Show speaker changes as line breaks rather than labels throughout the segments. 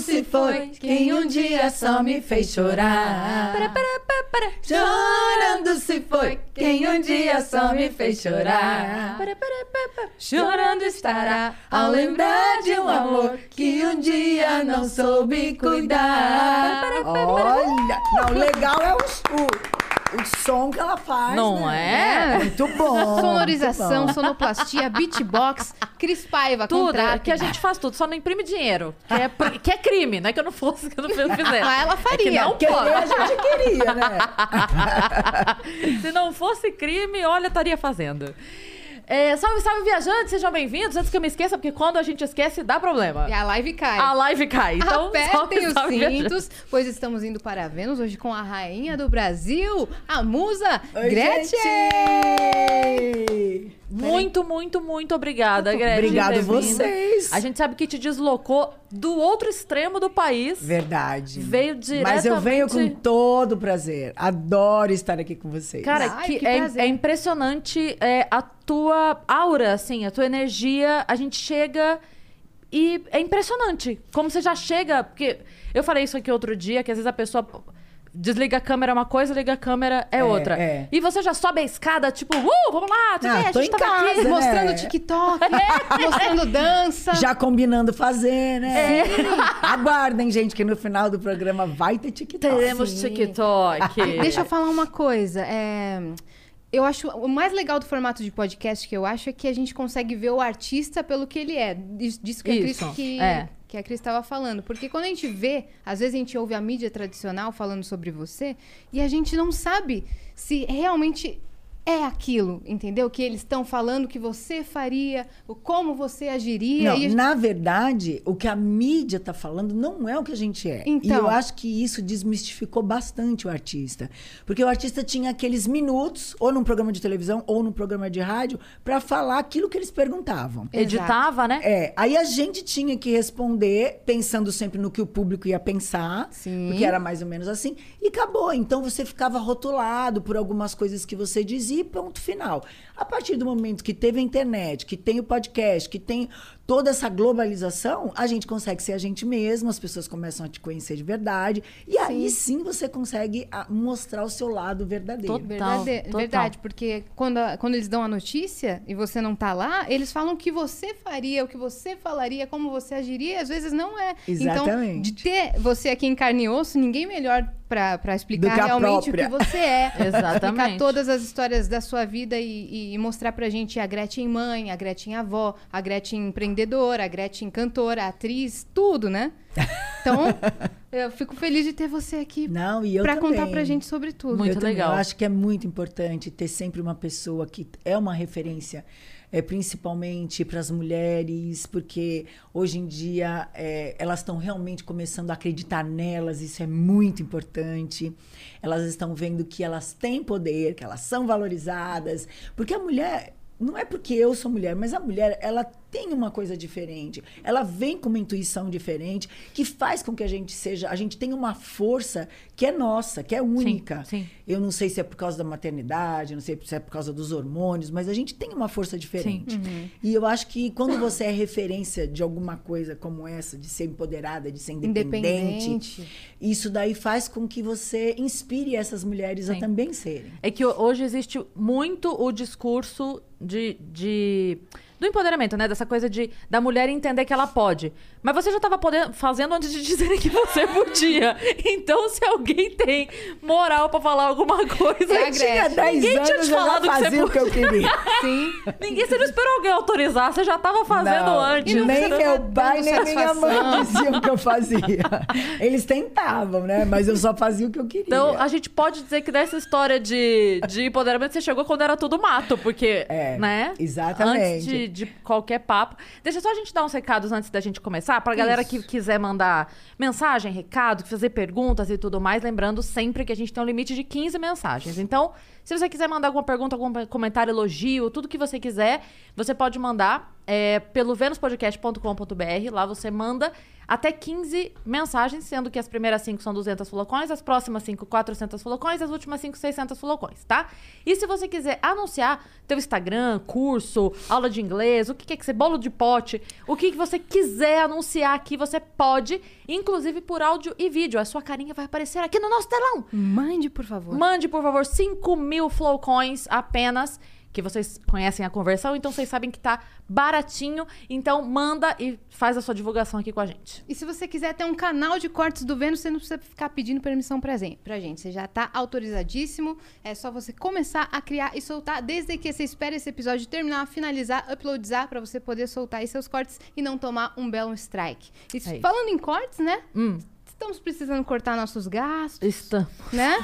Chorando se foi quem um dia só me fez chorar. Para, para, para, para. Chorando se foi quem um dia só me fez chorar. Para, para, para, para. Chorando estará ao lembrar de um amor que um dia não soube cuidar. Para, para, para, para.
Olha, não, o legal é os- o, o, som que ela faz.
Não
né?
é?
Muito bom.
Sonorização,
muito bom.
sonoplastia, beatbox, Cris Paiva,
Tudo, é
contrata.
que a gente faz tudo, só não imprime dinheiro. Que é, pr- que é crime, não é que eu não fosse, que eu não fizesse.
Mas ela
É que
faria.
não
Querer a
pode.
gente queria, né?
Se não fosse crime, olha, eu estaria fazendo. É, salve, salve, viajantes, sejam bem-vindos. Antes que eu me esqueça, porque quando a gente esquece, dá problema.
E a live cai.
A live cai.
tá um
Então,
Apertem
salve,
os
salve, viajantes.
cintos, pois estamos indo para Vênus hoje com a rainha do Brasil, a musa
Oi,
Gretchen.
gente!
Muito, muito, muito obrigada, Gretchen.
Obrigado
bem-vinda.
vocês.
A gente sabe que te deslocou do outro extremo do país.
Verdade.
Veio diretamente...
Mas eu venho com todo prazer. Adoro estar aqui com vocês.
Cara,
Ai,
que
que
é,
prazer.
é impressionante é, a tua aura, assim, a tua energia. A gente chega e é impressionante. Como você já chega. Porque eu falei isso aqui outro dia, que às vezes a pessoa desliga a câmera é uma coisa, liga a câmera é, outra.
é.
E você já sobe a escada, tipo, uh, vamos lá, tudo
Ah,
bem, a
tô
gente
em
tava aqui.
casa, né?
Mostrando
É.
TikTok, mostrando dança.
já combinando fazer,
É.
né? Aguardem, gente, que no final do programa vai ter TikTok.
Teremos TikTok.
Deixa eu falar uma coisa. é, Eu acho o mais legal do formato de podcast que eu acho é que a gente consegue ver o artista pelo que ele é. Dis- Disso que a Cris
Isso,
que,
é.
que a Cris estava falando, porque quando a gente vê, às vezes a gente ouve a mídia tradicional falando sobre você e a gente não sabe se realmente é aquilo, entendeu? Que eles estão falando que você faria, o como você agiria.
Não,
e a gente-
na verdade, o que a mídia tá falando não é o que a gente é. E
Então.
eu acho que isso desmistificou bastante o artista. Porque o artista tinha aqueles minutos, ou num programa de televisão, ou num programa de rádio, para falar aquilo que eles perguntavam.
Editava, né?
É, aí a gente tinha que responder pensando sempre no que o público ia pensar,
Sim.
porque era mais ou menos assim, e acabou. Então você ficava rotulado por algumas coisas que você dizia e ponto final. A partir do momento que teve a internet, que tem o podcast, que tem toda essa globalização, a gente consegue ser a gente mesmo, as pessoas começam a te conhecer de verdade, e aí sim você consegue ah, mostrar o seu lado verdadeiro.
Todo- Total,
Verdade,
total.
verdade, porque quando, a- quando eles dão a notícia e você não tá lá, eles falam o que você faria, o que você falaria, como você agiria, e às vezes não é. Então,
Exatamente.
de ter você aqui em carne e osso, ninguém melhor pra pra explicar
Do que a
realmente o que
própria.
você é.
Exatamente.
Explicar todas as histórias da sua vida e, e mostrar pra gente a Gretchen mãe, a Gretchen avó, a Gretchen empreendedora, a Gretchen cantora, atriz, tudo, né? Então, eu fico feliz de ter você aqui
Não, e eu
pra
também.
contar pra gente sobre tudo.
Muito
Eu também,
legal.
Eu acho que é muito importante ter sempre uma pessoa que é uma referência, é, principalmente para as mulheres, porque hoje em dia é, elas estão realmente começando a acreditar nelas, isso é muito importante. Elas estão vendo que elas têm poder, que elas são valorizadas, porque a mulher. Não é porque eu sou mulher, mas a mulher, ela tem uma coisa diferente. Ela vem com uma intuição diferente que faz com que a gente seja, a gente tenha uma força que é nossa, que é única.
sim.
Eu não sei se é por causa da maternidade, não sei se é por causa dos hormônios, mas a gente tem uma força diferente. E eu acho que quando você é referência de alguma coisa como essa, de ser empoderada, de ser independente,
Independente.
isso daí faz com que você inspire essas mulheres a
Sim.
também serem.
É que ho- hoje existe muito o discurso de, de- do empoderamento, né? Dessa coisa de da mulher entender que ela pode. Mas você já estava fazendo antes de dizerem que você podia. Então, se alguém tem moral pra falar alguma coisa,
É a
Tinha
Gretchen.
10
Ninguém
anos,
tinha te falado
eu já
que você
fazia o que eu queria.
Sim.
ninguém você não esperou alguém autorizar, você já estava fazendo
Não.
antes.
Nem
precisa
meu
ficar
pai,
dando
nem minha mãe
satisfação.
diziam que eu fazia. Eles tentavam, né? Mas eu só fazia o que eu queria.
Então, a gente pode dizer que nessa história de, de empoderamento você chegou quando era tudo mato, porque,
É,
né?
exatamente.
Antes de, de qualquer papo. Deixa só a gente dar uns recados antes da gente começar, pra galera que quiser mandar mensagem, recado, fazer perguntas e tudo mais. Lembrando sempre que a gente tem um limite de 15 mensagens. Então, se você quiser mandar alguma pergunta, algum comentário, elogio, tudo que você quiser, você pode mandar é, pelo venuspodcast.com.br. Lá você manda até 15 mensagens, sendo que as primeiras 5 são 200 fulocões, as próximas 5, 400 fulocões, as últimas 5, 600 fulocões, tá? E se você quiser anunciar teu Instagram, curso, aula de inglês, o que quer que ser, bolo de pote, o que, que você quiser anunciar aqui, você pode, inclusive por áudio e vídeo. A sua carinha vai aparecer aqui no nosso telão.
Mande, por favor.
Mande, por favor, 5 mil flowcoins apenas. Que vocês conhecem a conversão, então vocês sabem que tá baratinho. Então manda e faz a sua divulgação aqui com a gente.
E se você quiser ter um canal de cortes do Vênus, você não precisa ficar pedindo permissão pra zen- pra gente. Você já tá autorizadíssimo. É só você começar a criar e soltar desde que você espera esse episódio terminar, finalizar, uploadizar pra você poder soltar aí seus cortes e não tomar um belo strike. E
É isso.
falando em cortes, né?
Hum.
Estamos precisando cortar nossos gastos,
Estamos,
né?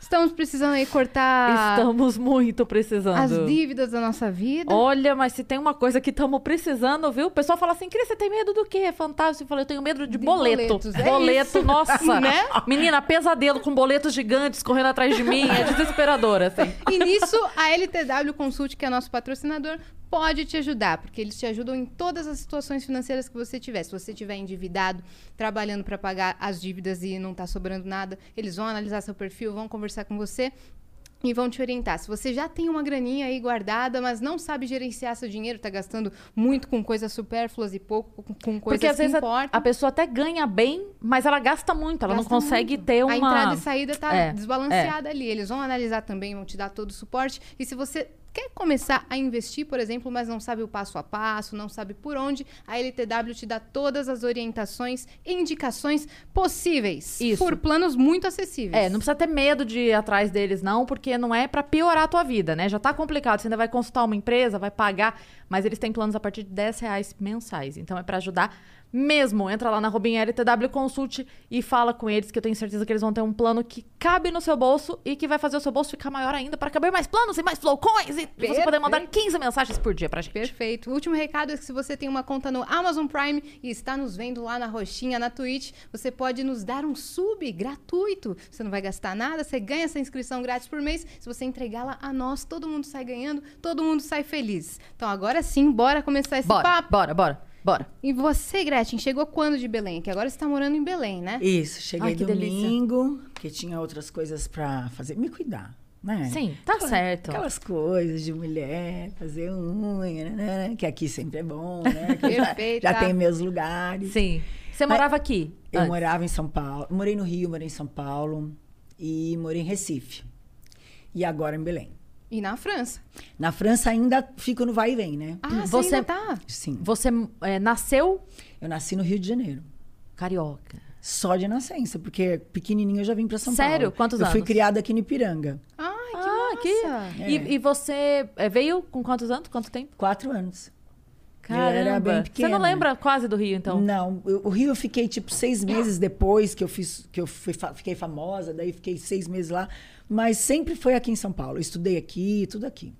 Estamos precisando aí cortar
estamos muito precisando.
Ah. as dívidas da nossa vida.
Olha, mas se tem uma coisa que estamos precisando, viu? O pessoal fala assim, Cris, você tem medo do quê? É fantástico. Eu falei, eu tenho medo de
De
boleto.
boletos, é
boleto,
isso.
nossa.
Né?
Menina, pesadelo com boletos gigantes correndo atrás de mim. É desesperador, assim.
E nisso, a LTW Consult, que é nosso patrocinador, pode te ajudar, porque eles te ajudam em todas as situações financeiras que você tiver. Se você estiver endividado, trabalhando para pagar as dívidas e não tá sobrando nada, eles vão analisar seu perfil, vão conversar com você. E vão te orientar. Se você já tem uma graninha aí guardada, mas não sabe gerenciar seu dinheiro, tá gastando muito com coisas supérfluas e pouco com- com coisas
Porque às
que
vezes a-
importam.
a pessoa até ganha bem, mas ela gasta muito. Ela não
Gasta
consegue
muito.
ter uma...
A entrada e saída tá
É,
desbalanceada ali. Eles vão analisar também, vão te dar todo o suporte. E se você quer começar a investir, por exemplo, mas não sabe o passo a passo, não sabe por onde, a LTW te dá todas as orientações e indicações possíveis.
Isso.
Por planos muito acessíveis.
É, não precisa ter medo de ir atrás deles, não, porque não é pra piorar a tua vida, né? Já tá complicado. Você ainda vai consultar uma empresa, vai pagar, mas eles têm planos a partir de 10 reais mensais. Então é pra ajudar mesmo. Entra lá na Robin LTW Consult e fala com eles, que eu tenho certeza que eles vão ter um plano que cabe no seu bolso e que vai fazer o seu bolso ficar maior ainda pra caber mais planos e mais flowcoins e você poder mandar 15 mensagens por dia pra gente.
Perfeito. O último recado é que se você tem uma conta no Amazon Prime e está nos vendo lá na roxinha, na Twitch, você pode nos dar um sub gratuito. Você não vai gastar nada, você ganha essa inscrição grátis por mês. Se você entregá-la a nós, todo mundo sai ganhando, todo mundo sai feliz. Então agora sim, bora começar esse
Bora,
papo.
bora, bora, bora.
E você, Gretchen, chegou quando de Belém? Que agora você está morando em Belém, né?
Isso, cheguei
Ai, que delícia.
domingo, porque tinha outras coisas pra fazer. Me cuidar,
É.
né?
Sim, tá certo.
Aquelas coisas de mulher, fazer unha, né, né, que aqui sempre é bom, né? que eu
Perfeita.
Já, já tem meus lugares.
Sim. Você morava aqui?
Eu
antes?
morava em São Paulo, morei no Rio, morei em São Paulo e morei em Recife. E agora em Belém.
E na França.
Na França ainda fico no vai e vem, né?
Ah,
Você-
você ainda tá?
Sim.
Você é, nasceu
Eu nasci no Rio de Janeiro.
carioca.
Só de nascença, porque pequenininha eu já vim pra São Paulo.
Sério? Quantos
Eu fui
anos?
criada aqui no Ipiranga.
Ai, que
Ah, que.
massa!
E, e você é, veio com quantos anos? Quanto tempo?
Quatro anos. Eu
Caramba.
era bem
você não
pequena.
lembra quase do Rio, então?
Não, eu- o Rio eu fiquei tipo seis meses depois que eu fiz, que eu fui fa- fiquei famosa, daí fiquei seis meses lá, mas sempre foi aqui em São Paulo. Eu estudei aqui, tudo aqui.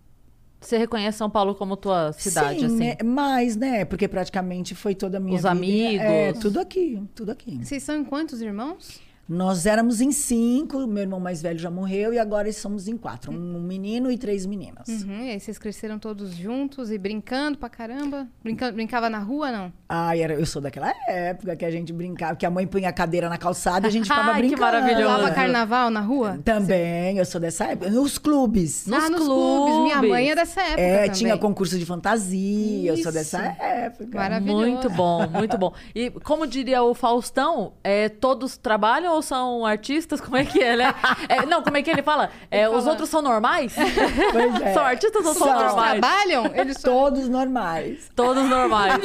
Você reconhece São Paulo como tua cidade,
Sim,
assim?
né? Mas, né? Porque praticamente foi toda a minha
Os
vida.
amigos.
É, tudo aqui, tudo aqui.
Vocês são em quantos irmãos?
Nós éramos em cinco, meu irmão mais velho já morreu e agora somos em quatro. Um menino e três meninas.
Uhum, e aí vocês cresceram todos juntos e brincando pra caramba? Brincando, brincava na rua, não?
Ai, era, eu sou daquela época que a gente brincava, que a mãe punha a cadeira na calçada e a gente ficava
Ai, que
brincando.
maravilhoso.
Rolava carnaval na rua?
Também, eu sou dessa época. Nos clubes.
Nos
ah, nos clubes. Minha
clubes.
mãe é dessa época
é,
também.
tinha concurso de fantasia, eu
Isso.
sou dessa época.
Maravilhoso.
Muito bom, muito bom. E como diria o Faustão, é, todos trabalham ou são artistas? Como é que é, né? É, não, como é que ele fala? É, os
fala-
outros são normais?
Pois é.
São artistas ou são
São.
Eles
normais?
trabalham? Eles só...
Todos normais.
Todos normais.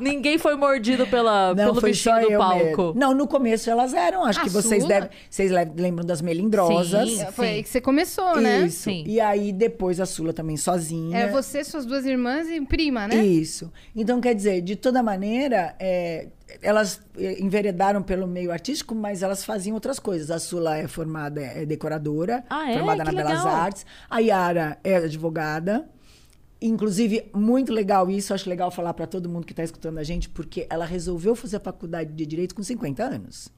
Ninguém foi mordido pela,
Não,
pelo
foi
bichinho
só
do
eu
palco.
mesmo. Não, no começo elas eram. Acho
Ah,
que vocês
sua?
devem, vocês le- lembram das melindrosas.
Sim.
É, Foi aí que você começou, né?
Isso.
Sim.
E aí depois a Sula também sozinha.
É você, suas duas irmãs e prima, né?
Isso. Então, quer dizer, de toda maneira, é, elas é, enveredaram pelo meio artístico, mas elas faziam outras coisas. A Sula é formada, é decoradora,
Ah, é?
formada
Que
na Belas
legal.
Artes. A Yara é advogada. Inclusive, muito legal isso, acho legal falar para todo mundo que está escutando a gente, porque ela resolveu fazer a faculdade de Direito com 50 anos.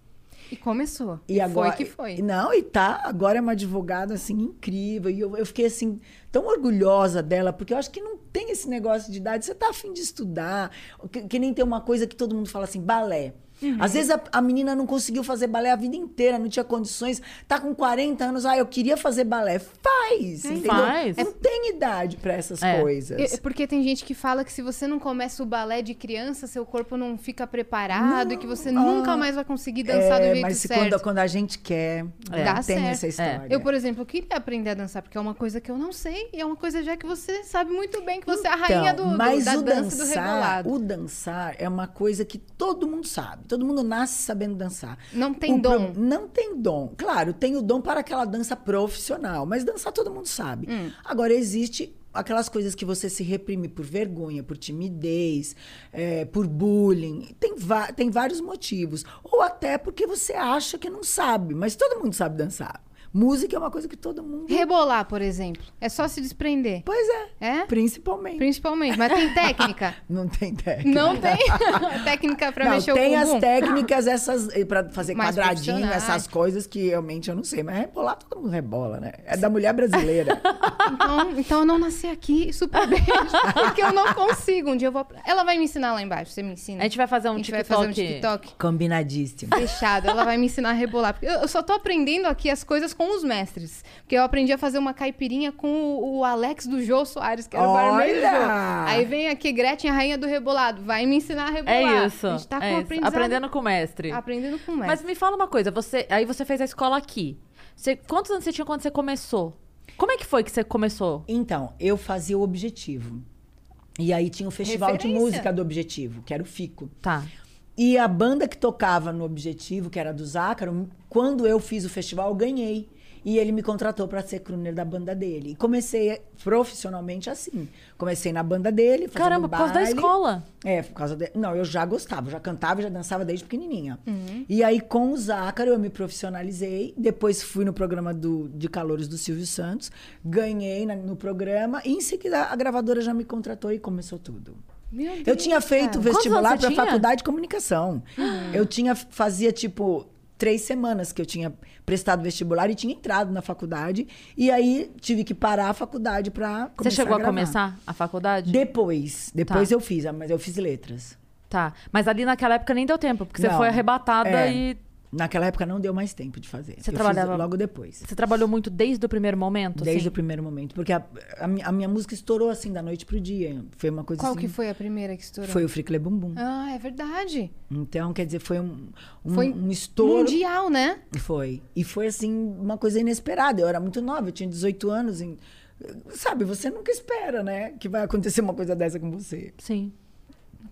E começou.
E agora,
foi que foi.
Não, e tá, agora é uma advogada assim incrível. E eu, eu fiquei assim tão orgulhosa dela, porque eu acho que não tem esse negócio de idade, você tá afim de estudar, que, que nem tem uma coisa que todo mundo fala assim, balé.
Uhum.
Às vezes a, a menina não conseguiu fazer balé a vida inteira, não tinha condições, tá com 40 anos, ah, eu queria fazer balé.
É,
Faz, entendeu?
Faz.
Não tem idade para essas
É.
coisas.
E- Porque tem gente que fala que se você não começa o balé de criança, seu corpo não fica preparado e que você nunca mais vai conseguir dançar do
Ah. É,
jeito
mas se
certo.
quando, quando a gente quer,
É.
não
Dá
tem
certo.
essa história.
Eu, por exemplo, eu queria aprender a dançar, porque é uma coisa que eu não sei, e é uma coisa já que você sabe muito bem, que você é a rainha do,
Então,
do-
mas
da
o
dança e do
dançar,
rebolado.
o dançar é uma coisa que todo mundo sabe. Todo mundo nasce sabendo dançar.
Não tem
O pro-
dom.
Não tem dom. Claro, tem o dom para aquela dança profissional, mas dançar todo mundo sabe.
Hum.
Agora, existe aquelas coisas que você se reprime por vergonha, por timidez, é, por bullying. Tem, va- tem vários motivos. Ou até porque você acha que não sabe, mas todo mundo sabe dançar. Música é uma coisa que todo mundo.
Rebolar, por exemplo. É só se desprender.
Pois é.
É?
Principalmente.
Principalmente. Mas tem técnica?
Não tem técnica.
não tem técnica pra
não,
mexer o
tem
bumbum.
as técnicas, essas, eh, pra fazer
Mais
quadradinho,
profissionais.
essas coisas que realmente eu não sei. Mas rebolar, todo mundo rebola, né? É da mulher brasileira.
Então, então eu não nasci aqui, super bem, porque eu não consigo. Um dia eu vou. Ela vai me ensinar lá embaixo, você me ensina.
A gente vai fazer um
A gente
TikTok.
vai fazer um TikTok
Combinadíssimo.
fechado. Ela vai me ensinar a rebolar. Porque eu- eu só tô aprendendo aqui as coisas com os mestres. Porque eu aprendi a fazer uma caipirinha com o, o Alex do Jô Soares, que era o barman do
Olha!
Jô. Aí vem aqui Gretchen, a rainha do rebolado. Vai me ensinar a rebolar.
É isso.
A gente tá com
é isso.
aprendizado-
Aprendendo com o mestre.
Aprendendo com o mestre.
Mas me fala uma coisa, você, aí você fez a escola aqui. Você- quantos anos você tinha quando você começou? Como é que foi que você começou?
Então, eu fazia o objetivo. E aí tinha o Festival de
Referência.
Música do Objetivo, que era o FICO.
Tá.
E a banda que tocava no Objetivo, que era do Zácaro, quando eu fiz o festival, eu ganhei. E ele me contratou para ser crooner da banda dele. E comecei profissionalmente assim. Comecei na banda dele, fazendo
Caramba, por causa da
um baile.
escola.
É, por causa de... Não, eu já gostava, já cantava, já dançava desde pequenininha.
Uhum.
E aí, com o Zácaro, eu me profissionalizei. Depois fui no programa do, de calores do Silvio Santos. Ganhei na- no programa. E em seguida, a gravadora já me contratou e começou tudo.
Meu
Eu
Deus,
tinha feito
cara.
vestibular
Quantos anos
para
você tinha? Uhum.
faculdade de comunicação. Eu tinha fazia tipo três semanas que eu tinha prestado vestibular e tinha entrado na faculdade e aí tive que parar a faculdade para
Você chegou a,
gravar.
começar a faculdade?
Depois, depois
Tá.
eu fiz, ah, mas eu fiz letras.
Tá. Mas ali naquela época nem deu tempo, porque você
Não.
foi arrebatada
É.
e
Naquela época não deu mais tempo de fazer.
Você
eu
trabalhava-
fiz logo depois.
você trabalhou muito desde o primeiro momento?
Desde
assim?
o primeiro momento, porque a, a mi- a minha música estourou assim da noite pro dia. Foi uma coisa
Qual
assim.
que foi a primeira que estourou?
Foi o Fricle Bumbum.
Ah, é verdade.
Então, quer dizer, foi um, um,
Foi
um estouro.
Mundial, né?
Foi. E foi assim, uma coisa inesperada. Eu era muito nova, eu tinha 18 anos. e- Sabe, você nunca espera, né? Que vai acontecer uma coisa dessa com você.
Sim.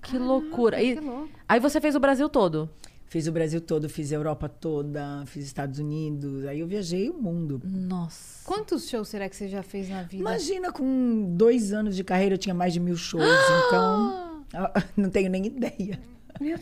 Que loucura. E-
que louco.
Aí você fez o Brasil todo.
Fiz o Brasil todo, fiz a Europa toda, fiz Estados Unidos. Aí eu viajei o mundo.
Nossa.
Quantos shows será que você já fez na vida?
Imagina, com dois anos de carreira, eu tinha mais de mil shows. então, ah, não tenho nem ideia.
Meu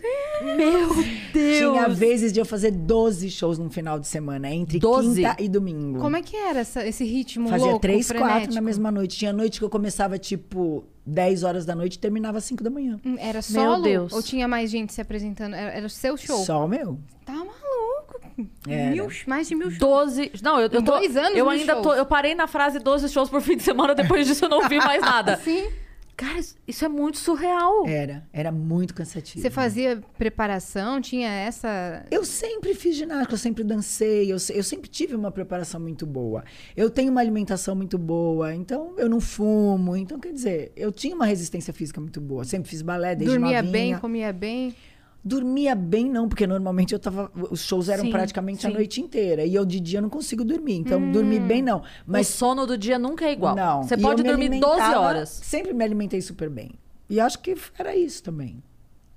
Deus!
Tinha vezes de eu fazer 12 shows num final de semana, entre
12?
quinta e domingo.
Como é que era essa- esse ritmo
Fazia
louco, um
três, quatro na
frenético?
mesma noite. Tinha noite que eu começava, tipo, 10 horas da noite e terminava às 5 da manhã.
Hum, Era solo?
Deus.
Ou tinha mais gente se apresentando? Era, era o seu show?
Só o meu.
Tá maluco?
Era.
Mil, mais de mil shows.
12. Não, eu, eu tô.
Dois anos
eu
mil
ainda tô.
shows.
Eu parei na frase 12 shows por fim de semana, depois disso eu não vi mais
Ah,
nada. É.
Sim.
Cara, isso- isso é muito surreal.
Era. Era muito cansativo.
Você fazia preparação? Tinha essa...
Eu sempre fiz ginástica, eu sempre dancei, eu, se- eu sempre tive uma preparação muito boa. Eu tenho uma alimentação muito boa, então eu não fumo. Então, quer dizer, eu tinha uma resistência física muito boa. Sempre fiz balé desde
Dormia
novinha.
bem, comia bem?
Dormia bem, não, porque normalmente eu tava. Os shows eram
Sim,
praticamente a
sim.
noite inteira. E eu de dia não consigo dormir. Então, dormir bem, não.
Mas...
Mas
O sono do dia nunca é igual.
Não.
Você
E
pode
eu me
dormir 12
alimentava-
horas.
Sempre me alimentei super bem. E acho que era isso também.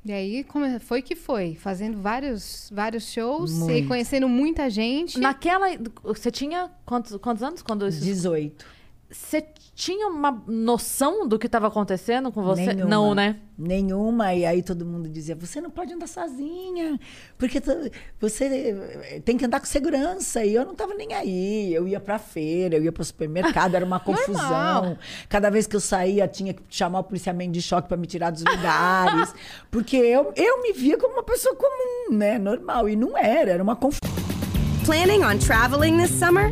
E aí, como foi que foi? Fazendo vários, vários shows e
Muito.
conhecendo muita gente.
Naquela. Você tinha quantos, quantos anos quando isso?
18.
Você tinha uma noção do que estava acontecendo com você?
Nenhuma.
Não, né?
Nenhuma. E aí todo mundo dizia: você não pode andar sozinha, porque tu- você eh, tem que andar com segurança. E eu não tava nem aí. Eu ia pra feira, eu ia pro supermercado, era uma confusão. Cada vez que eu saía, tinha que chamar o policiamento de choque pra me tirar dos lugares. porque eu, eu me via como uma pessoa comum, né? Normal. E não era, era uma confusão.
Planning on traveling this summer?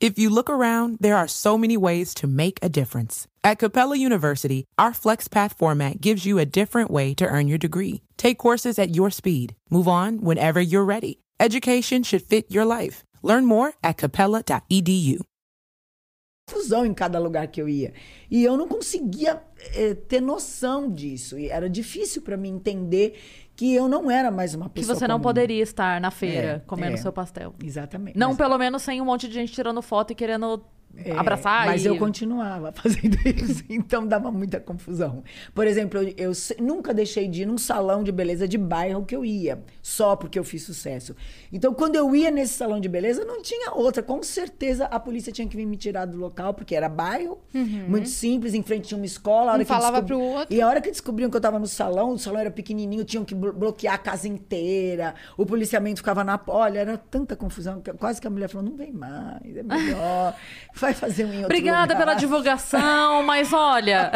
If you look around, there are so many ways to make a difference. At Capella University, our FlexPath format gives you a different way to earn your degree. Take courses at your speed. Move on whenever you're ready. Education should fit your life. Learn more at E capella.edu.
confusão em cada lugar que eu ia. E eu não conseguia eh, ter noção disso. E era difícil para mim entender que eu não era mais uma
Que
pessoa.
você não
comum.
poderia estar na feira
É,
comendo
é.
seu pastel.
Exatamente.
Não,
Mas-
pelo menos sem um monte de gente tirando foto e querendo
é,
abraçar.
Mas
e...
eu continuava fazendo isso, então dava muita confusão. Por exemplo, eu, eu se- nunca deixei de ir num salão de beleza de bairro que eu ia, só porque eu fiz sucesso. Então, quando eu ia nesse salão de beleza, não tinha outra. Com certeza a polícia tinha que vir me tirar do local, porque era bairro, muito simples, em frente tinha uma escola. a hora
Um
que eu
falava
descobri-
pro outro.
E a hora que descobriam que eu tava no salão, o salão era pequenininho, tinham que blo- bloquear a casa inteira, o policiamento ficava na. Olha, era tanta confusão, que quase que a mulher falou: não vem mais, é melhor, vai fazer um em outro
Obrigada
lugar."
pela divulgação, mas olha.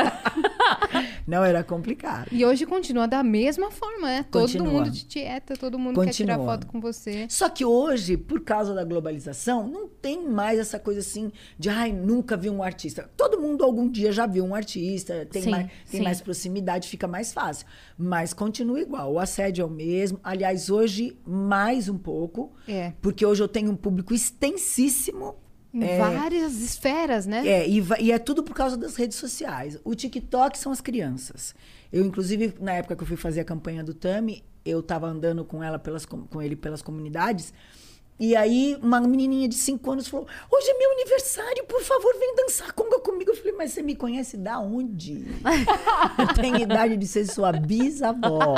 Não, era complicado.
E hoje continua da mesma forma, né?
Continua.
Todo mundo de dieta, todo mundo quer tirar
Continua.
foto com você.
Só que hoje, por causa da globalização, não tem mais essa coisa assim de, ai, nunca vi um artista. Todo mundo algum dia já viu um artista, tem,
Sim,
mais, tem
sim.
mais proximidade, fica mais fácil. Mas continua igual, o assédio é o mesmo. Aliás, hoje, mais um pouco,
É.
porque hoje eu tenho um público extensíssimo.
Em
É.
várias esferas, né?
É, e, va- e é tudo por causa das redes sociais. O TikTok são as crianças. Eu, inclusive, na época que eu fui fazer a campanha do Tami, eu tava andando com ela pelas, com com ele pelas comunidades. E aí, uma menininha de 5 anos falou: Hoje é meu aniversário, por favor, vem dançar conga comigo. Eu falei: Mas você me conhece da onde? eu tenho idade de ser sua bisavó.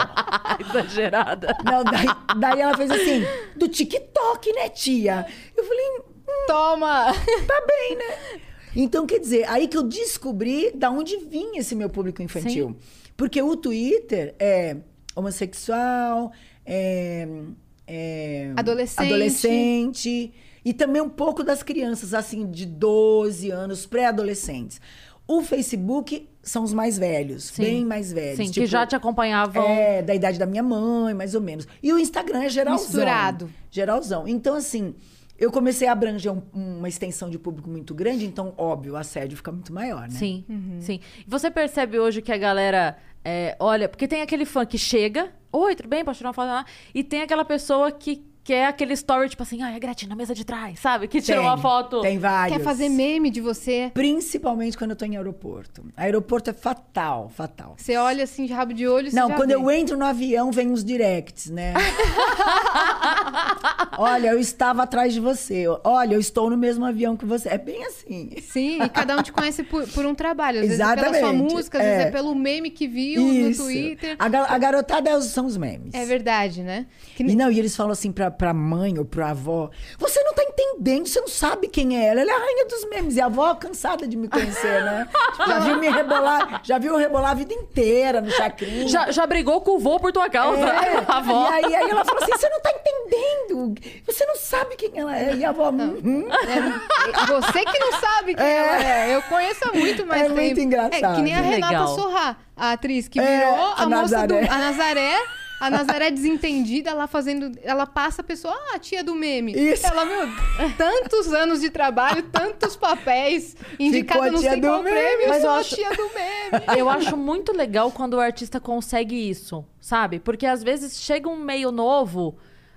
Exagerada.
Não, daí, daí ela fez assim: Do TikTok, né, tia? Eu falei:
Toma!
tá bem, né? Então, quer dizer, aí que eu descobri da onde vinha esse meu público infantil. Porque o Twitter é homossexual, é, é
Adolescente.
adolescente, e também um pouco das crianças, assim, de 12 anos, pré-adolescentes. O Facebook são os mais velhos, bem mais velhos.
Sim,
tipo,
que já te acompanhavam.
é, da idade da minha mãe, mais ou menos. E o Instagram é geralzão.
Misturado.
Geralzão. Então, assim, eu comecei a abranger um- uma extensão de público muito grande, então, óbvio, o assédio fica muito maior, né?
Sim, sim. E Você percebe hoje que a galera é, olha, porque tem aquele fã que chega, oi, tudo bem, posso tirar uma foto? Ah, E tem aquela pessoa que quer aquele story, tipo assim, ah, é grátis na mesa de trás, sabe? Que tirou
Tem,
uma foto.
Tem vários.
Quer fazer meme de você?
Principalmente quando eu tô em aeroporto. Aeroporto é fatal, fatal.
Você olha assim de rabo de olho e
Não,
você já
quando
vê.
eu entro no avião, vem uns directs, né? Olha, eu estava atrás de você. Olha, eu estou no mesmo avião que você. É bem assim.
Sim, e cada um te conhece por, por um trabalho. Às vezes é pela
Exatamente,
sua música, às vezes
é.
é pelo meme que viu
Isso.
no Twitter.
A, ga- a garotada é os- são os memes.
É verdade, né? Que
E não, e eles falam assim pra, pra mãe ou pra avó: Você não tá entendendo, você não sabe quem é ela. Ela é a rainha dos memes. E a avó cansada de me conhecer, né? Já viu me rebolar, já viu eu rebolar a vida inteira no chacrinho.
Já, já brigou com o vô por tua causa,
É.
a avó.
E aí, aí ela falou assim: Você não tá entendendo, você não sabe quem ela é. E a avó. "Hum, hum."
É, Você que não sabe quem ela é. Eu conheço há muito mais
Então- É
tempo.
muito engraçado.
É que nem a
Que
Renata
legal.
Sorrá, a atriz que
É,
virou a,
a
moça do.
Nazaré.
A Nazaré. A Nazaré desentendida, ela fazendo. Ela passa a pessoa, ah, a tia do meme.
Isso.
Ela, meu, tantos anos de trabalho, tantos papéis, indicada
a
não
tia
sei
do
qual
meme.
prêmio, eu
Mas
sou
eu
a
acho-
tia do meme.
Eu acho muito legal quando o artista consegue isso, sabe? Porque às vezes chega um meio novo,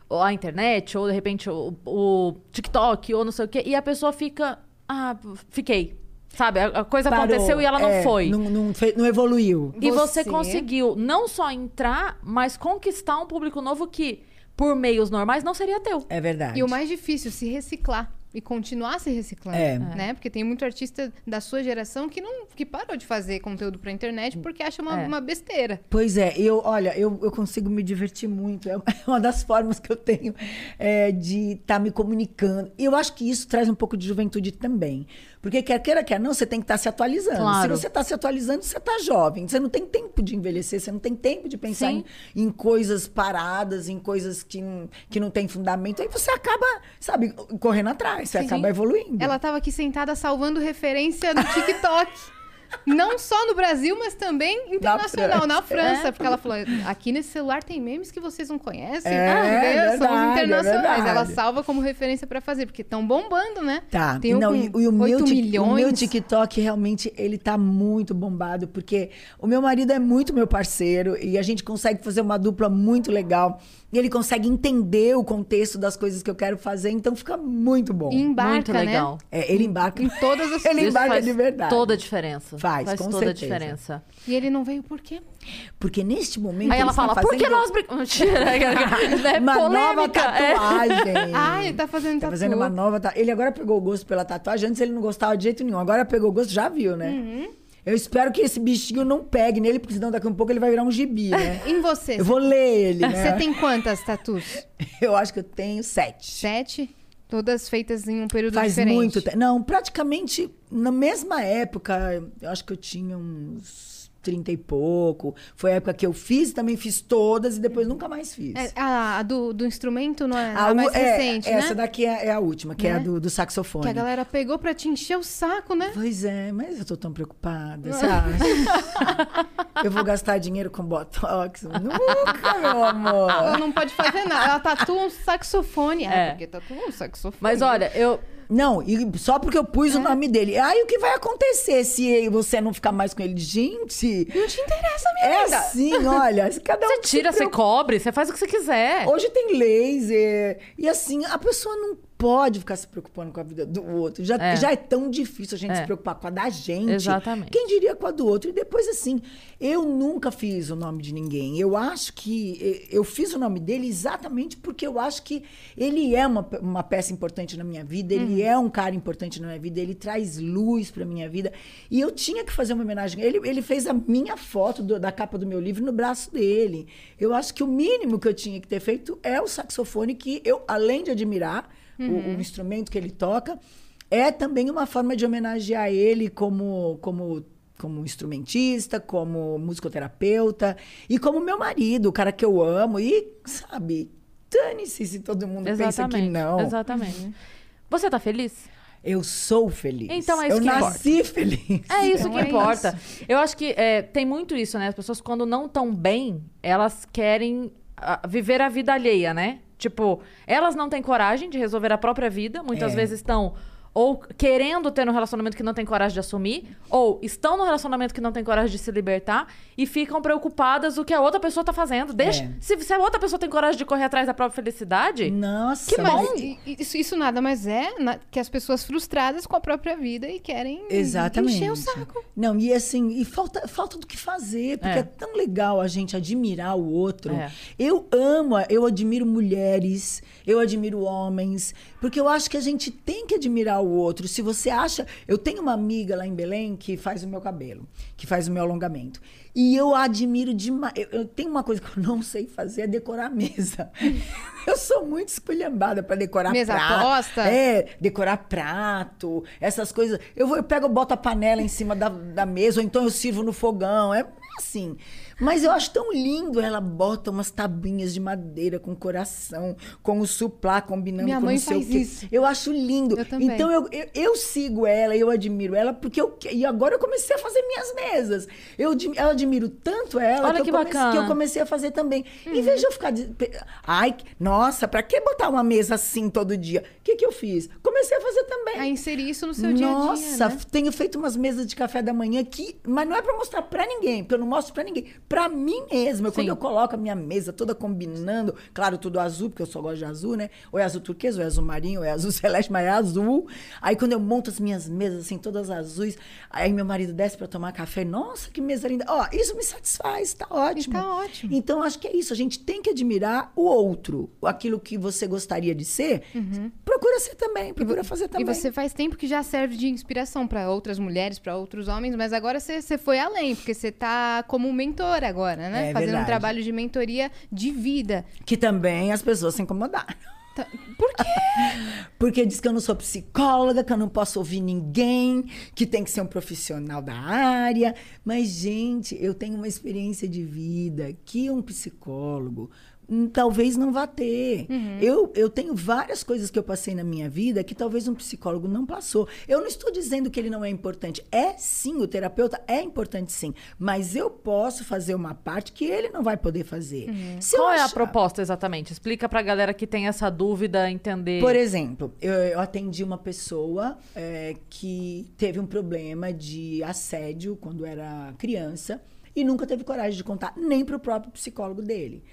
ou a internet, ou de repente o, o TikTok, ou não sei o quê, e a pessoa fica. Ah, fiquei. Sabe, a, a coisa
Parou,
aconteceu e ela não
é,
foi.
Não, não fe- não evoluiu.
E você
Você-
conseguiu não só entrar, mas conquistar um público novo que, por meios normais, não seria teu.
É verdade.
E o mais difícil, se reciclar e continuar se reciclando,
É.
né? Porque tem muito artista da sua geração que não que parou de fazer conteúdo pra internet porque acha uma,
É.
uma besteira.
Pois é, eu, olha, eu, eu consigo me divertir muito. É uma das formas que eu tenho é, de estar me comunicando. E eu acho que isso traz um pouco de juventude também. Porque quer queira, quer não, você tem que estar se atualizando. Se
Claro.
você está se atualizando, você está jovem. Você não tem tempo de envelhecer, você não tem tempo de pensar
Sim.
em, em coisas paradas, em coisas que, não- que não tem fundamento. Aí você acaba, sabe, correndo atrás, você
Sim.
acaba evoluindo.
Ela tava aqui sentada salvando referência no TikTok. Não só no Brasil, mas também internacional,
É.
na França. Porque ela falou: aqui nesse celular tem memes que vocês não conhecem.
É,
entendeu? São
verdade,
os
é
internacionais.
verdade.
ela salva como referência pra fazer, porque estão bombando, né?
Tá.
Tem um
não, e,
com
e o, meu
8
tic-
milhões.
o meu TikTok realmente ele tá muito bombado, porque o meu marido é muito meu parceiro e a gente consegue fazer uma dupla muito legal. E ele consegue entender o contexto das coisas que eu quero fazer, então fica muito bom.
E embarca,
Muito
né?
legal.
É, ele embarca.
Em todas as
ele
Isso
embarca
faz
de verdade.
Toda a diferença.
Faz, com
toda
certeza.
a diferença.
E ele não veio por quê?
Porque neste momento.
Aí ela
eles tão
fala, por que
fazendo
nós brincamos? Mentira, é
Uma nova
polêmica. é.
tatuagem.
Ah, ele tá fazendo
Tá
tatu.
fazendo uma nova ta- Ele agora pegou o gosto pela tatuagem. Antes ele não gostava de jeito nenhum. Agora pegou o gosto, já viu, né?
Uhum.
Eu espero que esse bichinho não pegue nele, porque senão daqui a um pouco ele vai virar um gibi, né?
Em você,
Eu vou ler ele,
É. você
né?
tem quantas tatus?
Eu acho que eu tenho sete.
Sete? Todas feitas em um período
Faz
diferente.
muito tempo. Não, praticamente na mesma época, eu acho que eu tinha uns 30 e pouco. Foi a época que eu fiz, também fiz todas e depois nunca mais fiz.
É, a a do, do instrumento não é
A
a
u-
mais
é,
recente, né?
Essa daqui é, é a última, que é, a
Né?
do, do saxofone.
Que a galera pegou pra te encher o saco, né?
Pois é, mas eu tô tão preocupada, sabe? eu vou gastar dinheiro com botox? Nunca, meu amor.
Ela não pode fazer nada. Ela tatua um saxofone. Ah,
É.
porque tatua um saxofone.
Mas olha, eu,
Não, e só porque eu pus o nome dele. É Aí o que vai acontecer se você não ficar mais com ele? Gente,
Não te interessa, minha
é
linda.
assim, olha. Cada um
você
se
tira, você
preocupa.
cobre, você faz o que você quiser.
Hoje tem laser. E assim, a pessoa não pode ficar se preocupando com a vida do outro. Já é,
É.
já é tão difícil a gente
É.
se preocupar com a da gente.
Exatamente.
Quem diria com a do outro? E depois, assim, eu nunca fiz o nome de ninguém. Eu acho que. eh, Eu fiz o nome dele exatamente porque eu acho que ele é uma, pe- uma peça importante na minha vida, ele é um cara importante na minha vida, ele traz luz pra minha vida. E eu tinha que fazer uma homenagem. a Ele, ele fez a minha foto do- da capa do meu livro no braço dele. Eu acho que o mínimo que eu tinha que ter feito é o saxofone, que eu, além de admirar o- o
Uhum.
instrumento que ele toca, é também uma forma de homenagear ele como, como, como instrumentista, como musicoterapeuta e como meu marido, o cara que eu amo. E, sabe, dane-se se todo mundo pensa que não.
Exatamente. Você tá feliz?
Eu sou feliz.
Então é
eu
isso que
nasci feliz.
É isso
Então
que
é
importa. Eu acho que é, tem muito isso, né? As pessoas, quando não estão bem, elas querem ah, viver a vida alheia, né? Tipo, elas não têm coragem de resolver a própria vida. Muitas
É.
vezes estão ou querendo ter um relacionamento que não tem coragem de assumir, ou estão num relacionamento que não tem coragem de se libertar e ficam preocupadas o que a outra pessoa tá fazendo. Deixa,
É. Hum.
se, se a outra pessoa tem coragem de correr atrás da própria felicidade,
Nossa,
Que
mas-
bom.
I- Isso, isso nada mais é na- que as pessoas frustradas com a própria vida e querem
Exatamente.
encher o saco.
Não, e assim, e falta, falta do que fazer, porque é.
É.
tão legal a gente admirar o outro.
É.
Eu amo, eu admiro mulheres, eu admiro homens, porque eu acho que a gente tem que admirar o outro. Se você acha. Eu tenho uma amiga lá em Belém que faz o meu cabelo, que faz o meu alongamento. E eu a admiro demais. Eu, eu tenho uma coisa que eu não sei fazer, é decorar a mesa. eu sou muito esculhambada para decorar
Mesa
prato.
posta?
É, é, decorar prato, essas coisas. Eu, vou, eu pego, boto a panela em cima da, da mesa, ou então eu sirvo no fogão. É assim. Mas eu acho tão lindo. Ela bota umas tabuinhas de madeira com coração, com o suplá combinando
Minha
com
mãe
não sei
faz
o quê.
isso.
Eu acho lindo.
Eu também.
Então eu, eu, eu sigo ela, eu admiro ela, porque eu. que- E agora eu comecei a fazer minhas mesas. Eu, admi- eu admiro tanto ela
Olha
que,
que
eu comecei, que eu
bacana.
comecei a fazer também. Em vez de eu ficar. de- pe- Ai, que- nossa, pra que botar uma mesa assim todo dia? O que, que eu fiz? Comecei a fazer também.
A inserir isso no seu
Nossa,
dia a dia. né?
tenho feito umas mesas de café da manhã que. Mas não é pra mostrar pra ninguém, porque eu não mostro pra ninguém. pra mim mesma. Eu- Quando
Sim.
eu coloco a minha mesa toda combinando, claro, tudo azul, porque eu só gosto de azul, né? Ou é azul turquesa, ou é azul marinho, ou é azul celeste, mas é azul. Aí quando eu monto as minhas mesas, assim, todas azuis, aí meu marido desce pra tomar café. Nossa, que mesa linda. Ó, isso me satisfaz, tá ótimo.
tá ótimo.
Então, acho que é isso. A gente tem que admirar o outro. Aquilo que você gostaria de ser, procura ser também, procura fazer também.
Uhum. E você faz tempo que já serve de inspiração pra outras mulheres, pra outros homens, mas agora você você foi além, porque você tá como mentor agora, né?
É
Fazendo um
verdade.
trabalho de mentoria de vida.
Que também as pessoas se incomodaram.
Tá- Por quê?
Porque diz que eu não sou psicóloga, que eu não posso ouvir ninguém, que tem que ser um profissional da área. Mas, gente, eu tenho uma experiência de vida que um psicólogo hum, talvez não vá ter. Eu, eu tenho várias coisas que eu passei na minha vida que talvez um psicólogo não passou. Eu não estou dizendo que ele não é importante. É sim, o terapeuta é importante sim. Mas eu posso fazer uma parte que ele não vai poder fazer. Se eu
Qual é a
achar-
proposta exatamente? Explica pra galera que tem essa dúvida entender.
Por exemplo, eu, eu atendi uma pessoa é, que teve um problema de assédio quando era criança e nunca teve coragem de contar nem para o próprio psicólogo dele.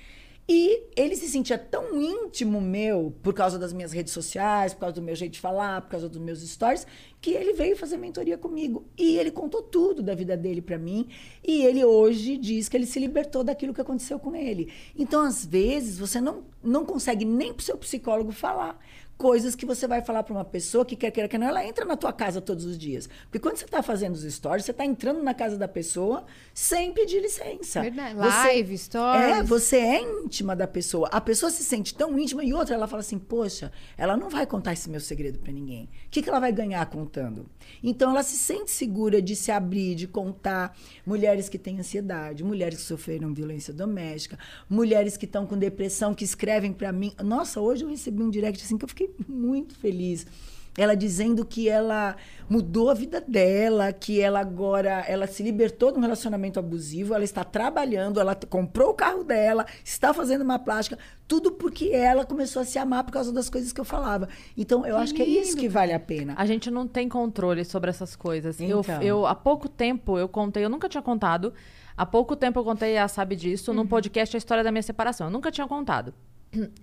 E ele se sentia tão íntimo meu, por causa das minhas redes sociais, por causa do meu jeito de falar, por causa dos meus stories, que ele veio fazer mentoria comigo. E ele contou tudo da vida dele para mim. E ele hoje diz que ele se libertou daquilo que aconteceu com ele. Então, às vezes, você não, não consegue nem pro seu psicólogo falar coisas que você vai falar para uma pessoa que quer queira que não, ela entra na tua casa todos os dias. Porque quando você tá fazendo os stories, você tá entrando na casa da pessoa sem pedir licença.
Verdade.
Você-
Live, stories.
é, você é íntima da pessoa. A pessoa se sente tão íntima e outra, ela fala assim: Poxa, ela não vai contar esse meu segredo pra ninguém. O que, que ela vai ganhar contando? Então, ela se sente segura de se abrir, de contar. Mulheres que têm ansiedade, mulheres que sofreram violência doméstica, mulheres que estão com depressão, que escrevem pra mim. Nossa, hoje eu recebi um direct assim que eu fiquei muito feliz ela dizendo que ela mudou a vida dela, que ela agora ela se libertou de um relacionamento abusivo, ela está trabalhando, ela t- comprou o carro dela, está fazendo uma plástica, tudo porque ela começou a se amar por causa das coisas que eu falava. Então eu acho que é isso que vale a pena.
A gente não tem controle sobre essas coisas. Eu-
Então.
Eu, há pouco tempo eu contei, eu nunca tinha contado. Há pouco tempo eu contei, a sabe disso,
Uhum.
num podcast a história da minha separação. Eu nunca tinha contado.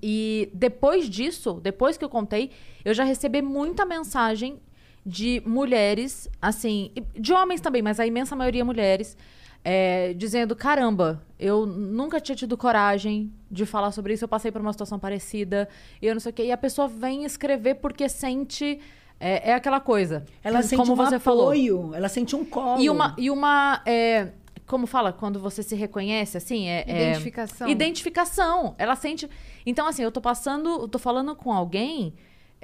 E depois disso, depois que eu contei, eu já recebi muita mensagem de mulheres, assim, e de homens também, mas a imensa maioria mulheres, é, dizendo: caramba, eu nunca tinha tido coragem de falar sobre isso, eu passei por uma situação parecida, e eu não sei o quê. E a pessoa vem escrever porque sente. É, é aquela coisa.
Ela sente
como
um
você falou.
apoio, ela sente um colo.
E uma. E uma é, como fala? Quando você se reconhece, assim? É, é-
Identificação.
identificação. Ela sente. Então, assim, eu tô passando. Eu tô falando com alguém.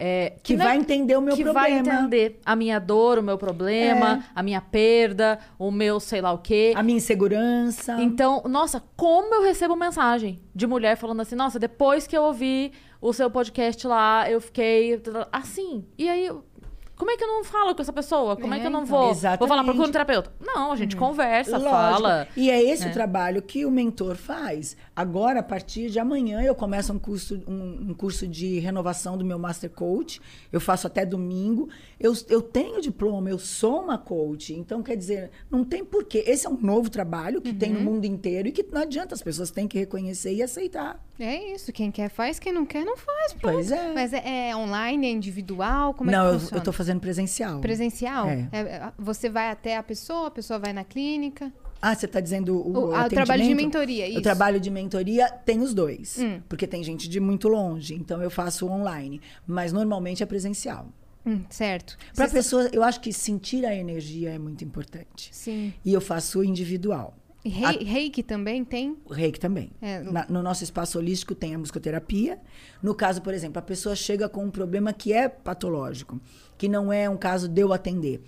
é,
que
não é-
vai entender o meu
que
problema. É.
vai entender a minha dor, o meu problema, a minha perda, o meu sei lá o quê.
A minha insegurança.
Então, nossa, como eu recebo mensagem de mulher falando assim, nossa, depois que eu ouvi o seu podcast lá, eu fiquei assim. E aí, eu- como é que eu não falo com essa pessoa? Como é,
É,
que eu não
então.
vou? Vou
Exatamente. Uhum.
falar procura um terapeuta? Não, a gente conversa,
Lógico.
fala.
E é esse
né?
o trabalho que o mentor faz. Agora, a partir de amanhã, eu começo um curso, um, um curso de renovação do meu Master Coach. Eu faço até domingo. Eu, eu tenho diploma, eu sou uma coach. Então, quer dizer, não tem porquê. Esse é um novo trabalho que tem no
Uhum.
mundo inteiro e que não adianta, as pessoas têm que reconhecer e aceitar.
É isso. Quem quer faz, quem não quer não faz. pronto.
Pois é.
Mas é, é online, é individual? Como é
não, eu,
que
eu
funciona?
tô fazendo presencial.
Presencial?
É.
É, você vai até a pessoa, a pessoa vai na clínica.
Ah, você está dizendo o,
O- ah, o trabalho de
atendimento?
mentoria, isso.
O trabalho de mentoria tem os dois.
Hum.
Porque tem gente de muito longe, então eu faço online. Mas normalmente é presencial.
Hum, certo.
Para a
Você-
pessoa, eu acho que sentir a energia é muito importante.
Sim.
E eu faço individual.
E rei- Reiki também tem?
O reiki também.
É, o-
Na- no nosso espaço holístico tem a musicoterapia. No caso, por exemplo, a pessoa chega com um problema que é patológico, que não é um caso de eu atender.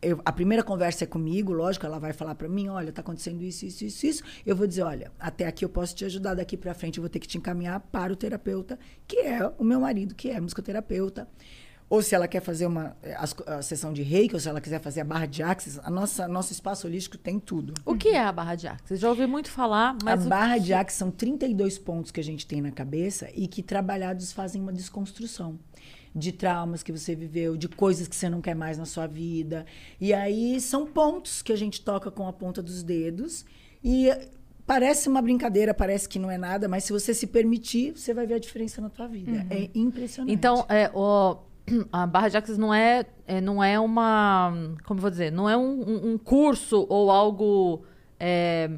Eu- a primeira conversa é comigo, lógico, ela vai falar para mim, olha, tá acontecendo isso, isso, isso, isso. Eu vou dizer, olha, até aqui eu posso te ajudar, daqui para frente eu vou ter que te encaminhar para o terapeuta, que é o meu marido, que é musicoterapeuta. Ou se ela quer fazer uma eh, as- a sessão de reiki, ou se ela quiser fazer a barra de axis, a nossa nosso espaço holístico tem tudo.
O que é a barra de axis? Já ouvi muito falar, mas
a
o-
barra de axis são 32 pontos que a gente tem na cabeça e que trabalhados fazem uma desconstrução de traumas que você viveu, de coisas que você não quer mais na sua vida. E aí são pontos que a gente toca com a ponta dos dedos e Parece uma brincadeira, parece que não é nada, mas se você se permitir, você vai ver a diferença na tua vida. É impressionante.
Uhum. Então, é, o- a Barra de Axis não é, é, não é uma. Como eu vou dizer? Não é um, um- um curso ou algo. é,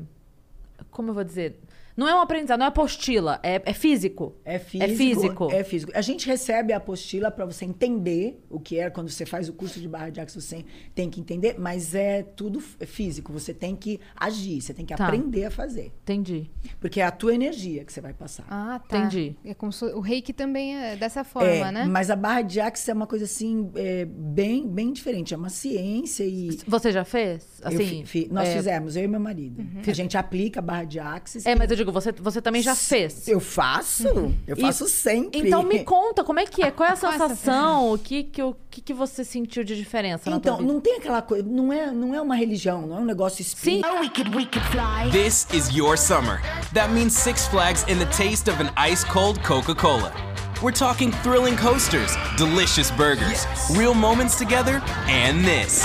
como eu vou dizer? Não é um aprendizado, não é apostila, é, é físico.
É físico,
É físico.
é físico. A gente recebe a apostila para você entender o que é quando você faz o curso de barra de axo, você tem que entender, mas é tudo f- físico. Você tem que agir, você tem que
Tá.
aprender a fazer.
Entendi.
Porque é a tua energia que você vai passar.
Ah, tá.
Entendi.
É como se- o reiki também é dessa forma,
É,
né?
Mas a barra de axis é uma coisa assim, é, bem, bem diferente. É uma ciência e.
Você já fez?
eu
Assim,
fi- fi- nós
é, Uhum.
fizemos, eu e meu marido. A gente aplica a barra de axis.
É, mas eu digo, você, você também já fez.
Eu faço? Eu faço sempre.
Então me conta, como é que é? Qual
Ah,
é a
Qual é essa
sensação? O que, que, o que, que você sentiu de diferença na tua
Então,
vida?
não tem aquela coisa. Não é, não é uma religião, não é um negócio espírita.
Sim,
This is your summer. That means Six Flags and the taste of an ice cold Coca Cola. We're talking thrilling coasters, delicious burgers, real moments together, and this.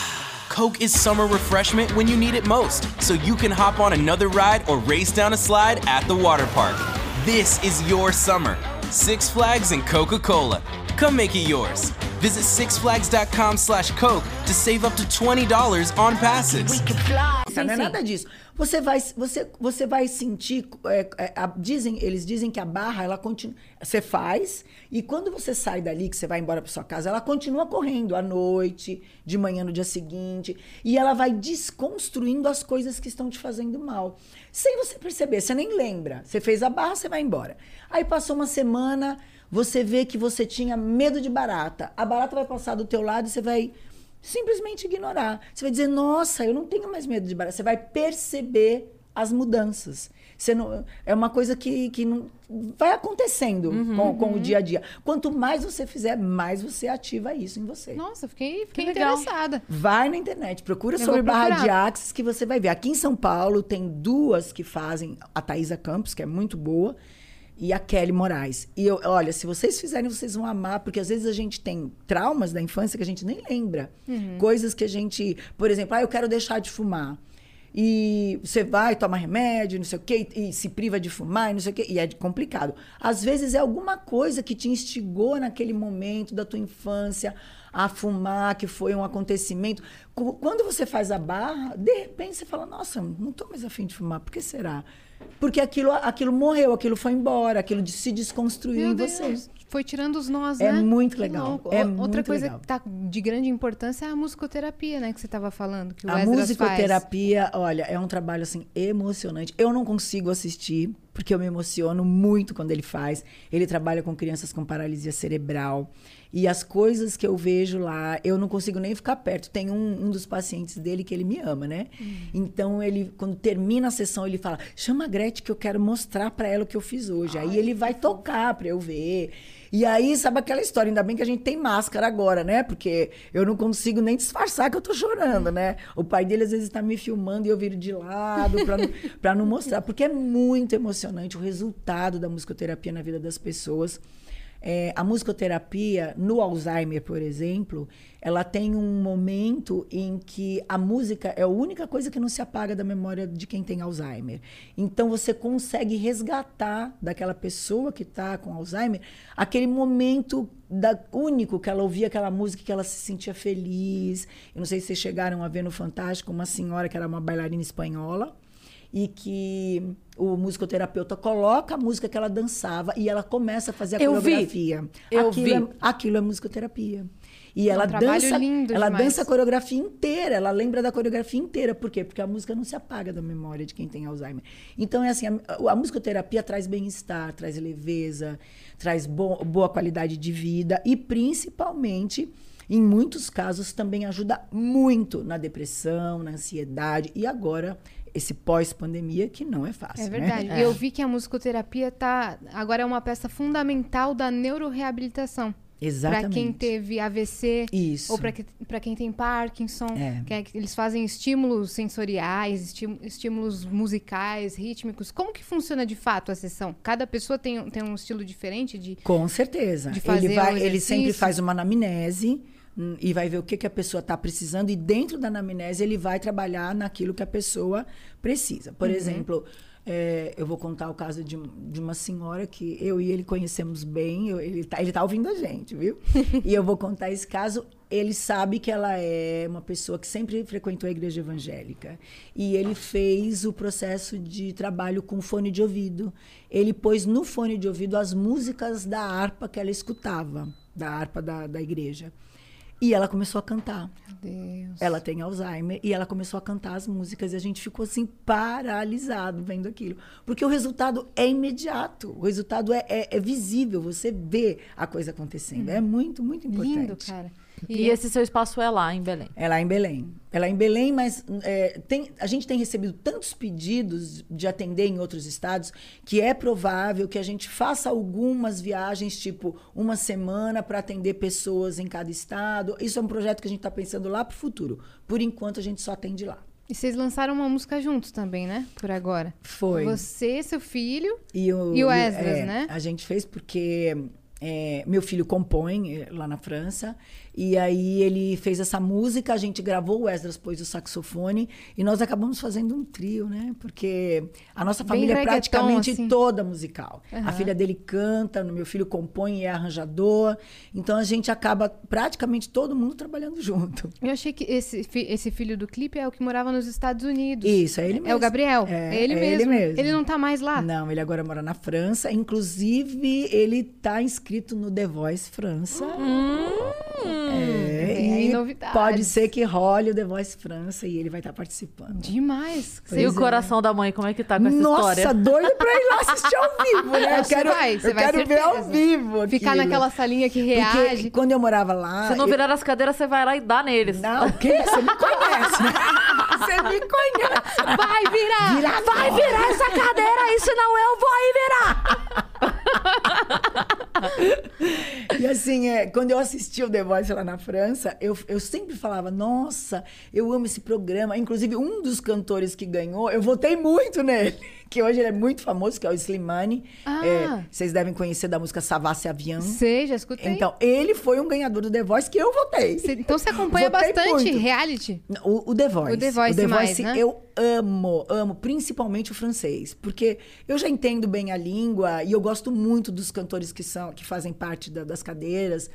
Coke is summer refreshment when you need it most, so you can hop on another ride or race down a slide at the water park. This is your summer. Six Flags and Coca-Cola. Come make it yours. Visit sixflags.com slash Coke to save up to $20 on passes.
sim,
não é
sim.
nada disso. Você vai, você, você vai sentir. é, é, a- dizem, eles dizem que a barra, ela continua. Você faz, e quando você sai dali, que você vai embora para sua casa, ela continua correndo à noite, de manhã no dia seguinte. E ela vai desconstruindo as coisas que estão te fazendo mal. Sem você perceber, você nem lembra. Você fez a barra, você vai embora. Aí passou uma semana, você vê que você tinha medo de barata. A barata vai passar do teu lado e você vai simplesmente ignorar. Você vai dizer, nossa, eu não tenho mais medo de barata. Você vai perceber as mudanças. Você não, é uma coisa que, que não, vai acontecendo com, com o dia a dia. Quanto mais você fizer, mais você ativa isso em você.
Nossa, fiquei, fiquei
legal.
interessada.
Vai na internet, procura
Eu vou
sobre barra de
procurar.
axis que você vai ver. Aqui em São Paulo tem duas que fazem, a Thaisa Campos, que é muito boa, e a Kelly Moraes. E eu, olha, se vocês fizerem, vocês vão amar, porque às vezes a gente tem traumas da infância que a gente nem lembra.
Uhum.
Coisas que a gente, por exemplo, ah, eu quero deixar de fumar. E você vai, toma remédio, não sei o quê, e e se priva de fumar, e não sei o quê, e é complicado. Às vezes é alguma coisa que te instigou naquele momento da tua infância a fumar, que foi um acontecimento. Qu- Quando você faz a barra, de repente você fala: Nossa, não tô mais afim de fumar, por que será? Porque aquilo, aquilo morreu, aquilo foi embora, aquilo de- se desconstruiu
Meu
em você.
Deus, foi tirando os nós,
É
né?
muito
Que
legal,
louco.
é
O- Outra
muito
coisa
legal.
que tá de grande importância é a musicoterapia, né? Que você tava falando, que o
A
Esdras faz.
musicoterapia, olha, é um trabalho assim emocionante. Eu não consigo assistir porque eu me emociono muito quando ele faz. Ele trabalha com crianças com paralisia cerebral e as coisas que eu vejo lá, eu não consigo nem ficar perto. Tem um, um dos pacientes dele que ele me ama, né?
Hum.
Então ele, quando termina a sessão, ele fala: "Chama a Gretchen que eu quero mostrar pra ela o que eu fiz hoje". Aí ele vai tocar pra eu ver. E aí, sabe aquela história? Ainda bem que a gente tem máscara agora, né? Porque eu não consigo nem disfarçar que eu tô chorando, né? O pai dele às vezes tá me filmando e eu viro de lado pra não, pra não mostrar. Porque é muito emocionante o resultado da musicoterapia na vida das pessoas. É, a musicoterapia, no Alzheimer, por exemplo, ela tem um momento em que a música é a única coisa que não se apaga da memória de quem tem Alzheimer. Então você consegue resgatar daquela pessoa que está com Alzheimer aquele momento da- único que ela ouvia aquela música que ela se sentia feliz. Eu não sei se vocês chegaram a ver no Fantástico uma senhora que era uma bailarina espanhola e que o musicoterapeuta coloca a música que ela dançava e ela começa a fazer a
Eu vi.
coreografia.
Eu
aquilo,
vi. É um
É, aquilo é musicoterapia. E ela
trabalho
dança,
lindo
ela
demais.
dança a coreografia inteira, ela lembra da coreografia inteira. Por quê? Porque a música não se apaga da memória de quem tem Alzheimer. Então é assim, a, a musicoterapia traz bem-estar, traz leveza, traz bo- boa qualidade de vida e principalmente em muitos casos também ajuda muito na depressão, na ansiedade e agora esse pós-pandemia que não é fácil.
É
né?
verdade. E eu vi que a musicoterapia tá agora é uma peça fundamental da neuroreabilitação.
Exatamente.
Para quem teve AVC
Isso.
ou para quem tem Parkinson,
É.
que é que eles fazem estímulos sensoriais, estim- estímulos musicais, rítmicos. Como que funciona de fato a sessão? Cada pessoa tem, um- tem um estilo diferente de
Com certeza.
De fazer
ele,
o
vai, ele
exercício.
sempre faz uma anamnese hum, e vai ver o que, que a pessoa está precisando. E dentro da anamnese, ele vai trabalhar naquilo que a pessoa precisa. Por exemplo, é, eu vou contar o caso de, um- de uma senhora que eu e ele conhecemos bem. eu- ele, está ele tá ouvindo a gente, viu? e eu vou contar esse caso. Ele sabe que ela é uma pessoa que sempre frequentou a igreja evangélica. E ele fez o processo de trabalho com fone de ouvido. Ele pôs no fone de ouvido as músicas da harpa que ela escutava, da harpa da, da igreja. E ela começou a cantar.
Deus.
Ela tem Alzheimer e ela começou a cantar as músicas e a gente ficou assim paralisado vendo aquilo. Porque o resultado é imediato, o resultado é, é- é visível, você vê a coisa acontecendo. É muito, muito
Hum.
importante.
Lindo, cara.
E esse seu espaço é lá, em Belém.
É lá em Belém. É lá em Belém, mas é, tem- a gente tem recebido tantos pedidos de atender em outros estados que é provável que a gente faça algumas viagens, tipo uma semana, para atender pessoas em cada estado. Isso é um projeto que a gente está pensando lá para o futuro. Por enquanto, a gente só atende lá.
E vocês lançaram uma música juntos também, né? Por agora.
Foi.
Você, seu filho.
E o,
E o Esdras,
é,
né?
A gente fez porque é, meu filho compõe é, lá na França. E aí ele fez essa música, a gente gravou, o Esdras pôs o saxofone. E nós acabamos fazendo um trio, né? Porque a nossa
Bem
família é
reggaeton,
praticamente
assim.
toda musical.
Aham.
A filha dele canta, meu filho compõe e é arranjador. Então a gente acaba praticamente todo mundo trabalhando junto.
Eu achei que esse, fi- esse filho do clipe é o que morava nos Estados Unidos.
Isso, é ele mesmo.
É o Gabriel?
É,
ele,
é
mesmo.
ele mesmo.
não tá mais lá?
Não, ele agora mora na França. Inclusive, ele tá inscrito no The Voice França. É,
Tem Hum. aí
e
novidades.
pode ser que role o The Voice França e ele vai estar participando.
Demais.
e o coração da mãe, como é que tá com essa
Nossa,
história?
doido pra ir lá assistir ao vivo, né? Eu
Você
quero,
vai, você
eu
vai,
quero ver ao
certeza.
vivo.
Ficar
aquilo.
naquela salinha que
Porque
reage.
quando eu morava lá.
Se não
eu-
virar as cadeiras, você vai lá e dá neles.
Não, o quê? Você me conhece. né? Você me conhece.
Vai virar!
Virar
Vai virar essa cadeira, isso não eu vou aí virar!
E assim, é, quando eu assisti o The Voice lá na França, eu, eu sempre falava, nossa, eu amo esse programa. Inclusive, um dos cantores que ganhou, eu votei muito nele. Que hoje ele é muito famoso, que é o Slimane.
Ah.
É, vocês devem conhecer da música Savasse Avião.
Você já escutei?
Então, ele foi um ganhador do The Voice que eu votei.
Você- então você acompanha
Votei
bastante
muito.
reality?
O, o The Voice.
O The Voice mais, né?
eu amo, amo, principalmente o francês. Porque eu já entendo bem a língua e eu gosto muito dos cantores que são que fazem parte da- das cadeiras.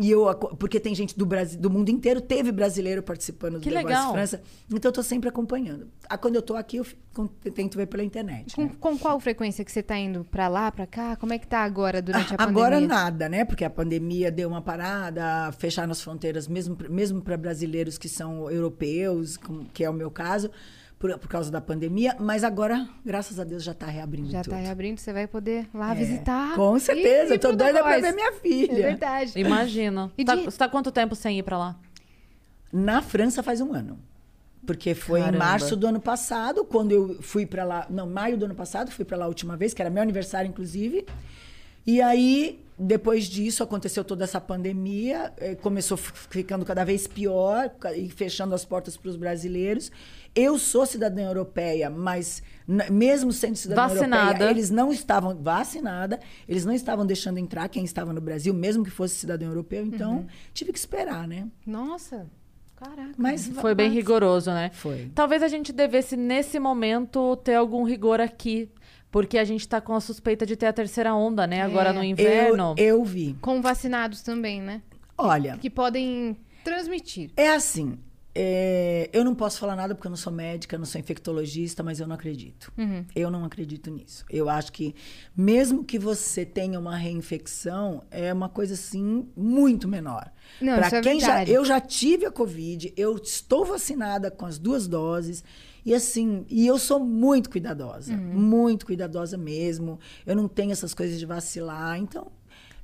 E eu, aco- porque tem gente do, Brasil, do mundo inteiro, teve brasileiro participando do
Que
The
legal.
Voice França. Então eu tô sempre acompanhando. Ah, Quando eu tô aqui, eu fico- tento ver pela internet.
Com,
né?
com qual frequência que você tá indo? Pra lá, pra cá? Como é que tá agora durante a
Ah, Agora
pandemia?
nada, né? Porque a pandemia deu uma parada, fecharam as fronteiras, mesmo, pra- mesmo para brasileiros que são europeus, com- que é o meu caso, por, por causa da pandemia. Mas agora, graças a Deus, já está reabrindo
Já
tudo.
tá reabrindo, você vai poder lá
É,
visitar.
Com
E-
certeza,
e
eu tô
pro The
doida para
Voice.
ver minha
É
filha.
verdade.
Imagino.
E
Tá-
de-
Você tá quanto tempo sem ir pra lá?
Na França faz um ano. Porque foi
Caramba.
em março do ano passado, quando eu fui pra lá. Não, maio do ano passado, fui pra lá a última vez, que era meu aniversário, inclusive. E aí, depois disso, aconteceu toda essa pandemia, eh, começou fi- ficando cada vez pior ca- e fechando as portas para os brasileiros. Eu sou cidadã europeia, mas n- mesmo sendo cidadã
Vacinada.
europeia, eles não estavam vacinada, eles não estavam deixando entrar quem estava no Brasil, mesmo que fosse cidadão europeu. Então,
Uhum.
tive que esperar, né?
Nossa, caraca.
Mas
Foi bem rigoroso, né?
Foi.
Talvez a gente devesse, nesse momento, ter algum rigor aqui. Porque a gente tá com a suspeita de ter a terceira onda, né? Agora no inverno.
É, Eu, eu vi.
Com vacinados também, né?
Olha,
Que podem transmitir.
é assim. é, eu não posso falar nada porque eu não sou médica, eu não sou infectologista, mas eu não acredito.
Uhum.
Eu não acredito nisso. Eu acho que, mesmo que você tenha uma reinfecção, é uma coisa assim muito menor.
Não,
Pra
isso é
quem já,
verdade.
eu já tive a Covid, eu estou vacinada com as duas doses. E assim, e eu sou muito cuidadosa,
Uhum.
muito cuidadosa mesmo. Eu não tenho essas coisas de vacilar, então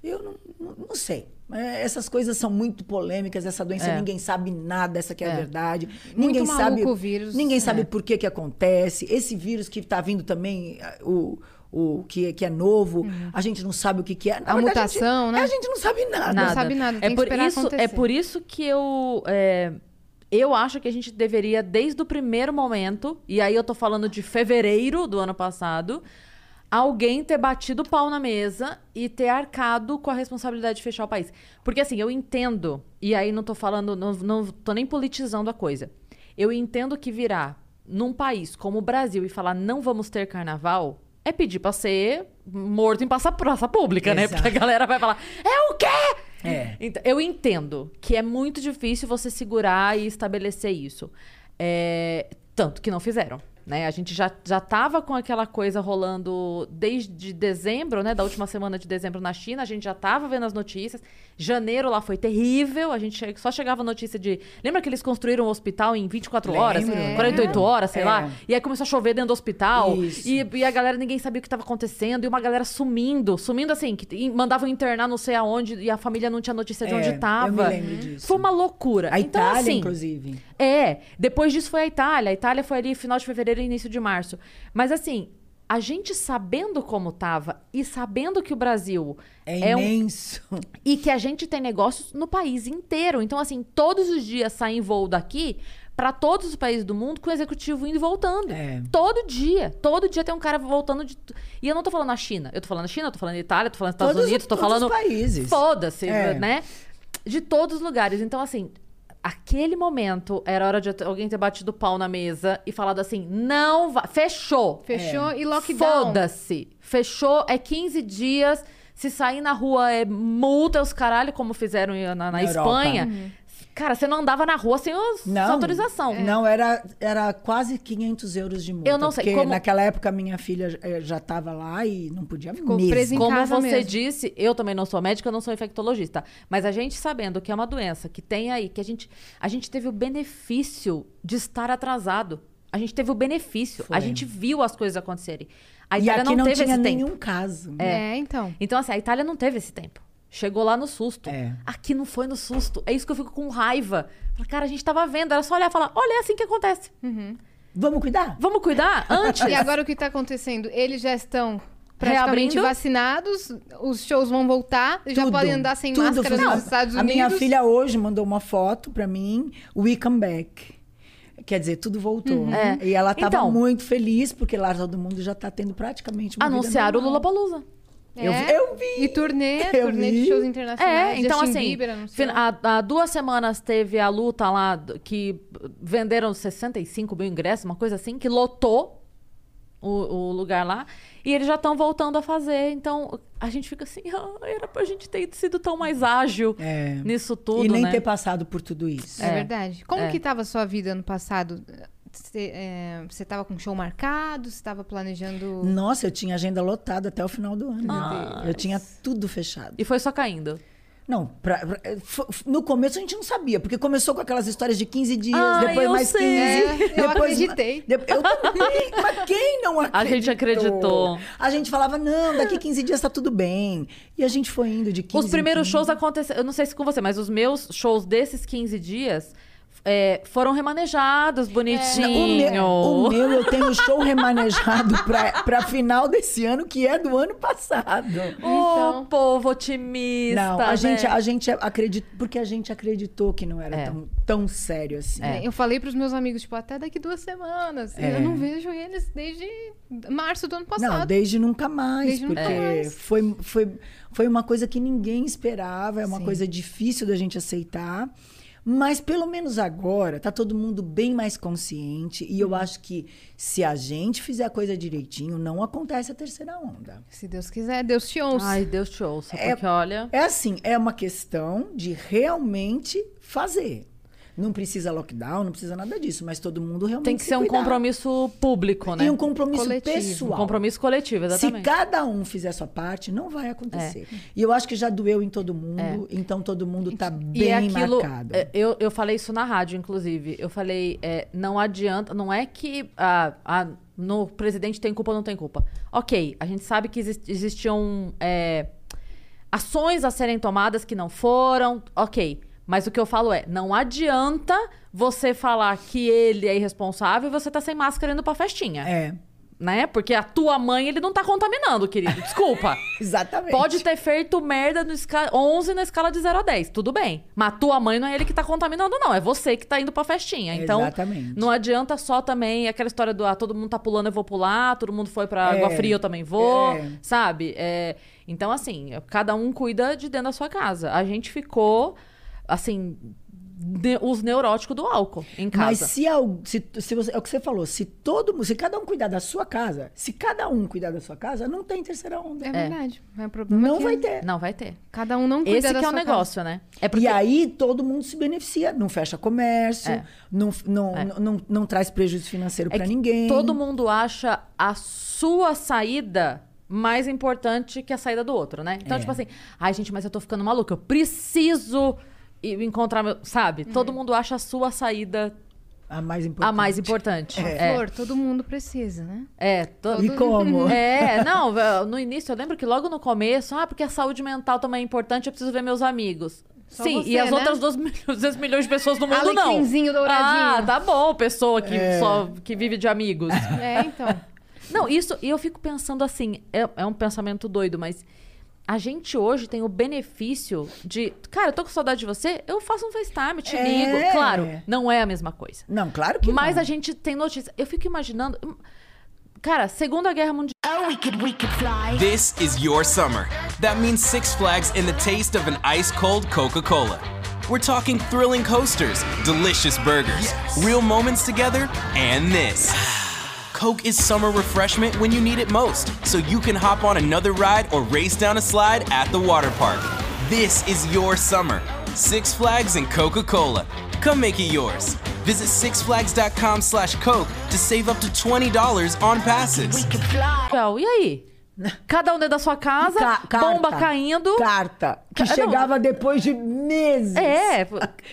eu não, não- não sei. É, Essas coisas são muito polêmicas, essa doença
É.
ninguém sabe nada, essa que é, a
É.
verdade.
Muito
ninguém
maluco
sabe
o vírus.
Ninguém
É.
sabe por que que acontece. Esse vírus que está vindo também, ah, o, o que, é- que é novo, a gente não sabe o que, que é. Na
Uhum. A
verdade,
mutação,
a gente,
né?
A gente não sabe nada.
Não sabe nada,
é
tem que
por
esperar
isso, É
acontecer.
por isso que eu. é, eu acho que a gente deveria, desde o primeiro momento, e aí eu tô falando de fevereiro do ano passado, alguém ter batido o pau na mesa e ter arcado com a responsabilidade de fechar o país. Porque assim, eu entendo, e aí não tô falando, não, não tô nem politizando a coisa. Eu entendo que virar num país como o Brasil e falar não vamos ter carnaval é pedir pra ser morto em praça, praça pública, né?
Exato.
Porque a galera vai falar, é o quê?
É.
Então, eu entendo que é muito difícil você segurar e estabelecer isso. É, tanto que não fizeram. Né? A gente já, já tava com aquela coisa rolando desde dezembro, né? Da última semana de dezembro na China, a gente já tava vendo as notícias. Janeiro lá foi terrível, a gente che- só chegava a notícia de. Lembra que eles construíram um hospital em 24 horas,
Lembro.
48 horas, sei
É.
lá? E aí começou a chover dentro do hospital.
Isso.
E, e a galera, ninguém sabia o que estava acontecendo. E uma galera sumindo. Sumindo assim, que e mandavam internar não sei aonde. E a família não tinha notícia de
É,
onde
eu
estava.
me lembro disso.
Foi uma loucura.
A
então,
Itália,
assim,
inclusive.
é, depois disso foi a Itália. A Itália foi ali final de fevereiro e início de março. Mas assim, a gente sabendo como tava e sabendo que o Brasil
É,
um
imenso.
e que a gente tem negócios no país inteiro. Então, assim, todos os dias sai em voo daqui para todos os países do mundo com o executivo indo e voltando.
É.
Todo dia. Todo dia tem um cara voltando de. tu- E eu não tô falando a China. Eu tô falando a China, eu tô falando a Itália, eu tô falando Estados
Todos os-
Unidos, tô
todos
falando.
os países.
Foda-se,
É.
né? De todos os lugares. Então, assim. Aquele momento era hora de alguém ter batido o pau na mesa e falado assim: não vai. Fechou.
Fechou
É.
e lockdown.
Foda-se. Fechou, é 15 dias. Se sair na rua é multa os caralho, como fizeram na, na
Na Europa.
Espanha.
Uhum.
Cara, você não andava na rua sem, os, sem
Não. É.
autorização.
É.
Não, era, era quase 500 euros de multa.
Eu não sei,
Porque
como-
naquela época minha filha eh, já estava lá e não podia
Ficou
mesmo.
presa em
Como
casa
você
mesmo.
disse, eu também não sou médica, eu não sou infectologista. Mas a gente sabendo que é uma doença que tem aí, que a gente, a gente teve o benefício de estar atrasado. A gente teve o benefício. A gente viu as coisas acontecerem. A
E
Itália
aqui
não,
não,
teve
tinha
esse tempo.
nenhum caso.
É, então.
Então, assim, a Itália não teve esse tempo. Chegou lá no susto.
É.
Aqui não foi no susto. É isso que eu fico com raiva. Falo, Cara, a gente tava vendo, era só olhar e falar: olha, é assim que acontece.
Vamos cuidar?
Vamos cuidar antes.
Hum. E agora o que tá acontecendo? Eles já estão praticamente
Reabrindo?
vacinados, os shows vão voltar, já
Tudo.
podem andar sem
Tudo
máscara
funcionava.
nos Estados
A
Unidos.
minha filha hoje mandou uma foto pra mim, we come back. Quer dizer, tudo voltou.
É.
E ela tava
Então-
muito feliz, porque lá todo mundo já tá tendo praticamente uma vida
Anunciaram o
normal.
Lula Palusa.
É.
Eu vi- eu vi.
E turnê,
Eu
turnê
vi.
de shows
É,
internacionais.
então
Justin
assim,
Bieber anunciou.
fin- há, há duas semanas teve a luta lá do- que venderam 65 mil ingressos, uma coisa assim, que lotou o, o lugar lá. E eles já estão voltando a fazer. Então a gente fica assim, ah, era pra gente ter sido tão mais ágil
É.
nisso tudo.
E nem
né?
ter passado por tudo isso.
É,
É.
verdade. Como
É.
que tava a sua vida ano passado? Você é, você tava com show marcado? Você tava
Tipo,
planejando...
Nossa, eu tinha agenda lotada até o final do ano. eu tinha tudo fechado.
Ah. E foi só caindo.
Não, pra- pra- eh, f- f- no começo a gente não sabia, porque começou com aquelas histórias de 15 dias,
Ah,
depois
eu
mais
sei.
15.
É, eu
depois-
acreditei.
de- eu também, mas quem não acreditou?
A gente acreditou.
A gente falava, não, daqui 15 dias tá tudo bem. E a gente foi indo de 15
Os primeiros
em 15.
shows aconteceram. Eu não sei se com você, mas os meus shows desses 15 dias é, foram remanejados,
É, O
bonitinho.
meu, o meu, eu tenho show remanejado pra, pra final desse ano, que é do ano passado.
Ô,
Então.
povo otimista.
Não, a gente, é
né?
a gente acredita, porque a gente acreditou que não era
É.
tão, tão sério assim.
Eu falei pros meus amigos, tipo, até daqui duas semanas.
É.
Eu não vejo eles desde março do ano passado.
Não, desde nunca mais,
Desde
porque
nunca mais.
Foi, foi, foi uma coisa que ninguém esperava, é uma
Sim.
coisa difícil da gente aceitar. Mas pelo menos agora tá todo mundo bem mais consciente e
Uhum.
eu acho que se a gente fizer a coisa direitinho, não acontece a terceira onda.
Se Deus quiser, Deus te ouça.
Ai, Deus te ouça,
É-
porque olha.
É assim, é uma questão de realmente fazer. Não precisa lockdown, não precisa nada disso, mas todo mundo realmente
Tem que
se
ser um
cuidar.
compromisso público, né?
E um compromisso
Coletivo.
pessoal.
Um compromisso coletivo,
Se
exatamente. É.
cada um fizer a sua parte, não vai acontecer. E eu acho que já doeu em todo mundo, então todo mundo está bem
e é aquilo.
marcado.
é, Eu, eu falei isso na rádio, inclusive. Eu falei, é, não adianta. Não é que ah, ah, no presidente tem culpa ou não tem culpa. Ok, a gente sabe que exis- existiam. é, ações a serem tomadas que não foram, ok. Mas o que eu falo é, não adianta você falar que ele é irresponsável e você tá sem máscara indo pra festinha.
É,
Né? Porque a tua mãe, ele não tá contaminando, querido. Desculpa.
exatamente.
Pode ter feito merda no esca... 11 na escala de 0 a 10, tudo bem. Mas tua mãe não é ele que tá contaminando, não. É você que tá indo pra festinha. Então,
Exatamente.
não adianta só também aquela história do ah, todo mundo tá pulando, eu vou pular, todo mundo foi pra água
É.
fria, eu também vou,
É.
sabe? É, então, assim, cada um cuida de dentro da sua casa. A gente ficou, assim, ne- os neuróticos do álcool em
Mas
casa.
se, al- se, se você, é o que você falou, se todo mu- se cada um cuidar da sua casa, se cada um cuidar da sua casa, não tem terceira onda.
É verdade. É um problema
não
que
vai ter.
Não vai ter.
Cada um não cuida
Esse
da
que é o
sua
negócio, né? É
E aí todo mundo se beneficia, não fecha comércio,
É.
não, não,
É.
não, não, não traz prejuízo financeiro
É
pra
que
ninguém.
Todo mundo acha a sua saída mais importante que a saída do outro, né? Então,
É.
tipo assim, ai, gente, mas eu tô ficando maluca, eu preciso e- encontrar meu. Sabe? Todo mundo acha a sua saída
a mais É. importante.
a mais importante.
casa.
É,
Flor, todo mundo precisa, né?
é, to-
E como?
É, não, vé, no início, eu lembro que logo no começo, ah, porque a saúde mental também é importante, eu preciso ver meus amigos.
Só
Sim,
você,
e as
né?
outras 2 milhões, 200 milhões de pessoas do mundo não.
Alecrimzinho douradinho.
Ah, tá bom, pessoa que,
É.
só, que vive de amigos.
É, então.
Não, isso, e eu fico pensando assim, é, é um pensamento doido, mas a gente hoje tem o benefício de, cara, eu tô com saudade de você, eu faço um FaceTime, te
É.
ligo. Claro, não é a mesma coisa.
Não, claro que
Mas
não.
a gente tem notícia. Eu fico imaginando. hum, Cara, Segunda Guerra Mundial.
This is your summer. That means Six Flags and the taste of an ice cold Coca Cola. We're talking thrilling coasters, delicious burgers, real moments together, and this. Coke is summer refreshment when you need it most, so you can hop on another ride or race down a slide at the water park. This is your summer. Six Flags and Coca-Cola. Come make it yours. Visit sixflags.com slash Coke to save up to $20 on passes.
E aí? Cada um dentro da sua casa,
Ca-
bomba
carta.
caindo.
Carta. Que
Ca- não.
chegava depois de meses. Ah,
É,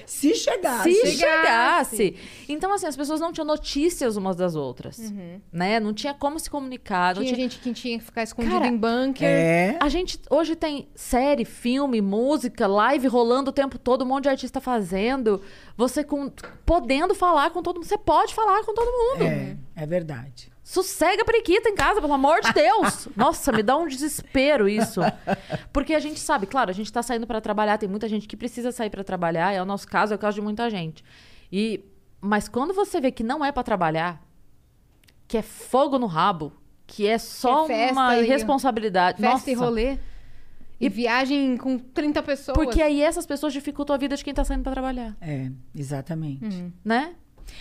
Se chegasse.
se chegasse. Então, assim, as pessoas não tinham notícias umas das outras.
Uhum.
Né? Não tinha como se comunicar. Não
Tinha
tinha...
gente que tinha que ficar escondido
Cara,
em bunker.
É.
A gente hoje tem série, filme, música, live rolando o tempo todo, um monte de artista fazendo. Você com, podendo falar com todo mundo. Você pode falar com todo mundo.
É, é verdade.
Sossega a periquita em casa, pelo amor de Deus. Nossa, me dá um desespero isso. Porque a gente sabe, claro, a gente tá saindo para trabalhar, tem muita gente que precisa sair para trabalhar, é o nosso caso, é o caso de muita gente. E mas quando você vê que não é para trabalhar, que é fogo no rabo, que é só
Que é festa
uma
e-
irresponsabilidade.
Festa
Nossa.
e rolê. E, viagem com 30 pessoas.
Porque é aí essas pessoas dificultam a vida de quem tá saindo pra trabalhar,
É, exatamente.
né?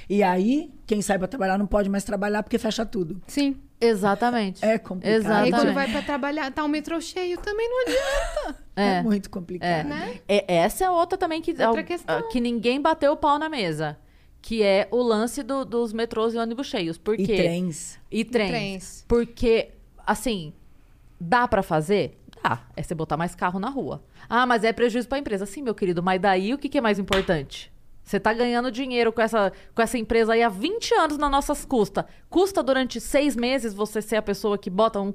E aí, quem sai pra trabalhar não pode mais trabalhar porque fecha tudo.
Sim.
Exatamente.
É complicado.
Aí quando
Exatamente.
vai pra trabalhar, tá o metrô cheio, também não adianta.
É,
É.
muito complicado.
Né?
É, essa é outra também que,
Outra
ah,
questão.
que ninguém bateu o pau na mesa. Que é o lance do- dos metrôs e ônibus cheios. Por
E
quê?
trens.
E trens.
trens.
Porque, assim, dá pra fazer? Dá. É você botar mais carro na rua. Ah, mas é prejuízo pra empresa. Sim, meu querido, mas daí o que, que é mais importante? Você tá ganhando dinheiro com essa, com essa empresa aí há 20 anos nas nossas custas. Custa durante seis meses você ser a pessoa que bota um,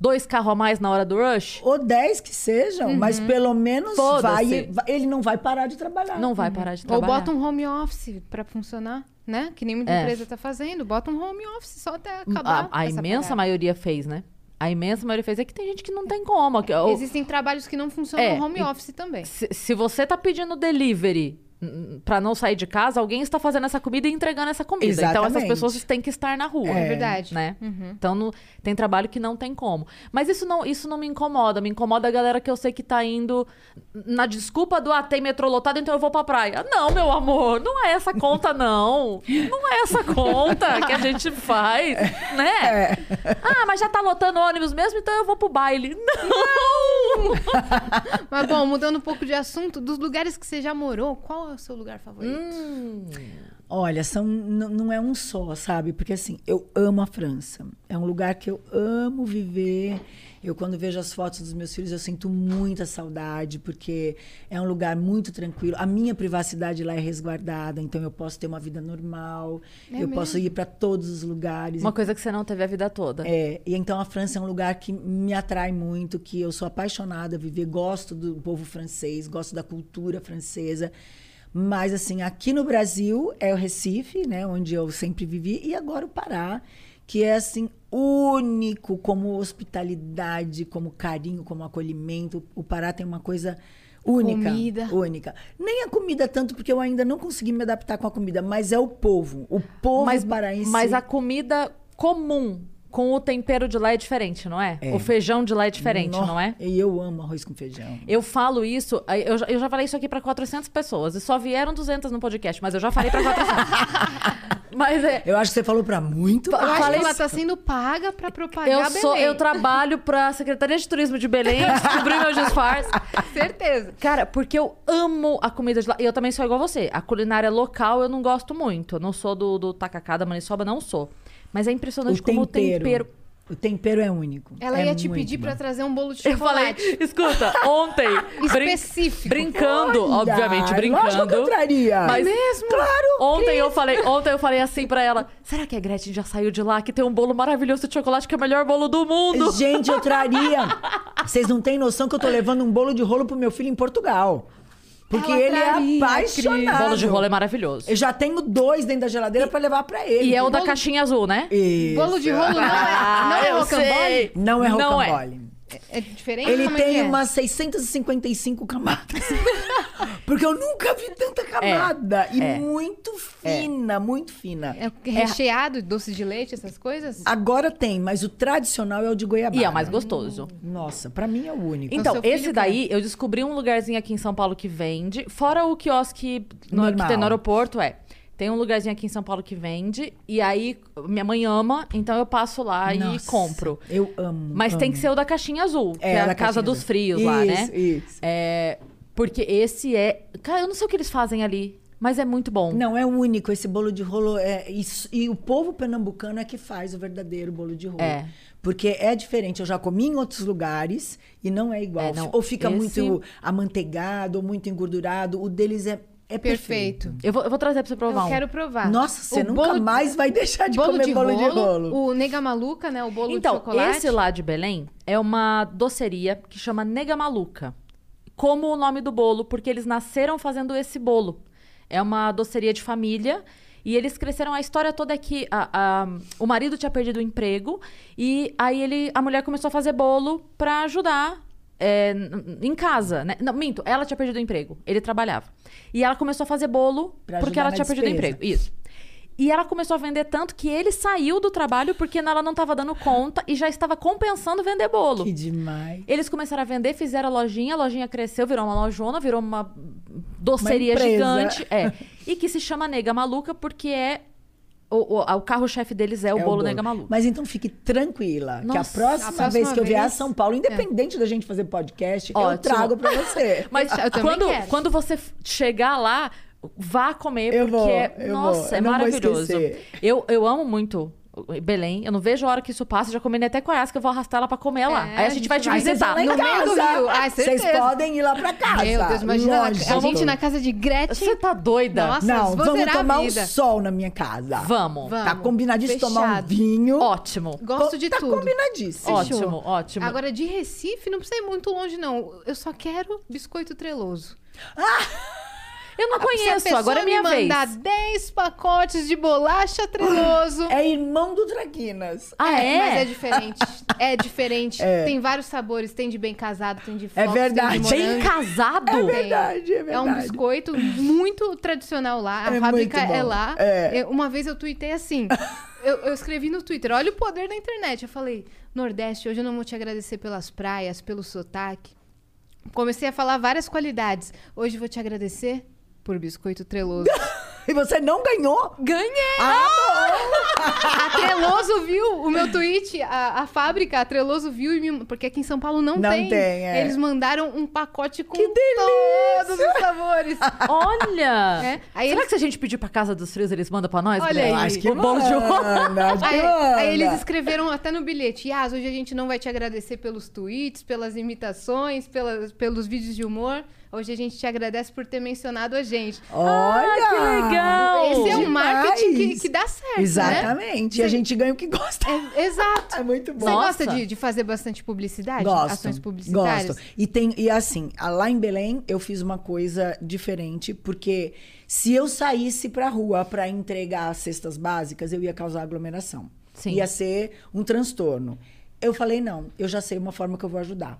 dois carros a mais na hora do rush?
Ou 10 que sejam, mas pelo menos
Uhum. Foda-se.
vai, vai- ele não vai parar de trabalhar.
Não vai parar de
Ou
trabalhar.
bota um home office pra funcionar, né? Que nem muita
É.
empresa tá fazendo. Bota um home office só até acabar.
a, a
essa
imensa
parada.
maioria fez, né? A imensa maioria fez. É que tem gente que não tem como. que- ou-
Existem trabalhos que não funcionam
É,
no home
e-
office também.
se, se você tá pedindo delivery hum, pra não sair de casa, alguém está fazendo essa comida e entregando essa comida. Então essas
Exatamente.
pessoas têm que estar na rua.
É verdade.
Né? Então não- tem trabalho que não tem como. Mas isso não, isso não me incomoda. Me incomoda a galera que eu sei que tá indo na desculpa do ah, tem metrô lotado, então eu vou pra praia. Não, meu amor, não é essa conta, não. Não é essa conta que a gente faz, né? Ah, mas já tá lotando ônibus mesmo, então eu vou pro baile. Não!
Mas
Hum,
bom, mudando um pouco de assunto, dos lugares que você já morou, qual é o seu lugar favorito?
Olha, são, n- não é um só, sabe? Porque assim, eu amo a França. É um lugar que eu amo viver. Eu, quando vejo as fotos dos meus filhos, eu sinto muita saudade, porque é um lugar muito tranquilo. A minha privacidade lá é resguardada, então eu posso ter uma vida normal, eu posso ir para todos os lugares.
Uma coisa que você não teve a vida toda.
É, e então a França é um lugar que me atrai muito, que eu sou apaixonada a viver, gosto do povo francês, gosto da cultura francesa. Mas, assim, aqui no Brasil é o Recife, né, onde eu sempre vivi, e agora o Pará, que é, assim, único como hospitalidade, como carinho, como acolhimento. O Pará tem uma coisa única.
Comida.
Única. Nem a comida tanto, porque eu ainda não consegui me adaptar com a comida, mas é o povo. O povo
mas,
paraense.
mas a comida comum com o tempero de lá é diferente, não é? O feijão de lá é diferente,
Nó,
não é?
E eu amo arroz com feijão.
Eu falo isso, aí eu, já- eu já falei isso aqui pra 400 pessoas e só vieram 200 no podcast, mas eu já falei pra 400. mas é,
Eu acho que você falou pra muito.
Eu acho que
falei
ela
isso.
tá sendo paga pra propagar
eu sou,
Belém.
eu trabalho pra Secretaria de Turismo de Belém, descobri meu disfarce.
Certeza.
Cara, porque eu amo a comida de lá. E eu também sou igual você. A culinária local eu não gosto muito. Eu não sou do, do tacacá da maniçoba, não sou. Mas é impressionante como o tempero.
O tempero é único.
Ela
É
ia te
muito
pedir
bom.
pra trazer um bolo de
Eu falei,
chocolate.
escuta, ontem. brin-
Específico.
brincando,
Olha,
obviamente,
lógico que eu
brincando.
traria.
Mas
É
mesmo? Claro! Ontem eu, falei, ontem eu falei assim pra ela: será que a Gretchen já saiu de lá? Que tem um bolo maravilhoso de chocolate que é o melhor bolo do mundo.
Gente, eu traria. Vocês não têm noção que eu tô levando um bolo de rolo pro meu filho em Portugal. Porque
Ela
ele
traria,
é apaixonado.
bolo de rolo é maravilhoso.
Eu já tenho dois dentro da geladeira pra levar pra ele.
E é o da
bolo-
caixinha azul, né?
Isso.
Bolo de rolo não é, não
Ah,
é
eu
rocambole?
sei.
Não é
Não é.
rocambole.
É diferente?
Ele
Como é que
tem
é?
umas 655 camadas. Porque eu nunca vi
É.
tanta camada. E muito fina, muito fina.
É recheado, doce de leite, essas coisas?
Agora tem, mas o tradicional é o de goiabada.
E é o mais gostoso.
Nossa, pra mim é o único.
Então,
seu filho
esse daí, eu descobri um lugarzinho aqui em São Paulo que vende. Fora o quiosque no, que
Normal.
tem no aeroporto, é. Tem um lugarzinho aqui em São Paulo que vende. E aí, minha mãe ama, então eu passo lá e
Nossa,
compro.
Eu amo.
Mas tem
amo.
que ser o da caixinha azul, que
É,
é a casa
da caixinha
dos
azul.
frios lá, né?
Isso, isso.
É, porque esse é. Cara, eu não sei o que eles fazem ali, mas é muito bom.
Não, é único. Esse bolo de rolo é. isso- e o povo pernambucano é que faz o verdadeiro bolo de rolo.
É.
Porque é diferente. Eu já comi em outros lugares e não é igual.
É, não,
ou fica
esse-
muito amanteigado, ou muito engordurado. O deles é, é perfeito.
Perfeito.
Eu, vou, eu vou trazer pra você provar
Eu
um.
quero provar.
Nossa, você
O
nunca
bolo-
mais vai deixar de
bolo
comer
de
bolo
rolo,
de rolo.
O nega maluca, né? O bolo
Então,
de chocolate.
esse lá de Belém é uma doceria que chama Nega Maluca. Como o nome do bolo, porque eles nasceram fazendo esse bolo. É uma doceria de família. E eles cresceram, a história toda é que a- a- o marido tinha perdido o emprego e aí ele, a mulher começou a fazer bolo pra ajudar é, n- em casa, né? Não, minto, ela tinha perdido o emprego, ele trabalhava. E ela começou a fazer bolo
Pra
porque
ajudar
ela
na
tinha perdido o
despesa.
emprego. Isso. E ela começou a vender tanto que ele saiu do trabalho porque ela não estava dando conta e já estava compensando vender bolo.
Que demais.
Eles começaram a vender, fizeram a lojinha, a lojinha cresceu, virou uma lojona, virou uma doceria
Uma empresa.
gigante. É. E que se chama Nega Maluca porque é. O, o- o carro-chefe deles é o
É
bolo Nega Maluca.
Mas então fique tranquila, que a
Nossa.
próxima,
A próxima
vez que eu vier a
vez-
São Paulo, independente da gente fazer podcast, eu
é. Ótimo.
trago pra você.
Mas
Eu também
quando,
quero.
quando você f- chegar lá, vá comer,
Eu
porque
vou,
é.
eu
nossa,
vou.
é
Eu não vou
maravilhoso.
esquecer.
Eu, eu amo muito. Belém, eu não vejo a hora que isso passa, já combinei até com a Yas que eu vou arrastar ela pra comer lá.
É,
Aí a gente vai te
a gente vai
visitar.
tá
lá em
Não-
casa. meio do rio. Ah,
Vocês
certeza.
podem ir lá pra casa.
Meu Deus, imagina a-
Lógico.
a gente na casa de
Você
Gretchen.
tá doida?
Nossa,
Não,
vou
vamos
zerar a
tomar um
vida.
sol na minha casa.
Vamos.
Vamos.
Tá combinadíssimo tomar um
Fechado.
vinho.
Ótimo.
Gosto de
tá
tudo.
combinadíssimo.
Fechou.
Ótimo, ótimo.
Agora, de Recife, não precisa ir muito longe, não. Eu só quero biscoito treloso.
eu não
Se
conheço,
a
agora é minha
pessoa me
vez.
mandar 10 pacotes de bolacha treloso.
É irmão do Traquinas.
Ah, é?
Mas é diferente. É diferente. Tem vários sabores. Tem de bem casado, tem de fox,
verdade.
tem de
Bem
morango.
casado?
Tem.
verdade, é
um
verdade.
biscoito muito tradicional lá. A
É
fábrica
muito bom.
é lá.
É.
Eu- uma vez eu tuitei assim. Eu, eu escrevi no Twitter, olha o poder da internet. Eu falei, Nordeste, hoje eu não vou te agradecer pelas praias, pelo sotaque. Comecei a falar várias qualidades. Hoje eu vou te agradecer por biscoito treloso.
E você não ganhou?
Ganhei!
Ah,
A Treloso viu o meu tweet, a, a fábrica, a Treloso viu e me. Porque aqui em São Paulo não,
Não tem, é.
Eles mandaram um pacote com todos os sabores.
Ah. Olha!
É, aí
Será
eles-
que se a gente pedir pra casa dos frios, eles mandam pra nós?
Olha
Guilherme?
aí.
Acho que
O bom de
manda, acho que
Aí,
manda.
aí eles escreveram até no bilhete: Yas, hoje a gente não vai te agradecer pelos tweets, pelas imitações, pelas, pelos vídeos de humor. Hoje a gente te agradece por ter mencionado a gente.
Olha!
Ah, que legal!
Ah, Esse é um
demais.
marketing que, que dá certo, né?
Exatamente. E a gente ganha o que gosta.
É- exato.
É muito bom.
Você gosta
Nossa.
de, de fazer bastante publicidade?
Gosto.
Ações publicitárias?
Gosto. E tem e assim, a- lá em Belém eu fiz uma coisa diferente, porque se eu saísse pra rua pra entregar as cestas básicas, eu ia causar aglomeração.
Sim.
Ia ser um transtorno. Eu falei não, eu já sei uma forma que eu vou ajudar.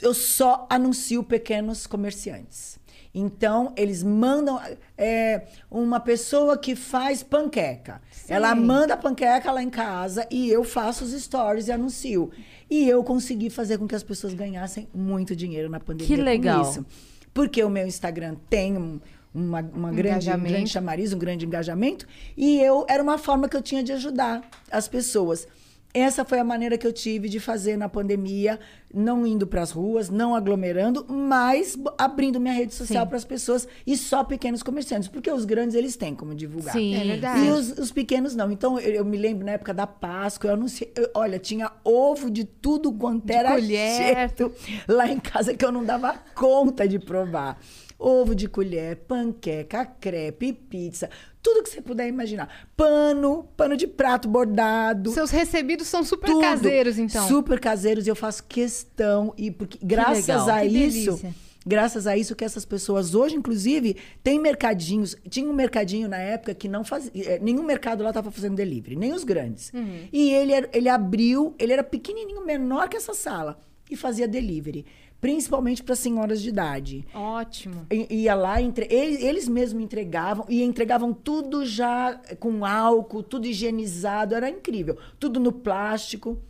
Eu só anuncio pequenos comerciantes. Então, eles mandam é, uma pessoa que faz panqueca. Ela manda a panqueca lá em casa e eu faço os stories e anuncio. E eu consegui fazer com que as pessoas ganhassem muito dinheiro na pandemia.
Que legal.
Com isso. Porque o meu Instagram tem um, uma, uma grande, um
Engajamento.
grande chamariz, um grande engajamento. E eu era uma forma que eu tinha de ajudar as pessoas. Essa foi a maneira que eu tive de fazer na pandemia, não indo para as ruas, não aglomerando, mas b- abrindo minha rede social para as pessoas e só pequenos comerciantes, porque os grandes eles têm como divulgar.
Sim.
É verdade.
E os, os pequenos não. Então, eu, eu me lembro na época da Páscoa, eu anunciei. eu- olha, tinha ovo de tudo quanto era
colher.
jeito lá em casa que eu não dava conta de provar. Ovo de colher, panqueca, crepe, pizza, tudo que você puder imaginar. Pano, pano de prato bordado.
Seus recebidos são super
tudo.
caseiros, então.
Super caseiros, e eu faço questão. E porque, graças
legal.
a
Que
isso.
delícia.
Graças a isso que essas pessoas hoje, inclusive, têm mercadinhos. Tinha um mercadinho na época que não fazia. eh, Nenhum mercado lá estava fazendo delivery, nem os grandes.
Uhum.
E ele, era- ele abriu, ele era pequenininho, menor que essa sala, e fazia delivery. Principalmente para senhoras de idade.
Ótimo.
I- ia lá, entre, eles, eles mesmos entregavam, e entregavam tudo já com álcool, tudo higienizado, era incrível. Tudo no plástico.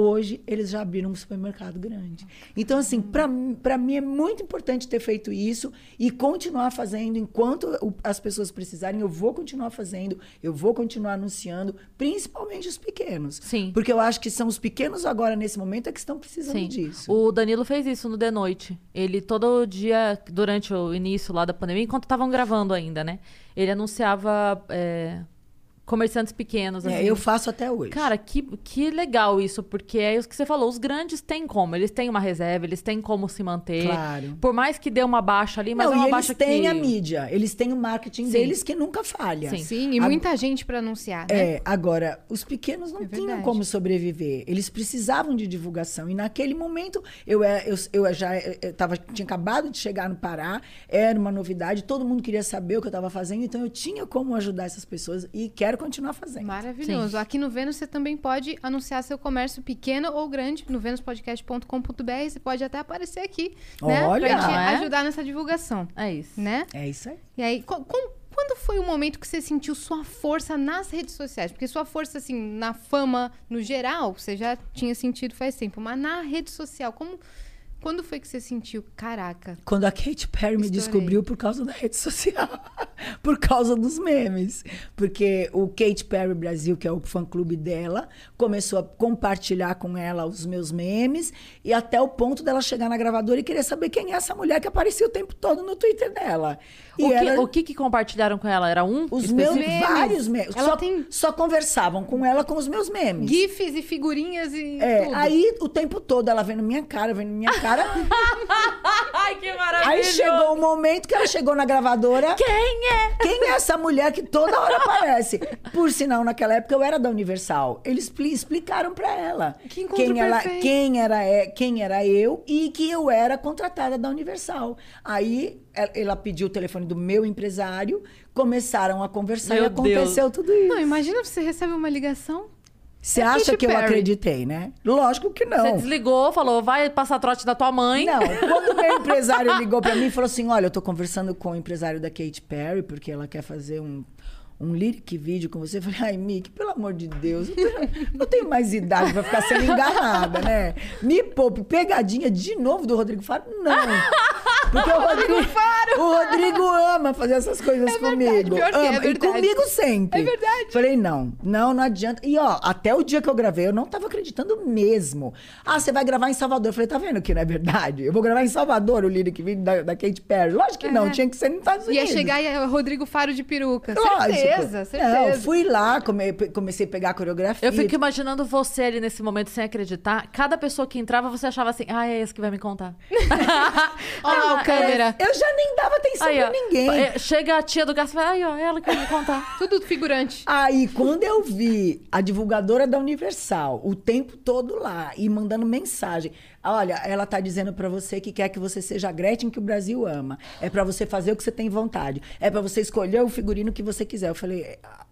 Hoje, eles já abriram um supermercado grande. Então,
Uhum.
assim, para mim é muito importante ter feito isso e continuar fazendo enquanto o- as pessoas precisarem. Eu vou continuar fazendo, eu vou continuar anunciando, principalmente os pequenos.
Sim.
Porque eu acho que são os pequenos agora, nesse momento, é que estão precisando
Sim.
disso.
O Danilo fez isso no The Noite. Ele todo dia, durante o início lá da pandemia, enquanto estavam gravando ainda, né? Ele anunciava é, comerciantes pequenos.
É,
assim.
eu faço até hoje.
Cara, que, que legal isso, porque é isso que você falou. Os grandes têm como, eles têm uma reserva, eles têm como se manter.
Claro.
Por mais que dê uma baixa ali, mas
não,
é uma
e
baixa
eles têm
que...
a mídia, eles têm o marketing
Sim.
deles que nunca falha.
Sim.
Sim, e
A-
muita gente pra anunciar, né?
É, agora, os pequenos não
É
tinham
verdade.
como sobreviver. Eles precisavam de divulgação. E naquele momento, eu, é- eu, eu já é, eu tava, tinha acabado de chegar no Pará, era uma novidade, todo mundo queria saber o que eu estava fazendo, então eu tinha como ajudar essas pessoas e quero continuar fazendo.
Maravilhoso. Aqui no Vênus você também pode anunciar seu comércio pequeno ou grande no venuspodcast.com.br. Você pode até aparecer aqui, né?
Olha!
Pra te
Não é?
ajudar nessa divulgação,
É isso.
né?
É isso aí.
E aí, co- com- quando foi o momento que você sentiu sua força nas redes sociais? Porque sua força, assim, na fama, no geral, você já tinha sentido faz tempo. Mas na rede social, como... Quando foi que você sentiu? Caraca.
Quando a Katy Perry me
Estourei.
descobriu por causa da rede social, por causa dos memes. Porque o Katy Perry Brasil, que é o fã-clube dela, começou a compartilhar com ela os meus memes e até o ponto dela chegar na gravadora e querer saber quem é essa mulher que aparecia o tempo todo no Twitter dela. E
O, que,
era-
o que que compartilharam com ela? Era um
os meus
específico?
Memes.
vários memes.
Ela
só,
tem-
só conversavam com ela com os meus memes.
GIFs e figurinhas e
É,
tudo.
aí o tempo todo ela vendo minha cara, vendo minha cara.
Ai, que maravilha!
Aí chegou o momento que ela chegou na gravadora.
Quem é?
Quem é essa mulher que toda hora aparece? Por sinal, naquela época eu era da Universal. Eles pli- explicaram pra ela
Que encontro
quem ela,
perfeito.
quem era é- quem era eu e que eu era contratada da Universal. Aí ela- ela pediu o telefone do meu empresário, começaram a conversar
Meu
e aconteceu tudo isso.
Não, imagina você recebe uma ligação.
Você
é
acha
Katy
que eu
Perry.
acreditei, né? Lógico que não.
Você desligou, falou, vai passar trote da tua mãe.
Não, quando o meu empresário ligou pra mim e falou assim: olha, eu tô conversando com o empresário da Katy Perry, porque ela quer fazer um, um lyric vídeo com você. Eu falei, ai, Mick, pelo amor de Deus, eu tenho- não tenho mais idade pra ficar sendo enganada, né? Me poupe, pegadinha de novo do Rodrigo Faro? Não. Porque o Rodrigo, o Rodrigo ama fazer essas coisas
É verdade,
comigo.
pior que é,
ama.
é verdade.
E comigo sempre.
É verdade.
Falei, não, não, não adianta. E ó, até o dia que eu gravei, eu não tava acreditando mesmo. Ah, você vai gravar em Salvador. Eu falei, tá vendo que não é verdade? Eu vou gravar em Salvador o lírico que vem da, da Kate Perry. Lógico que não, tinha que ser nos Estados
É. Ia
Unidos.
chegar e é Rodrigo Faro de peruca.
Lógico.
Certeza,
Não,
certeza.
fui lá, come- comecei a pegar a coreografia.
Eu fico imaginando você ali nesse momento sem acreditar. Cada pessoa que entrava, você achava assim, ah, é esse que vai me contar.
Olha lá o câmera.
Eu já nem dava atenção
Aí,
pra
ó.
ninguém.
É, Chega a tia do Garçom e fala, ai, ó, é ela que vai me contar.
Tudo figurante.
Aí, quando eu vi a divulgadora da Universal o tempo todo lá e mandando mensagem, olha, ela tá dizendo pra você que quer que você seja a Gretchen que o Brasil ama. É pra você fazer o que você tem vontade. É pra você escolher o figurino que você quiser. Eu falei, "É, ah,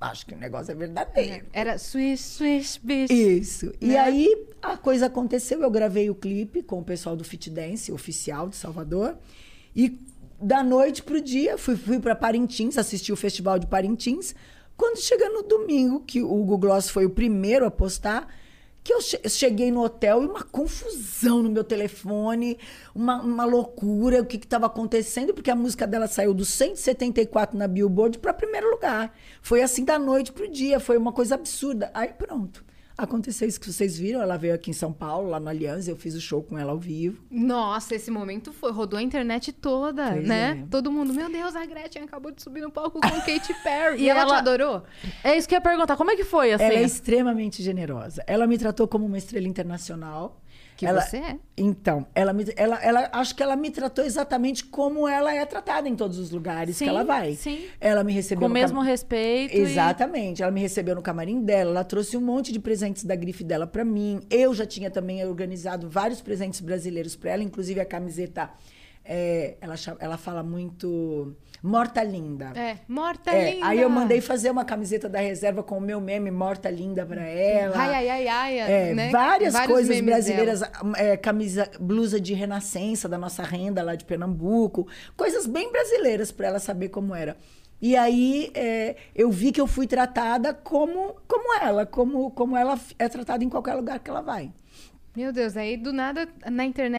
acho que o negócio é verdadeiro.
Era Swish, Swish, bicho.
Isso. E
Né?
aí a coisa aconteceu. Eu gravei o clipe com o pessoal do Fit Dance, oficial de Salvador. E da noite pro dia, fui, fui para Parintins, assisti o Festival de Parintins. Quando chega no domingo, que o Hugo Gloss foi o primeiro a postar, que eu che- cheguei no hotel e uma confusão no meu telefone, uma, uma loucura, o que estava acontecendo, porque a música dela saiu do 174 na Billboard para primeiro lugar. Foi assim da noite pro dia, foi uma coisa absurda. Aí pronto. Aconteceu isso que vocês viram, ela veio aqui em São Paulo, lá no Aliança, eu fiz o show com ela ao vivo.
Nossa, esse momento foi, rodou a internet toda,
Pois
né?
é.
Todo mundo, meu Deus, a Gretchen acabou de subir no palco com Katy Perry.
E
e ela, te
ela-
adorou?
É isso que eu ia perguntar. Como é que foi, assim?
Ela é extremamente generosa. Ela me tratou como uma estrela internacional.
Que
ela,
você é.
Então, ela, me, ela, ela acho que ela me tratou exatamente como ela é tratada em todos os lugares
Sim,
que ela vai.
sim.
Ela me recebeu
Com o
no
mesmo
cam-
respeito. e-
Exatamente. Ela me recebeu no camarim dela, ela trouxe um monte de presentes da grife dela pra mim. Eu já tinha também organizado vários presentes brasileiros pra ela, inclusive a camiseta. é, ela, cha- ela fala muito Morta Linda.
É, morta
É,
linda.
Aí eu mandei fazer uma camiseta da reserva com o meu meme Morta Linda pra ela.
Ai, ai, ai, ai.
É,
né?
Várias
Vários
coisas
memes
brasileiras,
dela.
é, camisa, blusa de renascença da nossa renda lá de Pernambuco, coisas bem brasileiras para ela saber como era. E aí é, eu vi que eu fui tratada como, como ela, como, como ela f- é tratada em qualquer lugar que ela vai.
Meu Deus, aí do nada na internet.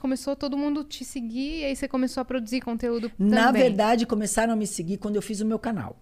Começou todo mundo te seguir e aí você começou a produzir conteúdo
Na
também.
verdade, começaram a me seguir quando eu fiz o meu canal.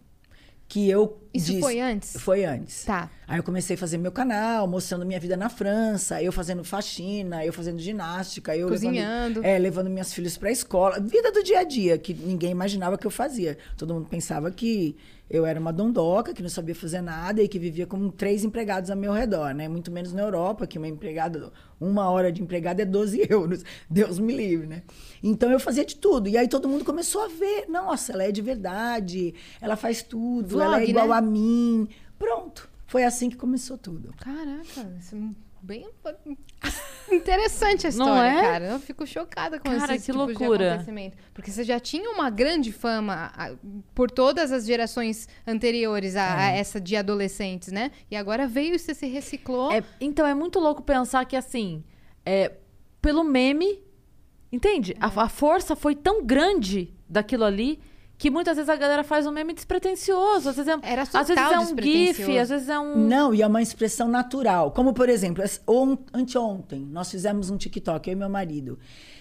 Que eu
Isso
disse-
foi antes?
Foi antes.
Tá.
Aí eu comecei a fazer meu canal, mostrando minha vida na França, eu fazendo faxina, eu fazendo ginástica, eu
Cozinhando.
Levando, é, levando minhas filhas pra escola. Vida do dia a dia, que ninguém imaginava que eu fazia. Todo mundo pensava que eu era uma dondoca, que não sabia fazer nada e que vivia com três empregados ao meu redor, né? Muito menos na Europa, que uma empregada, uma hora de empregada é 12 euros. Deus me livre, né? Então eu fazia de tudo. E aí todo mundo começou a ver. Nossa, ela é de verdade, ela faz tudo,
Vlog,
ela é igual
né?
a mim. Pronto. Foi assim que começou tudo.
Caraca, isso é bem interessante a
Não
história,
é?
cara. Eu fico chocada com
Cara,
esses
que
tipos de
loucura.
acontecimento. Porque você já tinha uma grande fama a- por todas as gerações anteriores a, a
É.
essa de adolescentes, né? E agora veio e você se reciclou.
É, então é muito louco pensar que assim, é, pelo meme, entende? A, a força foi tão grande daquilo ali que muitas vezes a galera faz um meme despretensioso. Às vezes é,
Era
às vezes
total
é um gif,
despretensioso.
às vezes é um.
Não, e é uma expressão natural. Como, por exemplo, as- on- anteontem, nós fizemos um TikTok, eu e meu marido.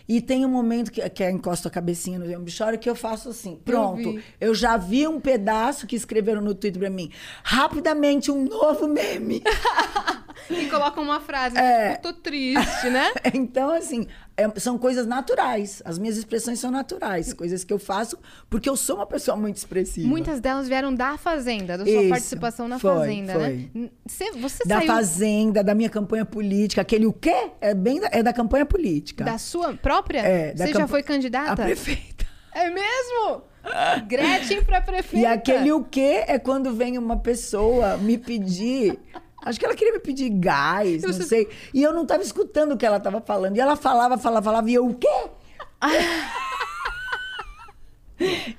E tem um momento que, que eu encosto a cabecinha no bichório que eu faço assim, pronto.
vi.
Eu já vi um pedaço que escreveram no Twitter pra mim. Rapidamente, um novo meme.
E colocam uma frase,
É.
eu tô triste, né?
Então, assim, é- são coisas naturais. As minhas expressões são naturais. Coisas que eu faço porque eu sou uma pessoa muito expressiva.
Muitas delas vieram da Fazenda, da sua
Isso,
participação na
foi,
Fazenda, né?
foi.
N- Você, você
da
saiu
Fazenda, da minha campanha política. Aquele o quê? É, bem da, é da campanha política.
da sua própria?
É, da
você já
campa-
foi
a
candidata?
prefeita.
É mesmo? Gretchen pra prefeita.
E aquele o quê é quando vem uma pessoa me pedir. Acho que ela queria me pedir gás, não sei. E eu não tava escutando o que ela tava falando. E ela falava, falava, falava, e eu o quê?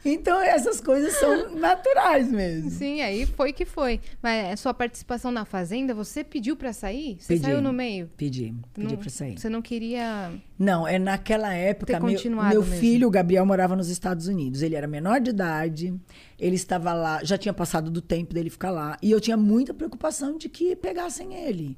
Então essas coisas são naturais mesmo.
Sim, aí foi que foi. Mas a sua participação na Fazenda, você pediu pra sair? Você
Pedi.
saiu no meio?
Pedi, pedi
Não-
pra sair.
Você não queria.
Não, é naquela época.
Ter
Meu,
continuado
meu
mesmo.
filho, o Gabriel, morava nos Estados Unidos. Ele era menor de idade, ele estava lá, já tinha passado do tempo dele ficar lá. E eu tinha muita preocupação de que pegassem ele.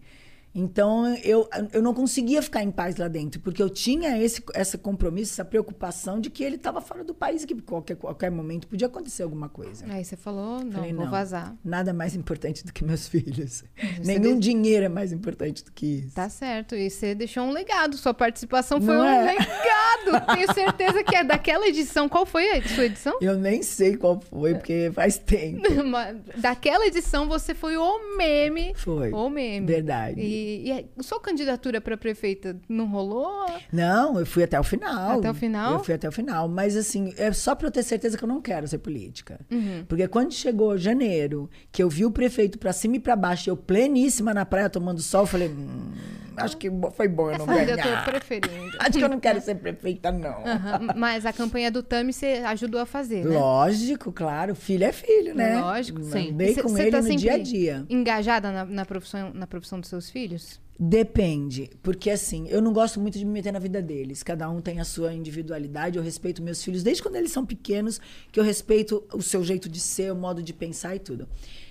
Então eu, eu não conseguia ficar em paz lá dentro, porque eu tinha esse essa compromisso, essa preocupação de que ele estava fora do país e que qualquer, qualquer momento podia acontecer alguma coisa.
Aí você falou, não,
Falei,
vou
não.
vazar.
Nada mais importante do que meus filhos. Nenhum dinheiro é mais importante do que isso.
Tá certo. E você deixou um legado. Sua participação foi
Não
um
é?
legado. Tenho certeza que é daquela edição. Qual foi a sua edição?
Eu nem sei qual foi, porque faz tempo.
Uma- daquela edição você foi o meme.
Foi.
O meme.
Verdade.
E, e a sua candidatura pra prefeita não rolou?
Não, eu fui até o final.
Até o final?
Eu fui até o final. Mas, assim, é só pra eu ter certeza que eu não quero ser política.
Uhum.
Porque quando chegou janeiro, que eu vi o prefeito pra cima e pra baixo, eu pleníssima na praia tomando sol, eu falei, "Hum, acho que bo- foi bom eu não
Essa ainda eu tô
ganhar.
preferindo.
Acho que eu não quero ser prefeita, não.
Aham, Mas a campanha do Tami você ajudou a fazer, né?
Lógico, claro. Filho é filho, né?
Lógico, sim.
Andei
Cê-
com
cê
ele
tá
no
sempre
dia a dia.
Engajada na, na profissão, na profissão dos seus filhos?
Depende, porque assim, eu não gosto muito de me meter na vida deles. Cada um tem a sua individualidade. Eu respeito meus filhos desde quando eles são pequenos, que eu respeito o seu jeito de ser, o modo de pensar e tudo.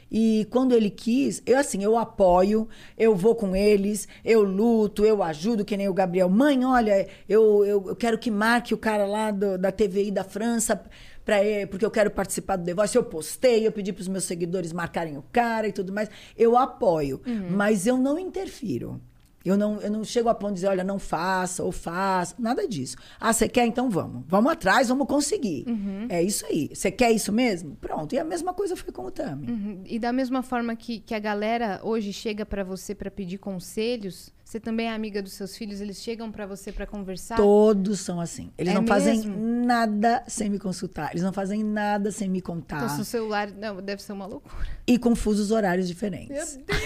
E quando ele quis, eu assim, eu apoio, eu vou com eles, eu luto, eu ajudo, que nem o Gabriel. Mãe, olha, eu, eu, eu quero que marque o cara lá do- da TVI da França, pra, ele, porque eu quero participar do The Voice. Eu postei, eu pedi para os meus seguidores marcarem o cara e tudo mais. Eu apoio,
Uhum.
mas eu não interfiro. Eu não, eu não chego a ponto de dizer, olha, não faça ou faça, nada disso. Ah, você quer? Então vamos. Vamos atrás, vamos conseguir.
Uhum.
É isso aí. Você quer isso mesmo? Pronto. E a mesma coisa foi com o Tami.
Uhum. E da mesma forma que, que a galera hoje chega pra você pra pedir conselhos, você também é amiga dos seus filhos, eles chegam pra você pra conversar?
Todos são assim. Eles
Tá. É
não fazem
mesmo?
nada sem me consultar. Eles não fazem nada sem me contar.
Então, seu celular não, deve ser uma loucura.
E com fusos horários diferentes. Meu Deus!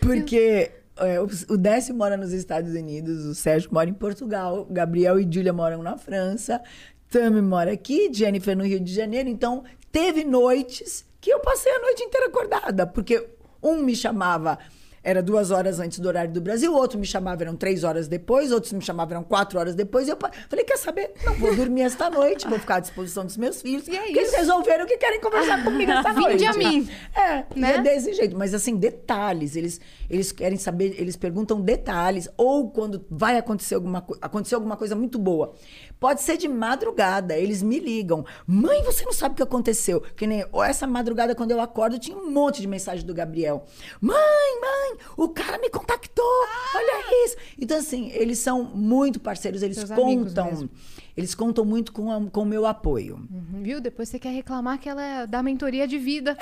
Porque é, o- o Décio mora nos Estados Unidos, o Sérgio mora em Portugal, Gabriel e Júlia moram na França, Tami mora aqui, Jennifer no Rio de Janeiro. Então, teve noites que eu passei a noite inteira acordada, porque um me chamava. Era duas horas antes do horário do Brasil, outro me chamava, eram três horas depois, outros me chamavam, eram quatro horas depois. E eu pa- falei, quer saber? Não vou dormir esta noite, vou ficar à disposição dos meus filhos.
E é
porque
isso.
eles resolveram que querem conversar comigo esta noite.
Vinde a mim.
É,
Né?
né? é desse jeito. Mas assim, detalhes. Eles, eles querem saber, eles perguntam detalhes. Ou quando vai acontecer alguma coisa. Aconteceu alguma coisa muito boa. Pode ser de madrugada, eles me ligam. Mãe, você não sabe o que aconteceu. Que nem ou essa madrugada, quando eu acordo, tinha um monte de mensagem do Gabriel. Mãe, mãe, o cara me contactou. Olha isso. Então, assim, eles são muito parceiros, eles
Ah! Seus amigos mesmo.
contam. Eles contam muito com a- com o meu apoio.
Uhum, Viu? Depois você quer reclamar que ela dá mentoria de vida.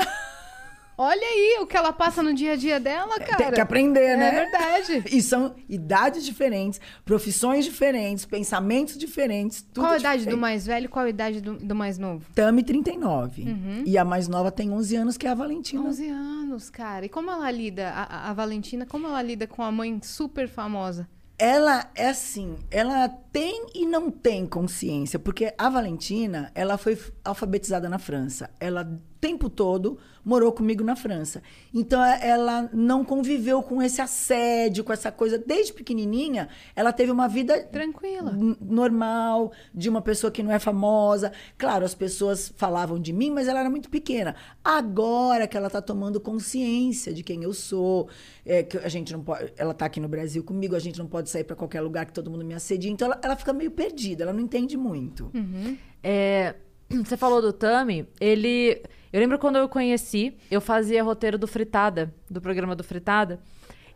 Olha aí o que ela passa no dia a dia dela, cara.
É, Tem que aprender, né?
É verdade.
E são idades diferentes, profissões diferentes, pensamentos diferentes. Tudo
Qual a idade do
diferente.
mais velho e qual a idade do, do mais novo?
Tami, 39.
Uhum.
E a mais nova tem 11 anos, que é a Valentina.
11 anos, cara. E como ela lida, a, a- a Valentina, como ela lida com a mãe super famosa?
Ela é assim, ela tem e não tem consciência, porque a Valentina, ela foi f- alfabetizada na França. Ela o tempo todo morou comigo na França. Então é- ela não conviveu com esse assédio, com essa coisa desde pequenininha, ela teve uma vida
Tranquila.
n- normal, de uma pessoa que não é famosa. Claro, as pessoas falavam de mim, mas ela era muito pequena. Agora que ela tá tomando consciência de quem eu sou, é, que a gente não pode, ela tá aqui no Brasil comigo, a gente não pode sair para qualquer lugar que todo mundo me assedia. Então ela, ela fica meio perdida, ela não entende muito.
Uhum. É, você falou do Tami, ele. Eu lembro quando eu o conheci, eu fazia roteiro do Fritada, do programa do Fritada.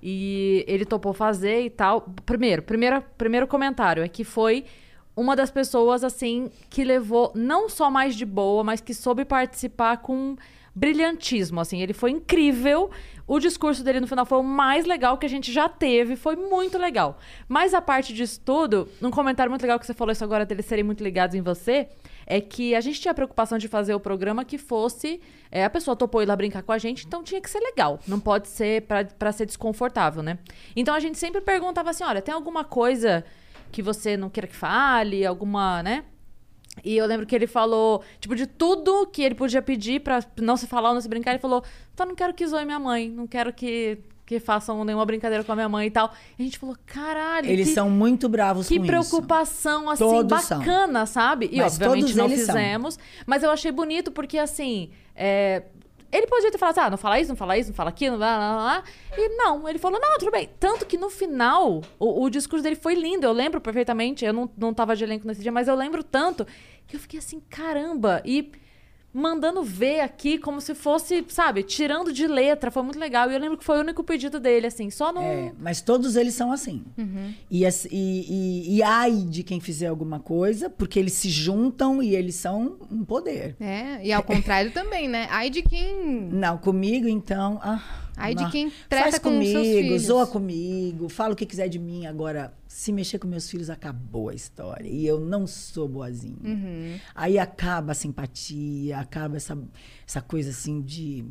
E ele topou fazer e tal. Primeiro, primeiro, primeiro comentário é que foi uma das pessoas, assim, que levou não só mais de boa, mas que soube participar com brilhantismo, assim. Ele foi incrível. O discurso dele no final foi o mais legal que a gente já teve. Foi muito legal. Mas a parte disso tudo, um comentário muito legal que você falou isso agora, deles serem muito ligados em você, é que a gente tinha a preocupação de fazer o programa que fosse... é, a pessoa topou ir lá brincar com a gente, então tinha que ser legal. Não pode ser pra- pra ser desconfortável, né? Então a gente sempre perguntava assim, olha, tem alguma coisa que você não queira que fale? Alguma, né? E eu lembro que ele falou, tipo, de tudo que ele podia pedir pra não se falar ou não se brincar, ele falou: só não quero que zoe minha mãe, não quero que, que façam nenhuma brincadeira com a minha mãe e tal. E a gente falou: caralho.
Eles
É que-
são muito bravos
que
com
preocupação, assim,
Todos são.
bacana, sabe? E
Mas
obviamente
todos
não
eles são.
fizemos. Mas eu achei bonito porque, assim. é, Ele podia ter falado assim, ah, não fala isso, não fala isso, não fala aquilo, blá, blá, blá. E não, ele falou, não, tudo bem. Tanto que no final, o, o discurso dele foi lindo. Eu lembro perfeitamente, eu não, não tava de elenco nesse dia, mas eu lembro tanto que eu fiquei assim, caramba. E mandando ver aqui como se fosse, sabe, tirando de letra. Foi muito legal. E eu lembro que foi o único pedido dele, assim, só não...
isso. É, mas todos eles são assim.
Uhum.
E, as- e, e, e ai de quem fizer alguma coisa, porque eles se juntam e eles são um poder.
É, e ao contrário também, né? Ai de quem.
Não, comigo então. Ah,
Ai de
não.
quem treta
Faz
com
comigo,
seus filhos.
zoa comigo, fala o que quiser de mim. Agora, se mexer com meus filhos, acabou a história. E eu não sou boazinha.
Uhum.
Aí acaba a simpatia, acaba essa, essa coisa assim de,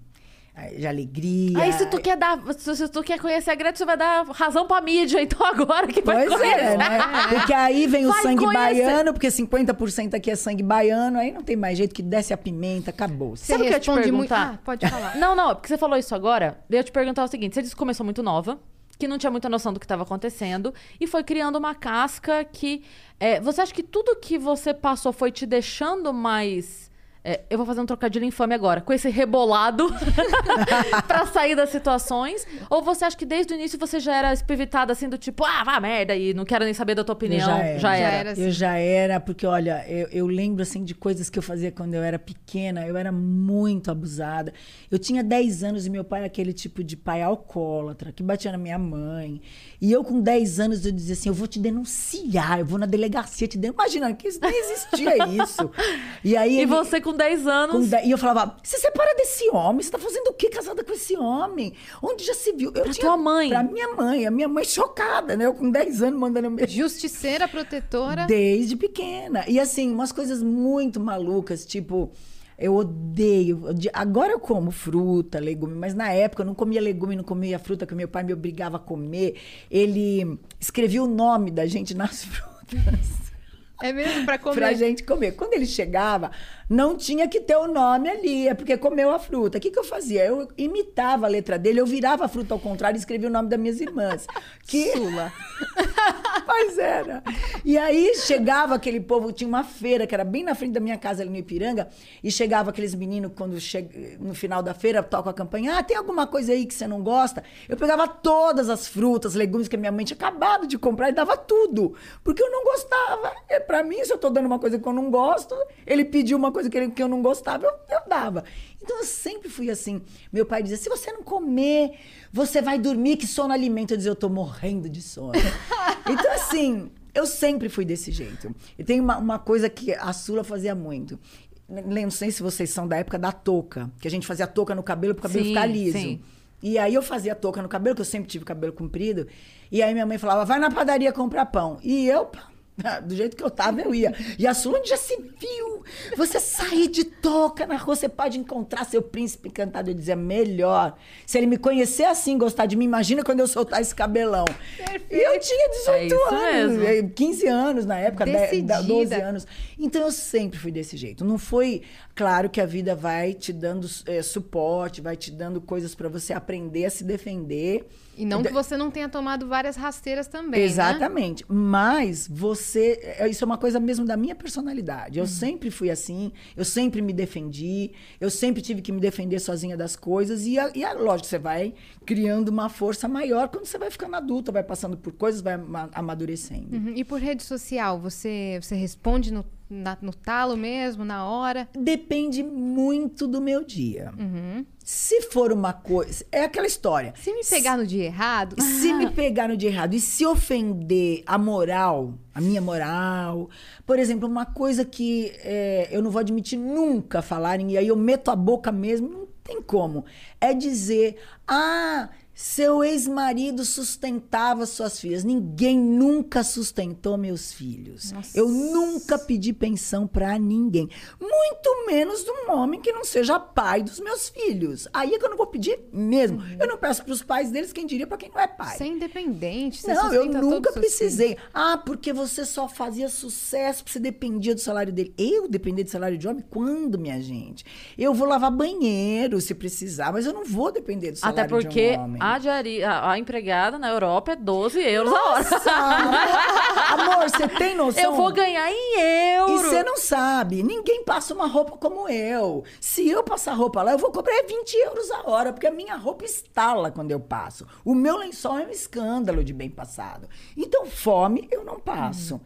eh, de alegria.
Ah,
Aí se tu quer dar, se se tu quer conhecer a Greta, você vai dar razão pra mídia, então agora que vai
Pois
conhecer.
é, né? Porque aí vem o
Vai
sangue
conhecer.
baiano, porque 50% aqui é sangue baiano, aí não tem mais jeito que desce a pimenta, acabou.
Você
Sabe o que eu ia te
responde
perguntar?
muito. Ah, pode falar.
Não, não, é porque você falou isso agora. Eu ia te perguntar o seguinte: você disse que começou muito nova, que não tinha muita noção do que estava acontecendo, e foi criando uma casca que. é, você acha que tudo que você passou foi te deixando mais. é, eu vou fazer um trocadilho infame agora, com esse rebolado pra sair das situações? Ou você acha que desde o início você já era espivitada assim, do tipo, ah, vá merda, e não quero nem saber da tua
Eu
opinião?
Já era. assim.
Eu já era, porque olha, eu, eu lembro assim de coisas que eu fazia quando eu era pequena, eu era muito abusada. Eu tinha 10 anos e meu pai era aquele tipo de pai alcoólatra, que batia na minha mãe. E eu com 10 anos eu dizia assim, eu vou te denunciar, eu vou na delegacia te denunciar. Imagina, que isso- nem existia isso. E aí
E
ele-
você com 10 anos.
com de- E eu falava, você separa desse homem? Você tá fazendo o quê casada com esse homem? Onde já se viu? Eu
Pra tua mãe.
Pra minha mãe. A minha mãe chocada, né? Eu com 10 anos mandando um beijo.
Justiceira protetora.
Desde pequena. E assim, umas coisas muito malucas, tipo. Eu odeio. odi- Agora eu como fruta, legume, mas na época eu não comia legume, não comia fruta, que meu pai me obrigava a comer. Ele escrevia o nome da gente nas frutas
É mesmo pra comer.
pra gente comer. Quando ele chegava, não tinha que ter o nome ali, é porque comeu a fruta. O que, que eu fazia? Eu imitava a letra dele, eu virava a fruta ao contrário e escrevia o nome das minhas irmãs. Que... Sula. Mas era. E aí chegava aquele povo, tinha uma feira que era bem na frente da minha casa ali no Ipiranga, e chegava aqueles meninos quando chega, no final da feira toca a campanha, ah, tem alguma coisa aí que você não gosta? Eu pegava todas as frutas, legumes que a minha mãe tinha acabado de comprar e dava tudo, porque eu não gostava. É para mim, se eu tô dando uma coisa que eu não gosto, ele pediu uma coisa que, ele- que eu não gostava, eu, eu dava. Então eu sempre fui assim. Meu pai dizia: se você não comer, você vai dormir, que sono alimenta. Eu dizia: eu tô morrendo de sono. então, assim, eu sempre fui desse jeito. E tem uma, uma coisa que a Sula fazia muito. Não sei se vocês são da época da touca, que a gente fazia touca no cabelo pro cabelo
Sim,
ficar liso.
sim.
E aí eu fazia touca no cabelo, que eu sempre tive cabelo comprido. E aí minha mãe falava, vai na padaria comprar pão. E eu, pá, do jeito que eu tava, eu ia. E a Sulane já se viu. Você sair de touca na rua, você pode encontrar seu príncipe encantado. Eu dizia, melhor. Se ele me conhecer assim, gostar de mim, imagina quando eu soltar esse cabelão. E eu tinha 18
É isso
anos,
mesmo.
eh, 15 anos na época, dez- da- 12
Decidida.
anos. Então eu sempre fui desse jeito. Não foi, claro que a vida vai te dando eh, suporte, vai te dando coisas para você aprender a se defender.
E não que você não tenha tomado várias rasteiras também. né?
Exatamente. Mas você. é, Isso é uma coisa mesmo da minha personalidade.
Uhum.
Eu sempre fui assim, eu sempre me defendi, eu sempre tive que me defender sozinha das coisas. E, a, e a, lógico, você vai criando uma força maior quando você vai ficando adulta, vai passando por coisas, vai ama- amadurecendo.
Uhum. E por rede social, você, você responde no, na- no talo mesmo, na hora?
Depende muito do meu dia. Se for uma coisa. É aquela história.
Se me pegar no dia errado.
Se me pegar no dia errado e se ofender a moral, a minha moral, por exemplo, uma coisa que é, eu não vou admitir nunca falarem, e aí eu meto a boca mesmo, não tem como, é dizer, ah, Seu ex-marido sustentava suas filhas. Ninguém nunca sustentou meus filhos. Eu nunca pedi pensão pra ninguém. Muito menos de um homem que não seja pai dos meus filhos. Aí é que eu não vou pedir mesmo. Eu não peço pros pais deles, quem diria pra quem não é pai.
Você é independente. Você
Não, eu
sustenta
nunca
todos os seus
precisei. Ah, porque você só fazia sucesso, porque você dependia do salário dele. Eu depender de salário de homem? Quando, minha gente? Eu vou lavar banheiro se precisar, mas eu não vou depender do salário
Até porque
de um homem.
a, diari- a- a empregada na Europa é 12 euros a hora.
Nossa, amor, amor, você tem noção?
Eu vou ganhar em
E
euros.
você não sabe, ninguém passa uma roupa como eu. Se eu passar roupa lá, eu vou cobrar 20 euros a hora, porque a minha roupa estala quando eu passo. O meu lençol é um escândalo de bem passado. Então, fome eu não passo.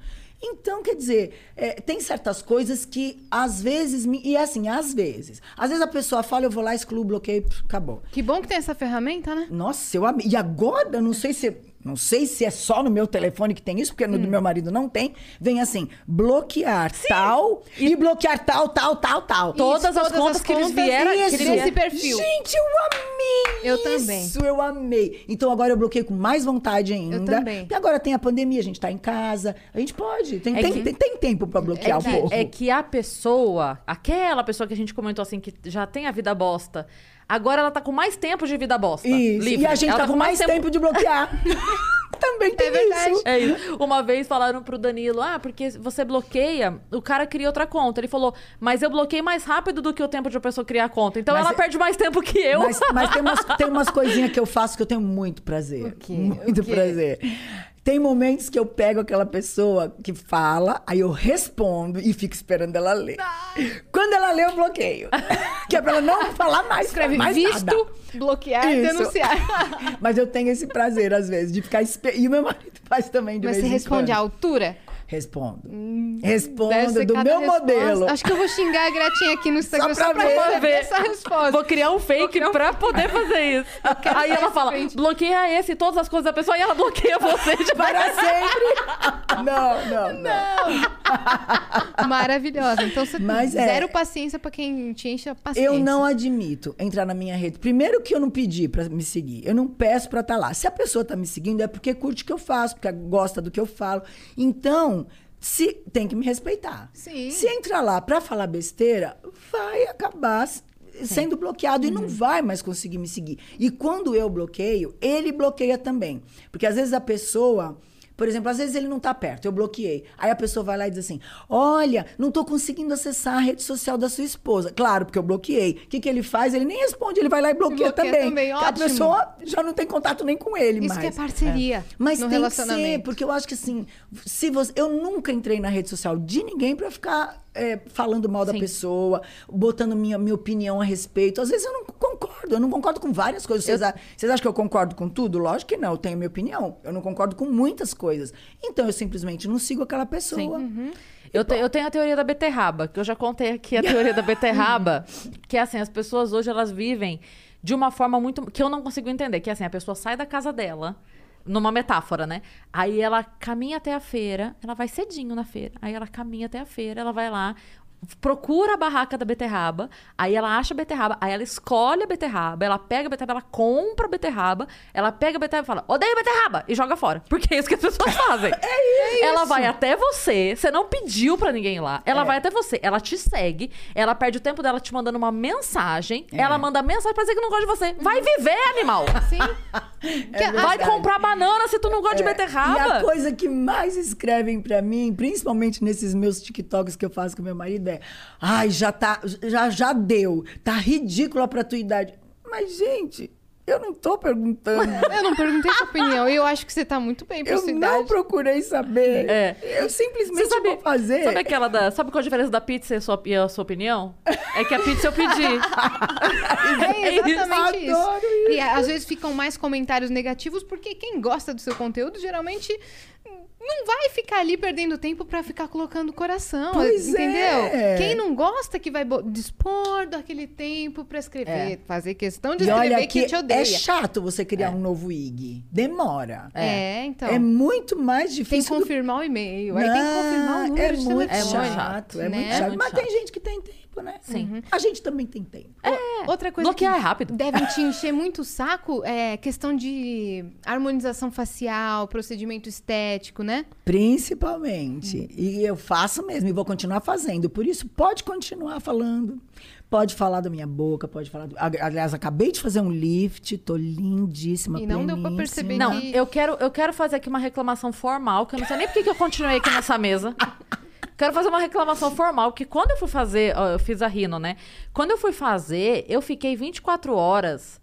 Então, quer dizer, é, tem certas coisas que às vezes. Me, e é assim, às vezes. Às vezes a pessoa fala, eu vou lá, excluo, bloqueio, pff, acabou.
Que bom que tem essa ferramenta, né?
Nossa, eu amei. E agora, eu não sei se. Não sei se é só no meu telefone que tem isso, porque no do meu marido não tem. Vem assim, bloquear tal e, bloquear tal, tal, tal, tal.
Todas as
todas
contas
as
que eles
contas
vieram. que
Isso.
eles vieram-
Esse perfil.
Gente, eu amei!
Eu também.
Isso, eu amei. Então agora eu bloqueio com mais vontade ainda.
também.
E agora tem a pandemia, a gente tá em casa. A gente pode. Tem,
É
tem,
que-
tem, tem tempo pra bloquear um pouco.
É que a pessoa, aquela pessoa que a gente comentou assim, que já tem a vida bosta, agora ela tá com mais tempo de vida bosta.
Isso.
livre.
E a gente
ela
tá com mais tempo de bloquear. também tem isso.
É isso. Uma vez falaram pro Danilo, ah, porque você bloqueia, o cara cria outra conta. Ele falou, mas eu bloqueei mais rápido do que o tempo de uma pessoa criar a conta. Então
Mas
ela
é-
perde mais tempo que eu.
Mas, mas tem umas, tem umas coisinhas que eu faço que eu tenho muito prazer.
quê?
Muito
O quê?
prazer. Tem momentos que eu pego aquela pessoa que fala, aí eu respondo e fico esperando ela ler.
Tá.
Quando ela lê, eu bloqueio. que é pra ela não falar mais.
Escreve
mais
visto,
nada.
bloquear e
Isso.
denunciar.
Mas eu tenho esse prazer, às vezes, de ficar esperando. E o meu marido faz também de
Mas
vez
você
em
responde à
quando.
altura?
Respondo.
Deve
Respondo
ser
do
cada
meu
resposta.
modelo.
Acho que eu vou xingar a Gretinha aqui no Instagram
pra
só pra
ver.
ver,
Ver.
essa resposta.
Vou criar um fake pra poder fazer isso. Aí ela fala,
frente.
bloqueia esse e todas as coisas da pessoa e ela bloqueia você de
Para sempre. não, não, não.
Maravilhosa. Então você
Mas é.
zero paciência pra quem te enche a paciência.
Eu não admito entrar na minha rede. Primeiro que eu não pedi pra me seguir. Eu não peço pra estar lá. Se a pessoa tá me seguindo é porque curte o que eu faço, porque gosta do que eu falo. Então, se tem que me respeitar.
Sim.
Se entrar lá pra falar besteira, vai acabar s- sendo bloqueado e
Uhum.
não vai mais conseguir me seguir. E quando eu bloqueio, ele bloqueia também. Porque às vezes a pessoa por exemplo, às vezes ele não tá perto, eu bloqueei. Aí a pessoa vai lá e diz assim: Olha, não tô conseguindo acessar a rede social da sua esposa. Claro, porque eu bloqueei. O que, que ele faz? Ele nem responde, ele vai lá e
Bloqueia
bloqueia, também.
também,
Que A
ótimo.
pessoa já não tem contato nem com ele
Isso
mais.
que é parceria
Mas
no
tem que ser,
relacionamento.
porque eu acho que assim, se você, eu nunca entrei na rede social de ninguém pra ficar é, falando mal da pessoa, botando minha, minha opinião a respeito. Às vezes eu não concordo, eu não concordo com várias coisas. Vocês, a- vocês acham que eu concordo com tudo? Lógico que não, eu tenho minha opinião. Eu não concordo com muitas coisas. Então eu simplesmente não sigo aquela pessoa.
Uhum.
Eu, te- eu tenho a teoria da beterraba, que eu já contei aqui a teoria da beterraba, que é assim, as pessoas hoje elas vivem de uma forma muito que eu não consigo entender, que é assim, a pessoa sai da casa dela, numa metáfora, né? Aí ela caminha até a feira, ela vai cedinho na feira. Aí ela caminha até a feira, ela vai lá, procura a barraca da beterraba, aí ela acha a beterraba, aí ela escolhe a beterraba, ela pega a beterraba, ela compra a beterraba, ela pega a beterraba e fala, odeio beterraba, e joga fora. Porque é isso que as pessoas fazem. é isso. Ela vai até você, você não pediu pra ninguém ir lá, ela vai até você, ela te segue, ela perde o tempo dela te mandando uma mensagem, ela manda mensagem pra dizer que não gosta de você. Vai viver, animal!
Sim.
É
Que-
vai comprar banana se tu não gosta de
E a
beterraba.
coisa que mais escrevem pra mim, principalmente nesses meus TikToks que eu faço com meu marido, é: "Ai, já tá, já já deu. Tá ridícula pra tua idade". Mas gente, eu não tô perguntando.
Eu não perguntei sua opinião. Eu acho que você tá muito bem pra
Eu
sua
não
idade.
procurei saber.
É.
Eu simplesmente
tipo,
vou fazer.
Sabe aquela da. Sabe qual a diferença da pizza e a sua, e a sua opinião? É que a pizza eu pedi.
É exatamente isso.
Adoro
E a- às vezes ficam mais comentários negativos, porque quem gosta do seu conteúdo geralmente não vai ficar ali perdendo tempo pra ficar colocando coração,
Pois
entendeu?
é.
Quem não gosta que vai bo- dispor daquele tempo pra escrever, fazer questão de
É. E
escrever
olha
que,
que
te odeia.
é chato você criar um novo IG. Demora.
É, então.
É muito mais
tem que
difícil do
confirmar o e-mail, aí tem que confirmar o número
é
de
muito
telefone.
chato, é
né?
muito chato.
Muito
Mas
chato.
tem gente que tem tempo. tempo, né?
Sim.
A gente também tem tempo.
Outra coisa
Bloquear
que
é rápido.
devem te encher muito o saco é questão de harmonização facial, procedimento estético, né?
Principalmente. E eu faço mesmo e vou continuar fazendo. Por isso, pode continuar falando. Pode falar da minha boca, pode falar. Do... Ali- Aliás, acabei de fazer um lift, tô lindíssima.
E não deu pra perceber
pleníssima.
Não,
E-
eu quero, eu quero fazer aqui uma reclamação formal, que eu não sei nem por que que eu continuei aqui nessa mesa. Quero fazer uma reclamação formal, que quando eu fui fazer, ó, eu fiz a rino, né? Quando eu fui fazer, eu fiquei 24 horas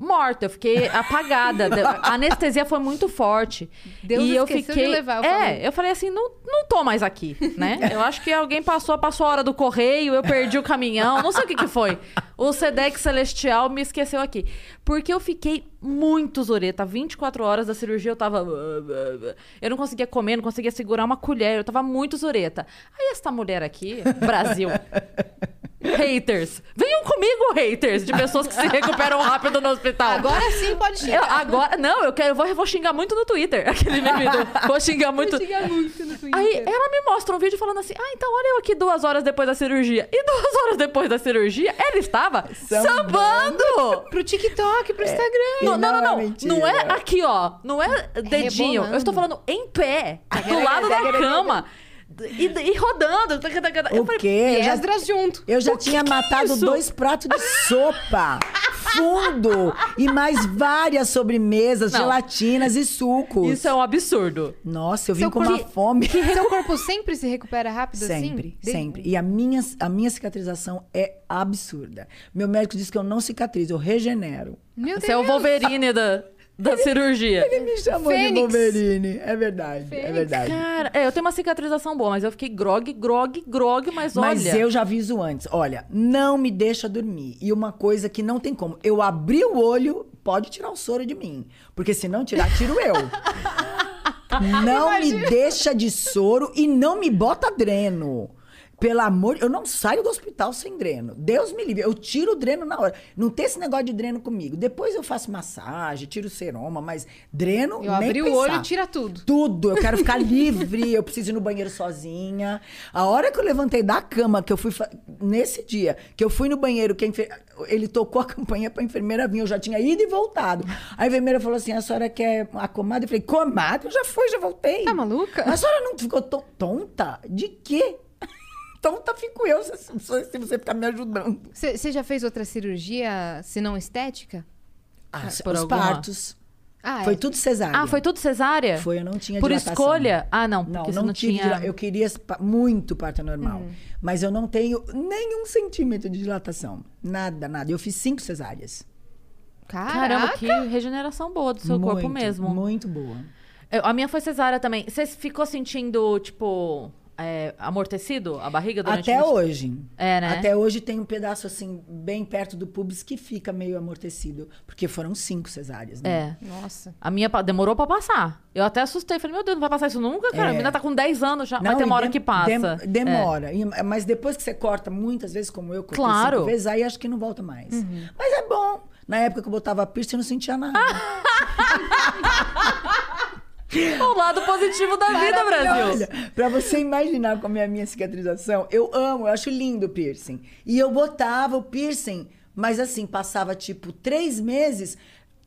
morta, eu fiquei apagada. Deu- A anestesia foi muito forte.
Deus
e eu
esqueceu
fiquei.
de levar, eu
é,
falei.
eu falei assim, não, não tô mais aqui, né? Eu acho que alguém passou, passou a hora do correio, eu perdi o caminhão, não sei o que, que foi. O Sedex Celestial me esqueceu aqui. Porque eu fiquei muito zureta. 24 horas da cirurgia eu tava. uh, Eu não conseguia comer, não conseguia segurar uma colher, eu tava muito zureta. Aí esta mulher aqui, Brasil. Haters. Venham comigo, haters, de pessoas que se recuperam rápido no hospital.
Ah, Agora sim pode
Eu-
chegar.
agora, não, eu quero, eu vou, eu vou xingar muito no Twitter. Aquele meme do, vou xingar muito.
muito no Twitter.
Aí ela me mostra um vídeo falando assim: Ah, então olha eu aqui duas horas depois da cirurgia. E duas horas depois da cirurgia, ela estava sambando!
Pro TikTok, pro Instagram.
Não, não, não,
é
não.
mentira.
Não é aqui, ó. Não é dedinho.
rebolando.
Eu estou falando em pé, do lado da cama. E, e rodando. Eu
O
falei,
quê?
E
Eu já,
Esdras É. junto.
eu já
O que
tinha
que é
matado
isso?
dois pratos de sopa. Fundo e mais várias sobremesas,
Não.
gelatinas e sucos.
Isso é um absurdo.
Nossa, eu vim
Seu
com uma
corpo-
fome.
Seu corpo sempre se recupera rápido assim?
Sempre,
De-
sempre. E a minha, a minha cicatrização é absurda. Meu médico disse que eu não cicatrizo, eu regenero.
Meu
Você é o
Deus.
Wolverine da, da cirurgia.
Ele me chamou
É Fênix.
de Wolverine. É verdade, é verdade.
Cara, é, eu tenho uma cicatrização boa, mas eu fiquei grog, grog, grog, mas,
Mas
olha.
eu já aviso antes. Olha, não me deixa dormir. E uma coisa que não tem como. Eu abri o olho, pode tirar o soro de mim. Porque se não tirar, tiro eu. não me deixa de soro e não me bota dreno. Pelo amor, eu não saio do hospital sem dreno. Deus me livre, eu tiro o dreno na hora. Não tem esse negócio de dreno comigo. Depois eu faço massagem, tiro seroma, mas dreno
Eu
nem
abri o
pensar.
olho e tira tudo.
Tudo, eu quero ficar livre, eu preciso ir no banheiro sozinha. A hora que eu levantei da cama, que eu fui. fa- Nesse dia, que eu fui no banheiro, que a enfer- ele tocou a campanha pra enfermeira vir, eu já tinha ido e voltado. A enfermeira falou assim: a senhora quer a comadre? Eu falei: comadre? Eu já fui, já voltei.
Tá maluca?
A senhora não ficou to- tonta? De quê? tonta fico eu se, se- se você ficar me ajudando.
Você você já fez outra cirurgia, se não estética?
Ah, os
por alguma-
partos.
Ah,
Foi
é.
tudo cesárea.
Ah, foi tudo cesárea?
Foi, eu não tinha
Por
dilatação.
escolha? Ah, não, porque
Não,
você
não,
não
tive
tinha... Hum.
dila- Eu queria pa- muito parto normal. Mas eu não tenho nenhum centímetro de dilatação. Nada, nada. Eu fiz cinco cesáreas.
Caramba,
Caraca.
que regeneração boa do seu corpo
Muito,
mesmo.
Muito boa.
Eu- a minha foi cesárea também. Você ficou sentindo, tipo, é, amortecido a barriga durante
Até
muito-
hoje.
É, né?
Até hoje tem um pedaço, assim, bem perto do pubis que fica meio amortecido. Porque foram cinco cesáreas, né?
É.
Nossa.
A minha pa- demorou pra passar. Eu até assustei. Falei, meu Deus, não vai passar isso nunca, cara? A menina tá com 10 anos já.
É. Não,
mas tem uma
e
hora
dem-
que passa. É.
dem- demora. E- mas depois que você corta muitas vezes, como eu, cortei
Claro. Uhum.
cinco vezes, aí acho que não volta mais. Mas é bom. Na época que eu botava piercing, eu não sentia nada.
É. O lado positivo da vida, Brasil.
Olha, pra você imaginar como é a minha cicatrização, eu amo, eu acho lindo o piercing. E eu botava o piercing, mas assim, passava tipo três meses,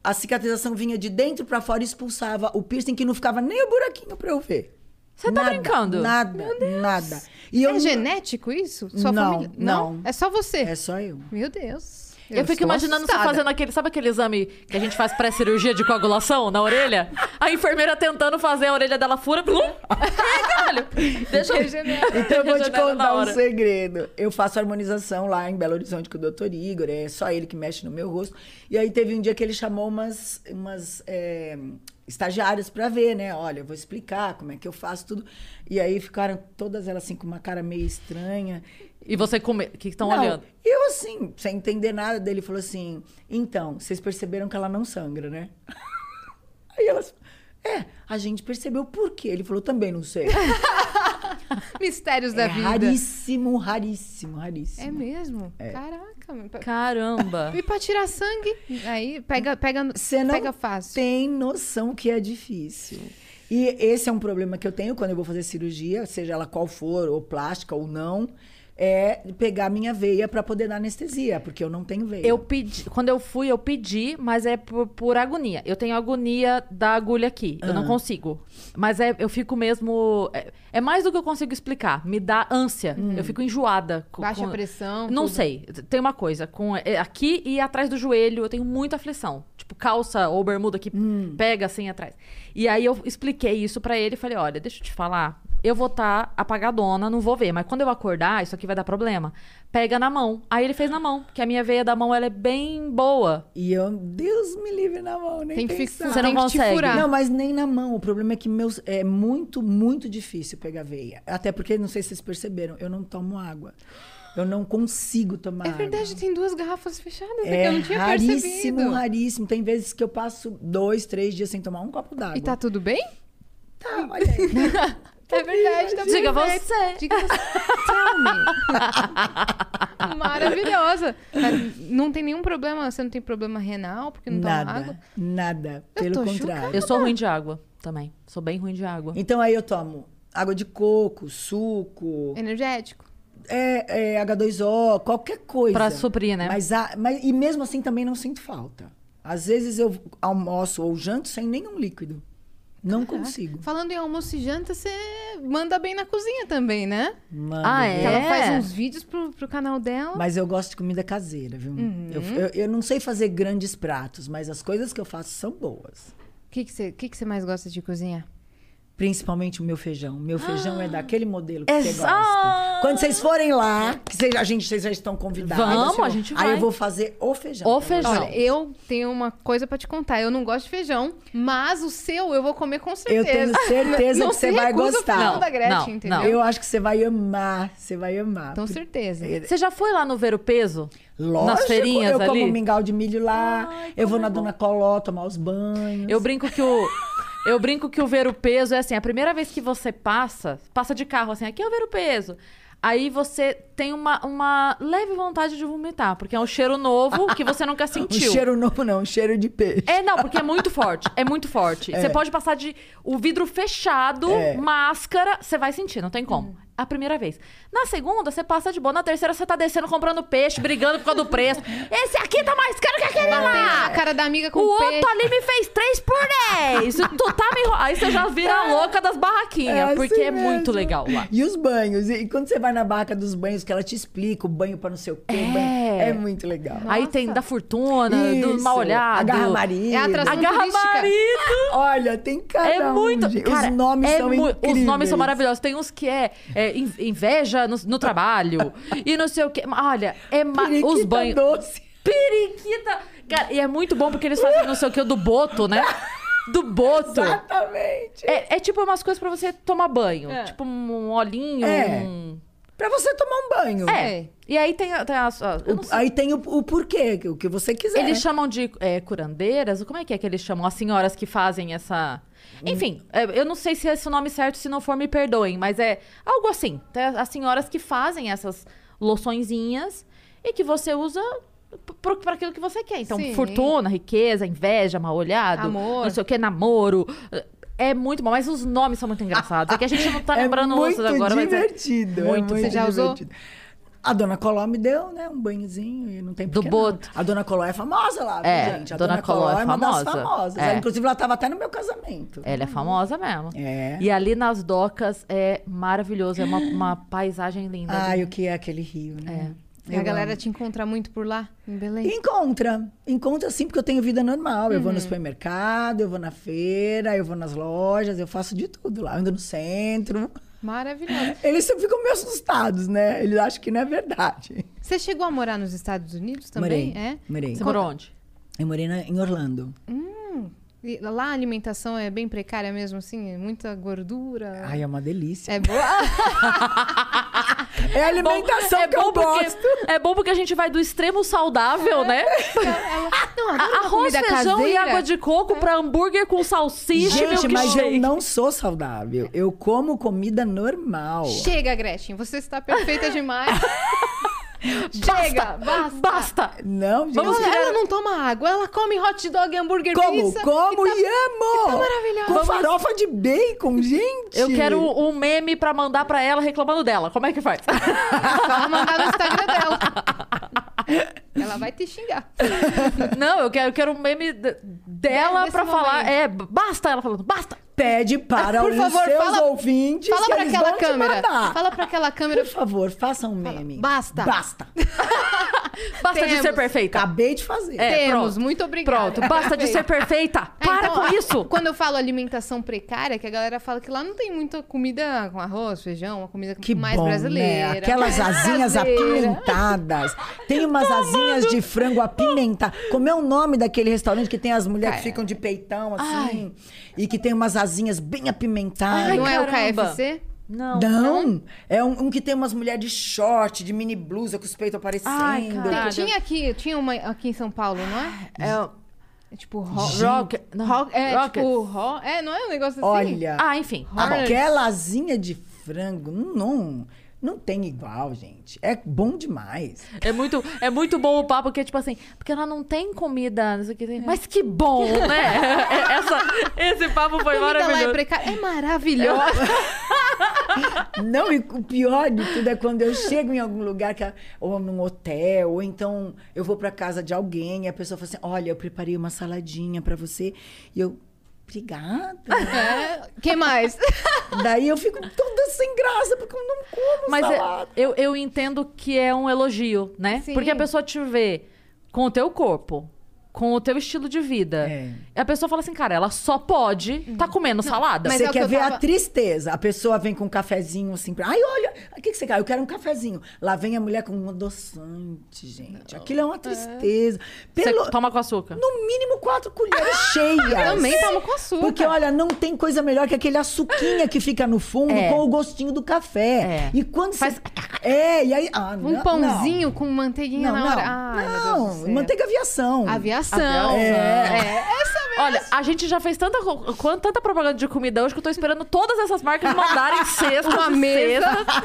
a cicatrização vinha de dentro pra fora e expulsava o piercing que não ficava nem o buraquinho pra eu ver.
Você tá
Nada,
brincando?
Nada, nada. E
É genético isso? Sua
Não,
família?
não.
É só você.
É só eu.
Meu Deus.
Eu, fico
estou
imaginando
assustada.
você fazendo aquele. Sabe aquele exame que a gente faz pré-cirurgia de coagulação na orelha? A enfermeira tentando fazer a orelha dela fura. Plum! É, caralho! Deixa eu.
Então eu vou te
Regenera tá na
contar um
hora.
segredo. Eu faço harmonização lá em Belo Horizonte com o Dr. Igor, é só ele que mexe no meu rosto. E aí teve um dia que ele chamou umas, umas é, estagiárias pra ver, né? Olha, eu vou explicar como é que eu faço tudo. E aí ficaram todas elas assim com uma cara meio estranha.
E você come... que estão
Não,
olhando.
Eu assim, sem entender nada dele, falou assim: "Então, vocês perceberam que ela não sangra, né?" Aí elas é, a gente percebeu por quê. Ele falou, também não sei.
Mistérios
É
da vida.
raríssimo, raríssimo, raríssimo.
É mesmo? Caraca. meu.
Caramba!
E pra tirar sangue? Aí pega, pega,
Você não
pega fácil.
tem noção que é difícil. E esse é um problema que eu tenho quando eu vou fazer cirurgia, seja ela qual for, ou plástica ou não. é pegar minha veia para poder dar anestesia, porque eu não tenho veia.
Eu pedi, quando eu fui, eu pedi, mas é por, por agonia. Eu tenho agonia da agulha aqui. Eu
Ah.
não consigo. Mas é, eu fico mesmo. É, é mais do que eu consigo explicar. Me dá ânsia. Eu fico enjoada. co-
Baixa pressão,
Não
tudo.
sei. Tem uma coisa. Com, é, aqui e atrás do joelho, eu tenho muita aflição. Tipo, calça ou bermuda que
Hum.
pega assim atrás. E aí eu expliquei isso pra ele e falei: olha, deixa eu te falar. Eu vou estar apagadona, não vou ver. Mas quando eu acordar, isso aqui vai dar problema. Pega na mão. Aí ele fez na mão, porque a minha veia da mão ela é bem boa.
E eu, Deus me livre na mão, nem
Tem que,
pensar.
fixar,
Você não
tem que te
consegue.
furar.
Não, mas nem na mão. O problema é que meus, é muito, muito difícil pegar veia. Até porque, não sei se vocês perceberam, eu não tomo água. Eu não consigo tomar
é
água.
verdade, tem duas garrafas fechadas aqui,
É
eu não tinha
raríssimo,
percebido.
raríssimo. Tem vezes que eu passo dois, três dias sem tomar um copo d'água.
E tá tudo bem?
Tá, olha aí.
É verdade, tá
Diga
perfeito.
você.
Diga você. Tell me. Maravilhosa. Mas Não tem nenhum problema, você não tem problema renal, porque não toma água.
Nada, nada.
Eu
Pelo
tô
contrário.
Eu sou ruim de água também. Sou bem ruim de água.
Então aí eu tomo água de coco, suco,
Energético.
é, é, H2O, qualquer coisa.
Pra suprir, né?
Mas, a- mas- e mesmo assim também não sinto falta. Às vezes eu almoço ou janto sem nenhum líquido. Não consigo.
Falando em almoço e janta, você manda bem na cozinha também, né?
Manda,
Ah,
viu?
é?
Que Ela faz uns vídeos pro, pro canal dela.
Mas eu gosto de comida caseira, viu?
Uhum.
Eu, eu- eu não sei fazer grandes pratos, mas as coisas que eu faço são boas.
O que que você que que você mais gosta de cozinhar?
Principalmente o meu feijão. Meu feijão
Ah.
é daquele modelo que
É
você
só-
gosta. Quando vocês forem lá, que vocês, a gente, vocês já estão convidados. assim,
Vamos, a gente
Aí
vai.
eu vou fazer o feijão.
O
pra vocês.
feijão.
Olha, eu tenho uma coisa pra te contar. Eu não gosto de feijão, mas o seu eu vou comer com
Eu
certeza.
tenho certeza
Não
que
se
você vai
recusa o
gostar.
final da Gretchen,
Não, não,
entendeu?
Eu acho que você vai amar. Você vai amar.
Com certeza.
Você já foi lá no Ver o Peso?
Lógico,
Nas feirinhas
eu
ali? é
como mingau de milho lá, eu vou na Dona Coló tomar os banhos.
Eu brinco que o. Eu brinco que o ver o peso é assim, a primeira vez que você passa, passa de carro assim, aqui é o ver o peso. Aí você tem uma, uma leve vontade de vomitar, porque é um cheiro novo que você nunca
Um
sentiu.
cheiro novo não, um cheiro de peixe.
É, não, porque é muito forte. É muito forte. Você pode passar de o vidro fechado,
É. Hum.
máscara, você vai sentir, não tem como. A primeira vez. Na segunda, você passa de boa. Na terceira, você tá descendo, comprando peixe, brigando por causa do preço. Esse aqui tá mais caro que aquele lá!
A cara da amiga com
o
peixe.
outro ali me fez 3 por 10. tu tá me enro- Aí você já vira a louca das barraquinhas,
É. assim
porque é muito
mesmo.
legal lá.
E os banhos. E quando você vai na barca dos banhos, que ela te explica o banho pra não sei o quê. o banho- É, muito legal.
Aí tem da fortuna, do
Isso.
mal olhado.
Agarra
É
marido.
a atração
Agarra
turística.
marido.
Olha, tem cada
É
um,
muito.
gente.
cara,
os nomes
é
são
mu-
incríveis.
Os nomes são maravilhosos. Tem uns que é, é, in- inveja no, no trabalho e não sei o quê. Olha, é ma- os
Periquita
banhos.
doce.
Periquita! Cara, e é muito bom porque eles fazem não sei o que do Boto, né? Do Boto.
Exatamente.
É, é tipo umas coisas pra você tomar banho. Tipo um olhinho.
É.
um-
Pra você tomar um banho.
É. E aí tem, a- tem as. as- eu
O-
não sei.
aí tem o, o porquê, o que você quiser. né?
Eles chamam de é, curandeiras? Como é que é que eles chamam? As senhoras que fazem essa. Enfim, é, eu não sei se é esse o nome certo, se não for, me perdoem, mas é algo assim. Tem As senhoras que fazem essas loçõezinhas e que você usa para aquilo que você quer. Então,
Sim.
fortuna, riqueza, inveja, mal olhado,
Amor.
não sei o que, namoro. É muito bom, mas os nomes são muito engraçados. É que a gente não tá lembrando
é
os
muito
agora, mas. é-
divertido, é
muito.
muito.
Você já usou?
divertido. A dona Coló me deu, né? Um banhozinho e não tem
Do
porquê
boto.
não. A dona Coló é famosa lá, viu,
É,
gente? A
dona Coló é
uma das
famosa.
famosas.
É.
Ela, inclusive, ela tava até no meu casamento.
Ela é famosa mesmo.
É.
E ali nas docas é maravilhoso, é uma, uma paisagem linda.
Ai, o que é aquele rio, né?
E a galera te encontra muito por lá, em Belém?
Encontra. Encontra sim, porque eu tenho vida normal. Eu
Uhum.
vou no supermercado, eu vou na feira, eu vou nas lojas, eu faço de tudo lá. Eu ando no centro.
Maravilhoso.
Eles sempre ficam meio assustados, né? Eles acham que não é verdade.
Você chegou a morar nos Estados Unidos também?
Morei,
É?
morei.
Você morou onde?
Eu morei na- em Orlando.
E lá a alimentação é bem precária mesmo, assim? é Muita gordura?
Ah.
Ai, é uma delícia.
É boa?
É a alimentação
é
que eu
porque,
gosto.
É bom porque a gente vai do extremo saudável, né?
Ah, Não, adoro uma
Arroz,
É. comida
feijão e
caseira.
água de coco pra hambúrguer com salsicha e
Gente, mas
milkshake.
eu não sou saudável. Eu como comida normal.
Chega, Gretchen, você está perfeita demais. Chega, basta.
Basta!
Não, gente.
Ela, ela não toma água, ela come hot dog, hambúrguer,
Como?
pizza.
Como?
e tá
tá-
E amo!
maravilhosa.
Com
Vamos-
farofa de bacon, gente!
Eu quero um meme pra mandar pra ela reclamando dela. Como é que faz?
Só mandar no Instagram dela. Ela vai te xingar.
não, eu quero, eu quero um meme de- dela
Desse
pra falar.
momento.
É, basta ela falando, basta!
Pede para
Por
os
favor,
seus
fala-
ouvintes
Fala
que
pra
eles
aquela
vão te
câmera.
mandar.
Fala pra aquela câmera.
Por favor, faça um meme.
Basta.
Basta.
Basta de ser
Temos.
perfeita.
Acabei de fazer.
É,
Temos,
pronto.
muito obrigada.
Pronto, basta de ser
Perfeito.
perfeita!
É,
Para
então,
com
a-
isso!
Quando eu falo alimentação precária, que a galera fala que lá não tem muita comida com arroz, feijão, uma comida
Que
mais
bom,
brasileira.
né? Aquelas
mais
asinhas
brasileira.
apimentadas. Tem umas asinhas de frango apimentada. Como é o nome daquele restaurante que tem as
É.
mulheres que ficam de peitão, assim? E que tem umas asinhas bem apimentadas.
Ai,
Não é o
caramba.
KFC?
Não.
né?
Não, é um, um que tem umas mulheres de short, de mini blusa, com os peitos aparecendo.
Ai, cara. Caralho.
Tinha aqui, tinha uma aqui em São Paulo, não é?
É,
É tipo ro
rock, rock,
É tipo ro É, não é um negócio assim?
Olha,
Ah, enfim.
Tá bom.
aquela asinha de frango, não, não tem igual, gente. É bom demais.
É muito, é muito bom o papo, que é tipo assim, porque ela não tem comida, não sei o que.
É.
Mas que bom, né? É, Essa, esse papo foi
Comida lá é
maravilhoso.
precária. É maravilhosa.
Não, e o pior de tudo é quando eu chego em algum lugar, que a- ou num hotel, ou então eu vou pra casa de alguém e a pessoa fala assim: Olha, eu preparei uma saladinha pra você. E eu, obrigada.
É. Quem mais?
Daí eu fico toda sem graça, porque eu não como
Mas é-
salada.
eu, eu entendo que é um elogio, né?
Sim.
Porque a pessoa te vê com o teu corpo, com o teu estilo de vida.
É.
E a pessoa fala assim, cara, ela só pode tá comendo salada.
mas
você
é o que
quer
eu
ver
tava-
a tristeza. A pessoa vem com um cafezinho assim. Pra... Ai, olha, o que, que você quer? Eu quero um cafezinho. Lá vem a mulher com um adoçante, gente. Aquilo é uma tristeza.
Você
Pelo...
toma com açúcar.
No mínimo quatro colheres cheias.
Ah, Eu também tomo com açúcar.
Porque, olha, não tem coisa melhor que aquele açuquinha que fica no fundo
É.
com o gostinho do café.
É.
E quando
Faz-
você. É, e aí. Ah, não,
Um
não.
pãozinho com manteiguinha
Não,
na hora.
não.
Ai, meu
não.
Deus do céu.
manteiga aviação.
Aviação.
É.
Essa mesmo.
Olha, a gente já fez tanta, co- co- tanta propaganda de comida hoje que eu tô esperando todas essas marcas mandarem cestas
Uma
e
mesa.
cestas.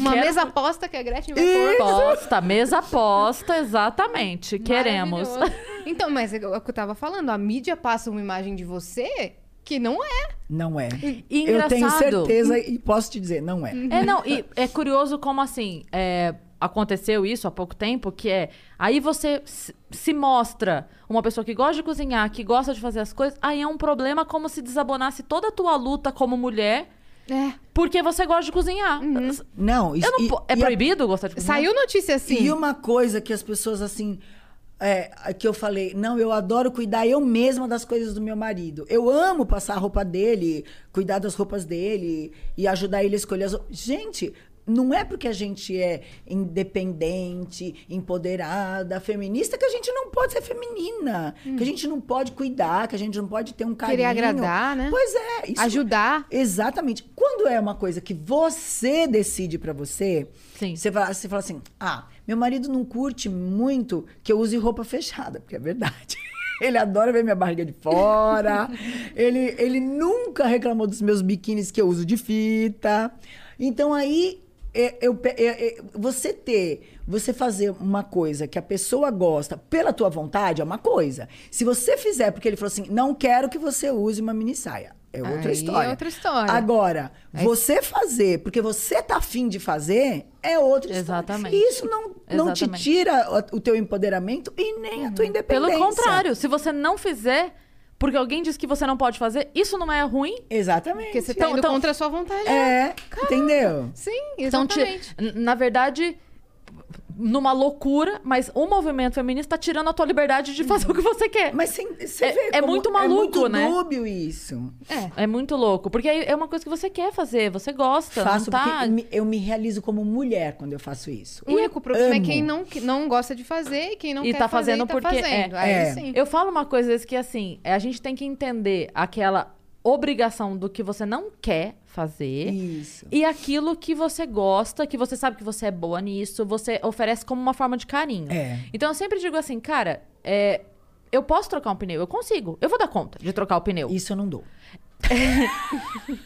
Uma
quero-
mesa aposta que a Gretchen vai pôr.
Aposta, mesa aposta, exatamente. Queremos.
Maravilhoso. Então, mas é o que eu tava falando, a mídia passa uma imagem de você que não é.
Não é.
E
Eu tenho
engraçado-
certeza e posso te dizer, não
Hum.
é.
É, não, e é curioso como assim, é, aconteceu isso há pouco tempo, que é, aí você se- se mostra uma pessoa que gosta de cozinhar, que gosta de fazer as coisas, aí é um problema como se desabonasse toda a tua luta como mulher,
né?
É.
porque você gosta de cozinhar.
Não, Uhum. isso
Eu não
e-
po- é
e a-
proibido gostar de cozinhar?
Saiu notícia assim.
E uma coisa que as pessoas assim. é, que eu falei, não, eu adoro cuidar eu mesma das coisas do meu marido. Eu amo passar a roupa dele, cuidar das roupas dele e ajudar ele a escolher as roupas. Gente, não é porque a gente é independente, empoderada, feminista, que a gente não pode ser feminina. Que a gente não pode cuidar, que a gente não pode ter um carinho.
Hum. Querer agradar, né?
Pois é. Isso
Ajudar.
Exatamente. Quando é uma coisa que você decide pra você,
Sim.
você fala, você fala assim: ah, meu marido não curte muito que eu use roupa fechada, porque é verdade. Ele adora ver minha barriga de fora. ele, ele nunca reclamou dos meus biquínis que eu uso de fita. Então aí é, eu pe- é, é, você ter, você fazer uma coisa que a pessoa gosta pela tua vontade é uma coisa. Se você fizer porque ele falou assim, não quero que você use uma mini saia. É
Aí
outra
é
história.
outra história.
Agora,
É
você fazer porque você tá afim de fazer é outra história.
Exatamente.
E isso não, não te
Exatamente.
tira a- o teu empoderamento e nem a tua
Pelo
independência.
contrário, se você não fizer, porque alguém diz que você não pode fazer, isso não é ruim,
Exatamente.
Porque você tá
Então-
indo
então-
contra a sua vontade.
É, entendeu?
Sim,
Então, ti-
exatamente.
n- na verdade, numa loucura, mas o movimento feminista tá tirando a tua liberdade de fazer o que você quer.
Mas sem- você
É-
vê
é
como
muito maluco,
é muito
né?
dúbio isso.
É muito louco, porque aí é uma coisa que você quer fazer, você gosta,
faço
não tá?
porque me- eu me realizo como mulher quando eu faço isso.
O único problema é
amo.
quem não, que- não gosta de fazer e quem não
E
quer
tá
fazer
fazendo
e tá
porque-
fazendo.
é.
Aí
É.
sim.
Eu falo uma coisa às vezes, que assim, é, a gente tem que entender aquela obrigação do que você não quer fazer.
Isso.
E aquilo que você gosta, que você sabe que você é boa nisso, você oferece como uma forma de carinho.
É.
Então eu sempre digo assim, cara, é, eu posso trocar um pneu, eu consigo, eu vou dar conta de trocar o pneu.
Isso eu não dou.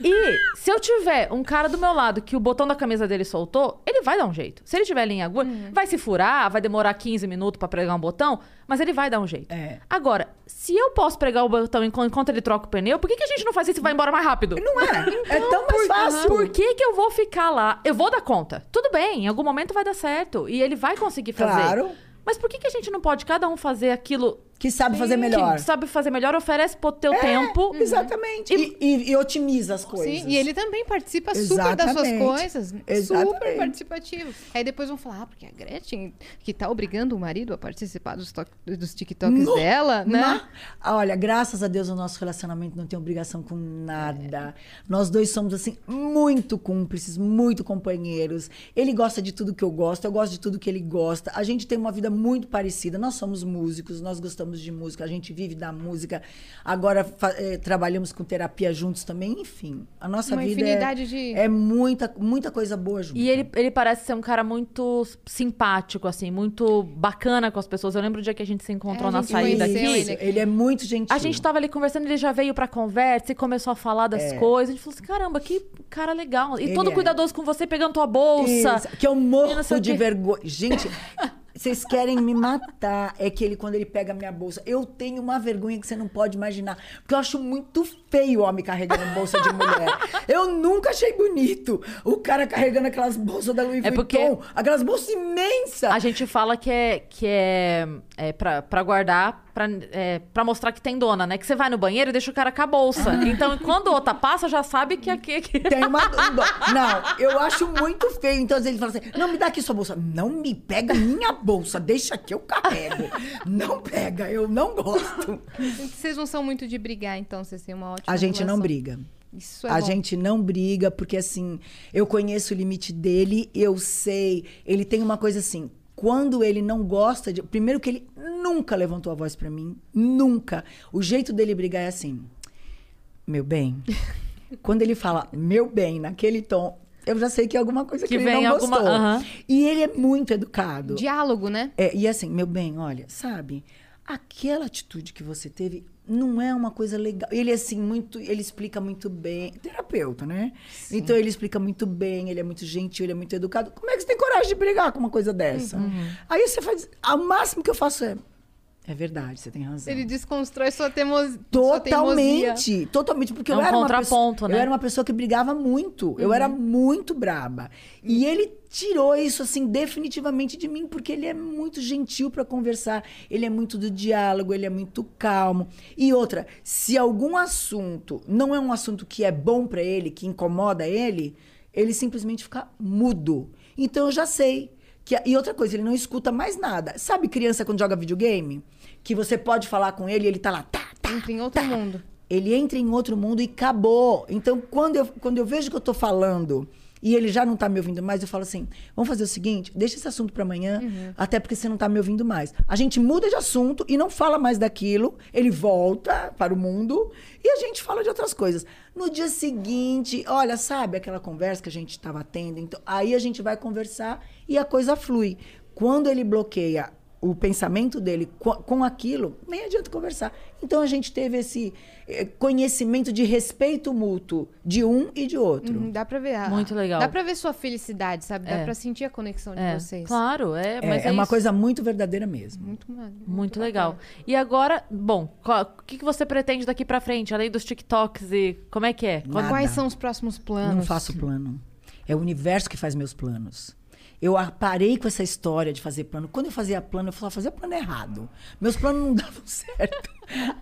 E se eu tiver um cara do meu lado que o botão da camisa dele soltou, ele vai dar um jeito. Se ele tiver linha agulha,
Uhum.
vai se furar, vai demorar 15 minutos pra pregar um botão, mas ele vai dar um jeito.
É.
Agora, se eu posso pregar o botão enqu- enquanto ele troca o pneu, por que, que a gente não faz isso e vai embora mais rápido? Então,
Não é? é tão mais fácil.
Por que, que eu vou ficar lá? Eu vou dar conta. Tudo bem, em algum momento vai dar certo. E ele vai conseguir fazer.
Claro.
Mas por que, que a gente não pode cada um fazer aquilo
Que sabe fazer
que
melhor. É, Uhum.
sabe fazer melhor, oferece pro teu tempo?
Exatamente. E, e- e otimiza as coisas.
Sim, e ele também participa super das suas
Exatamente.
coisas. Super
Exatamente.
participativo. Aí depois vão falar, ah, porque a Gretchen, que tá obrigando o marido a participar dos, to- dos TikToks
No-
dela, né?
Ma- Ah, Olha, graças a Deus o nosso relacionamento não tem obrigação com nada. Nós dois somos, assim, muito cúmplices, muito companheiros. Ele gosta de tudo que eu gosto, eu gosto de tudo que ele gosta. A gente tem uma vida muito parecida. Nós somos músicos, nós gostamos de música, a gente vive da música. Agora fa- eh, trabalhamos com terapia juntos também. Enfim, a nossa
Uma
vida é,
infinidade de- é
é muita, muita coisa boa junto.
E ele, ele parece ser um cara muito simpático, assim, muito bacana com as pessoas. Eu lembro o dia que a gente se encontrou
É, a
na
gente
saída
conheceu
aqui.
ele aqui.
Ele é muito gentil.
A gente tava ali conversando, ele já veio pra conversa e começou a falar das coisas. A gente falou assim: caramba, que cara legal. E
É. Ele
todo
é.
cuidadoso com você, pegando tua bolsa.
Isso, que eu
E
morro
não sei o
de
quê.
vergonha. Gente, vocês querem me matar. É que ele, quando ele pega a minha bolsa, eu tenho uma vergonha que você não pode imaginar. Porque eu acho muito feio o homem carregando bolsa de mulher. Eu nunca achei bonito o cara carregando aquelas bolsas da Louis
É porque-
Vuitton. Aquelas bolsas imensas.
A gente fala que é, que é, é pra, pra guardar, pra, é, pra mostrar que tem dona, né? Que você vai no banheiro e deixa o cara com a bolsa. Então, quando outra passa, já sabe que é aqui. Que...
Tem uma. um dó- Não, eu acho muito feio. Então, às vezes, ele fala assim: não, me dá aqui sua bolsa. Não me pega minha bolsa, deixa que eu carrego. Não pega, eu não gosto.
Vocês não são muito de brigar, então vocês têm uma ótima
A gente não
relação.
briga.
Isso é
a
bom.
gente não briga, porque assim, eu conheço o limite dele, eu sei. Ele tem uma coisa assim. Quando ele não gosta de. Primeiro que ele nunca levantou a voz pra mim. Nunca. O jeito dele brigar é assim. Meu bem. Quando ele fala meu bem naquele tom, eu já sei que é alguma coisa que,
Que
ele
vem
não
alguma-
gostou.
aham.
E ele é muito educado.
Diálogo, né?
É, e assim, meu bem, olha, sabe? Aquela atitude que você teve não é uma coisa legal. Ele assim muito, ele explica muito bem, terapeuta, né? Então ele explica muito bem, ele é muito gentil, ele é muito educado. Como é que você tem coragem de brigar com uma coisa dessa? Aí você faz, ao máximo que eu faço é é verdade, você tem razão.
Ele desconstrói sua, temos... sua teimosia.
Totalmente, totalmente, porque
É um
eu era uma
contraponto,
pessoa,
né? Uhum.
eu era uma pessoa que brigava muito, eu era muito braba. E ele tirou isso assim definitivamente de mim, porque ele é muito gentil pra conversar, ele é muito do diálogo, ele é muito calmo. E outra, se algum assunto não é um assunto que é bom pra ele, que incomoda ele, ele simplesmente fica mudo. Então eu já sei que- e outra coisa, ele não escuta mais nada. Sabe criança quando joga videogame? Que você pode falar com ele e ele tá lá, tá, tá,
Entra em outro mundo.
ele entra em outro mundo e acabou. Então, quando eu, quando eu vejo que eu tô falando e ele já não tá me ouvindo mais, eu falo assim: vamos fazer o seguinte, deixa esse assunto pra amanhã, até porque você não tá me ouvindo mais. A gente muda de assunto e não fala mais daquilo, ele volta para o mundo e a gente fala de outras coisas. No dia seguinte, olha, sabe aquela conversa que a gente tava tendo? Então, aí a gente vai conversar e a coisa flui. Quando ele bloqueia o pensamento dele co- com, aquilo, nem adianta conversar. Então a gente teve esse eh, conhecimento de respeito mútuo de um e de outro.
Uhum, Dá pra ver. a-
Muito legal.
Dá pra ver sua felicidade, sabe? Dá
É.
pra sentir a conexão de
É,
vocês.
claro, é,
É,
mas
é uma
isso.
coisa muito verdadeira mesmo.
Muito, ma-
Muito legal. E agora, bom, qual- o que, que você pretende daqui pra frente, além dos TikToks e como é que é?
Nada.
Quais são os próximos planos?
Não faço plano. É o universo que faz meus planos. Eu a- parei com essa história de fazer plano. Quando eu fazia plano, eu falava, fazia plano é errado. Meus planos não davam certo.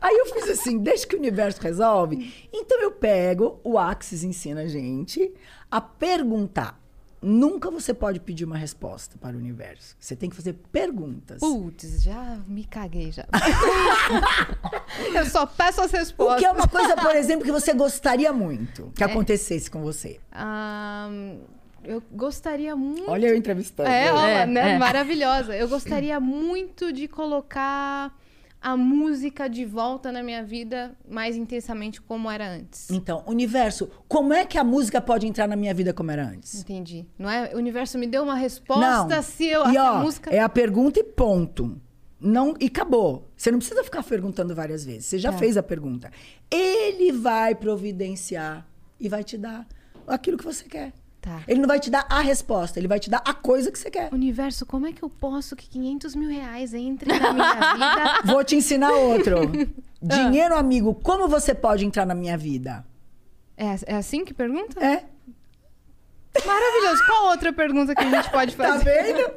Aí eu fiz assim, deixa que o universo resolve. Então eu pego, o Axis ensina a gente a perguntar. Nunca você pode pedir uma resposta para o universo. Você tem que fazer perguntas.
Putz, já me caguei já. eu só peço as
O
respostas.
que é uma coisa, por exemplo, que você gostaria muito que acontecesse com você.
Ah, eu gostaria muito.
Olha tá eu entrevistando.
É, olha,
É,
né?
é.
Maravilhosa. Eu gostaria muito de colocar a música de volta na minha vida mais intensamente como era antes.
Então, universo, como é que a música pode entrar na minha vida como era antes?
Entendi. Não é? O universo me deu uma resposta se eu
e
essa
ó,
música.
é a pergunta e ponto. Não, e acabou. Você não precisa ficar perguntando várias vezes. Você já
É.
fez a pergunta. Ele vai providenciar e vai te dar aquilo que você quer.
Tá.
Ele não vai te dar a resposta, ele vai te dar a coisa que você quer.
Universo, como é que eu posso que 500 mil reais entre na minha vida?
Vou te ensinar outro.
Ah.
Dinheiro amigo, como você pode entrar na minha vida?
É, é assim que pergunta?
É?
Maravilhoso. Qual outra pergunta que a gente pode
Tá
fazer?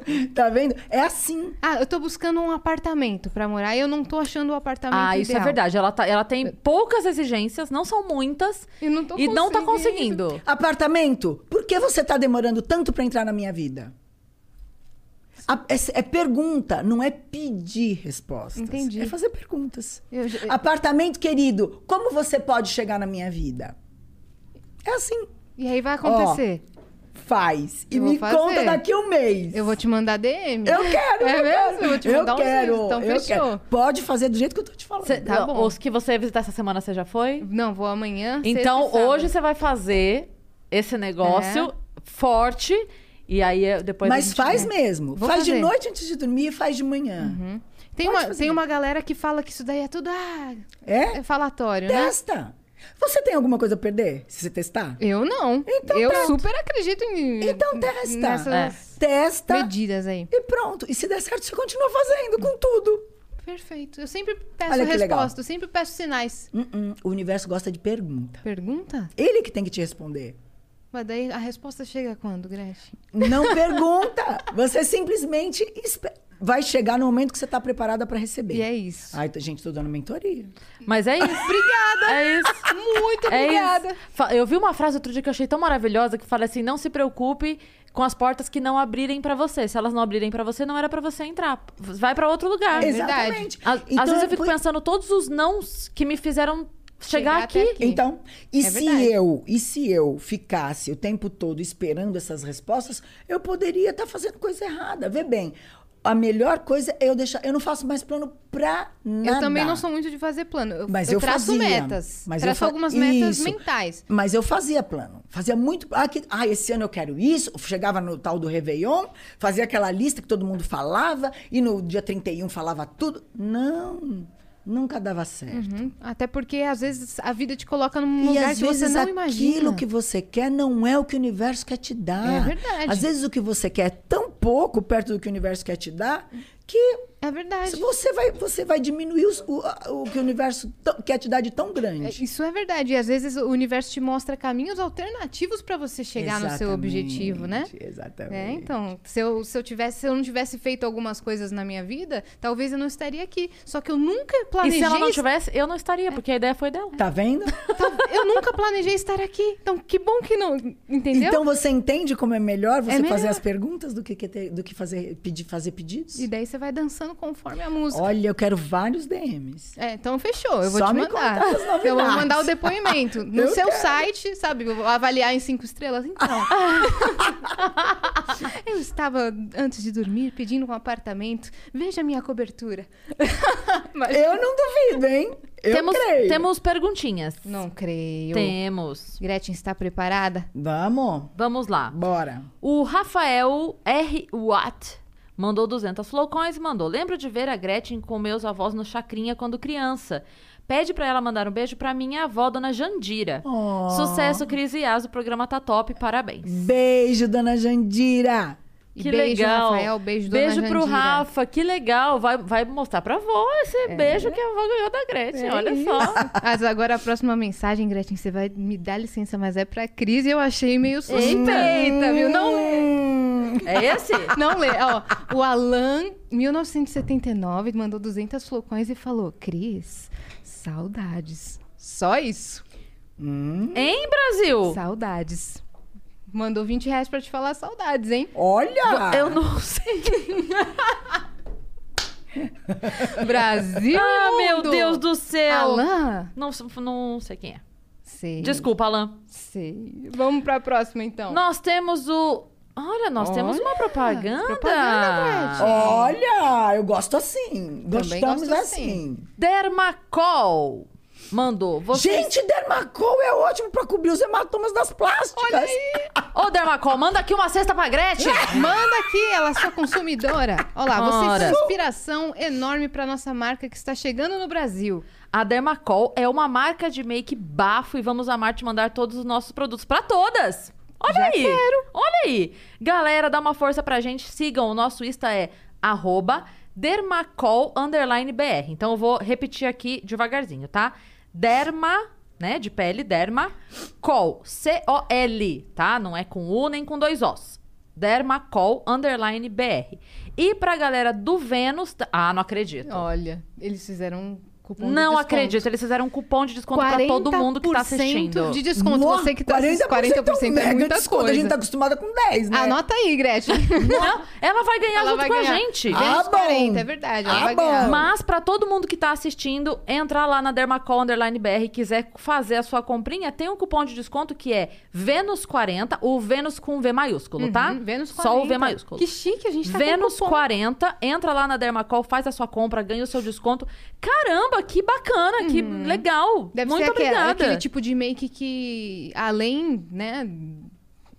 vendo? Tá vendo? É assim.
Ah, eu tô buscando um apartamento pra morar e eu não tô achando o apartamento
Ah, isso é
ideal.
verdade. Ela, tá, ela tem poucas exigências, não são muitas.
E não tô
e não tá
conseguindo.
conseguindo.
Apartamento, por que você tá demorando tanto pra entrar na minha vida? A- é, é pergunta, não é pedir respostas.
Entendi.
É fazer perguntas.
Eu já-
Apartamento, querido, como você pode chegar na minha vida? É assim.
E aí vai acontecer.
Faz. E
Eu vou
me
fazer.
conta daqui a um mês.
Eu vou te mandar DM.
Eu quero,
É mesmo?
eu quero.
Eu vou te mandar
eu
uns
quero,
vídeos, então
eu
fechou.
quero. Pode fazer do jeito que eu tô te falando.
Cê-
Tá bom.
Os que você ia visitar essa semana, você já foi?
Não, vou amanhã. sexta e
Então,
sábado.
hoje você vai fazer esse negócio forte. E aí, é- depois... a
Mas
gente
faz
vê.
mesmo.
Vou
faz de
fazer. Uhum.
noite antes de dormir e faz de manhã.
Tem uma, tem uma galera que fala que isso daí é tudo ah,
É?
é falatório, né?
Testa. Você tem alguma coisa a perder se você testar?
Eu não.
Então
eu
pronto.
super acredito em.
Então testa. Tá.
Nessas
É.
Testa
medidas aí.
e pronto. E se der certo, você continua fazendo com tudo.
Perfeito. Eu sempre peço
Olha que legal.
resposta, eu sempre peço sinais.
Uh-uh. O universo gosta de pergunta.
Pergunta?
Ele que tem que te responder.
Mas daí a resposta chega quando, Gretchen?
Não pergunta. Você simplesmente espe- vai chegar no momento que você tá preparada para receber.
E é isso.
Ai, t- gente, tô dando mentoria.
Mas é isso. obrigada! É isso.
Muito
É
obrigada.
isso. Fa- Eu vi uma frase outro dia que eu achei tão maravilhosa que fala assim: não se preocupe com as portas que não abrirem pra você. Se elas não abrirem pra você, não era pra você entrar. Vai pra outro lugar.
É verdade.
Exatamente. Então,
Às, às vezes eu fico
foi-
pensando todos os nãos que me fizeram chegar,
Chegar
aqui.
até aqui.
Então, e
É
se
verdade.
eu, e se eu ficasse o tempo todo esperando essas respostas, eu poderia estar fazendo coisa errada. Vê bem, a melhor coisa é eu deixar, eu não faço mais plano pra nada.
Eu também não sou muito de fazer plano. Eu,
Mas eu
traço
fazia.
metas.
Mas eu
traço
fa-
algumas metas
Isso.
mentais.
Mas eu fazia plano. Fazia muito. Ah, que- ah, esse ano eu quero isso. Chegava no tal do Réveillon, fazia aquela lista que todo mundo falava, e no dia 31 falava tudo. Não, nunca dava certo.
Hum, Até porque às vezes a vida te coloca num
E
lugar
às
que você
vezes
não
aquilo
imagina.
que você quer não é o que o universo quer te dar.
É verdade.
Às vezes o que você quer é tão pouco perto do que o universo quer te dar que
É verdade.
você vai, você vai diminuir os- o, o que o universo tão- quer te dar de tão
É,
grande.
Isso é verdade. E às vezes o universo te mostra caminhos alternativos pra você chegar no seu objetivo, né?
Exatamente, Exatamente.
É, então, se eu, se, eu tivesse, se eu não tivesse feito algumas coisas na minha vida, talvez eu não estaria aqui. Só que eu nunca
E
planejei.
se ela não tivesse, eu não estaria, porque a ideia foi dela.
Tá vendo?
tal- Então, Eu nunca planejei estar aqui. Então, que bom que não. Entendeu?
Então você entende como é melhor você
melhor.
fazer as perguntas do que, que ter- do que fazer, pedir, fazer pedidos?
E daí você vai dançando conforme a música.
Olha, eu quero vários DMs.
É, então fechou. Eu vou
Só
te
me
mandar.
contar as
eu vou
novidades.
mandar o depoimento no
Eu
seu
quero.
site, sabe? Eu vou avaliar em cinco estrelas. Então. eu estava antes de dormir pedindo um apartamento. Veja minha cobertura. Mas-
Eu não duvido, hein? Eu
temos,
creio.
temos perguntinhas.
Não creio.
Temos.
Gretchen está preparada?
Vamos,
Vamos lá.
bora.
O Rafael R. Watt mandou 200 flocões e mandou: Lembro de ver a Gretchen com meus avós no Chacrinha quando criança. Pede pra ela mandar um beijo pra minha avó, Dona Jandira. Sucesso, Cris e Yas, o programa tá top, parabéns.
Beijo, dona Jandira.
E
que
beijo,
legal.
Rafael. Beijo, Dona
Beijo pro
Jandira. É.
Rafa, que legal. Vai, vai mostrar pra avó esse beijo que a avó ganhou da Gretchen, olha só.
Mas agora a próxima mensagem, Gretchen, você vai me dar licença, mas é pra Cris e eu achei meio suspeita, viu? Não, Hum.
É esse?
Não lê. Ó, o Alan, 1979, mandou 200 flocões e falou: Cris, saudades. Só isso?
Hein, Brasil?
Saudades. Mandou 20 reais pra te falar saudades, hein?
Olha!
Eu não sei.
Brasil!
Ah,
e
meu
mundo!
Deus do céu.
Alan?
Não, não sei quem é.
Sei.
Desculpa, Alan.
Sei. Vamos pra próxima, então.
Nós temos o. Olha, nós temos uma propaganda.
propaganda, Gretchen.
Olha! Eu gosto assim. Gostamos
gosto
assim.
assim.
Dermacol. mandou. Vocês...
Gente, Dermacol é ótimo pra cobrir os hematomas das plásticas. Olha aí.
Ô, Dermacol, manda aqui uma cesta pra Gretchen.
Manda aqui, ela é sua consumidora. Olá, você é
Ora.
uma inspiração enorme para nossa marca que está chegando no Brasil.
A Dermacol é uma marca de make bafo e vamos amar te mandar todos os nossos produtos pra todas. Olha aí. Olha aí. Galera, dá uma força pra gente. Sigam, o nosso Insta é arroba dermacol underline BR. Então eu vou repetir aqui devagarzinho, tá? Derma, né, de pele, derma, col, C-O-L, tá? Não é com U nem com dois Os. Dermacol underline BR. E pra galera do Vênus... tá- Ah, não acredito.
Olha, eles fizeram um cupom de
Não
desconto.
acredito, eles fizeram um cupom de desconto pra todo mundo que tá
40%
assistindo.
de desconto.
Nossa,
você que tá assistindo, 40%,
um
é
mega
muita
desconto.
coisa.
A gente tá acostumada com 10, né?
Anota aí, Gretchen.
Não, ela vai ganhar
Ela
junto
vai
com
ganhar.
a gente.
Ah,
Menos
bom.
40, é verdade. Ela
Ah,
vai
bom.
ganhar. Hum,
Mas pra todo mundo que tá assistindo, entrar lá na Dermacol Underline BR e quiser fazer a sua comprinha, tem um cupom de desconto que é Vênus40, o Vênus com V maiúsculo, tá?
Uhum, Vênus 40.
Só o V maiúsculo.
Que chique, a gente tá
Vênus
com cupom.
40, entra lá na Dermacol, faz a sua compra, ganha o seu desconto. Caramba, que bacana, que legal.
Uhum. Deve
Muito
ser aquele,
obrigada.
aquele tipo de make que, além, né?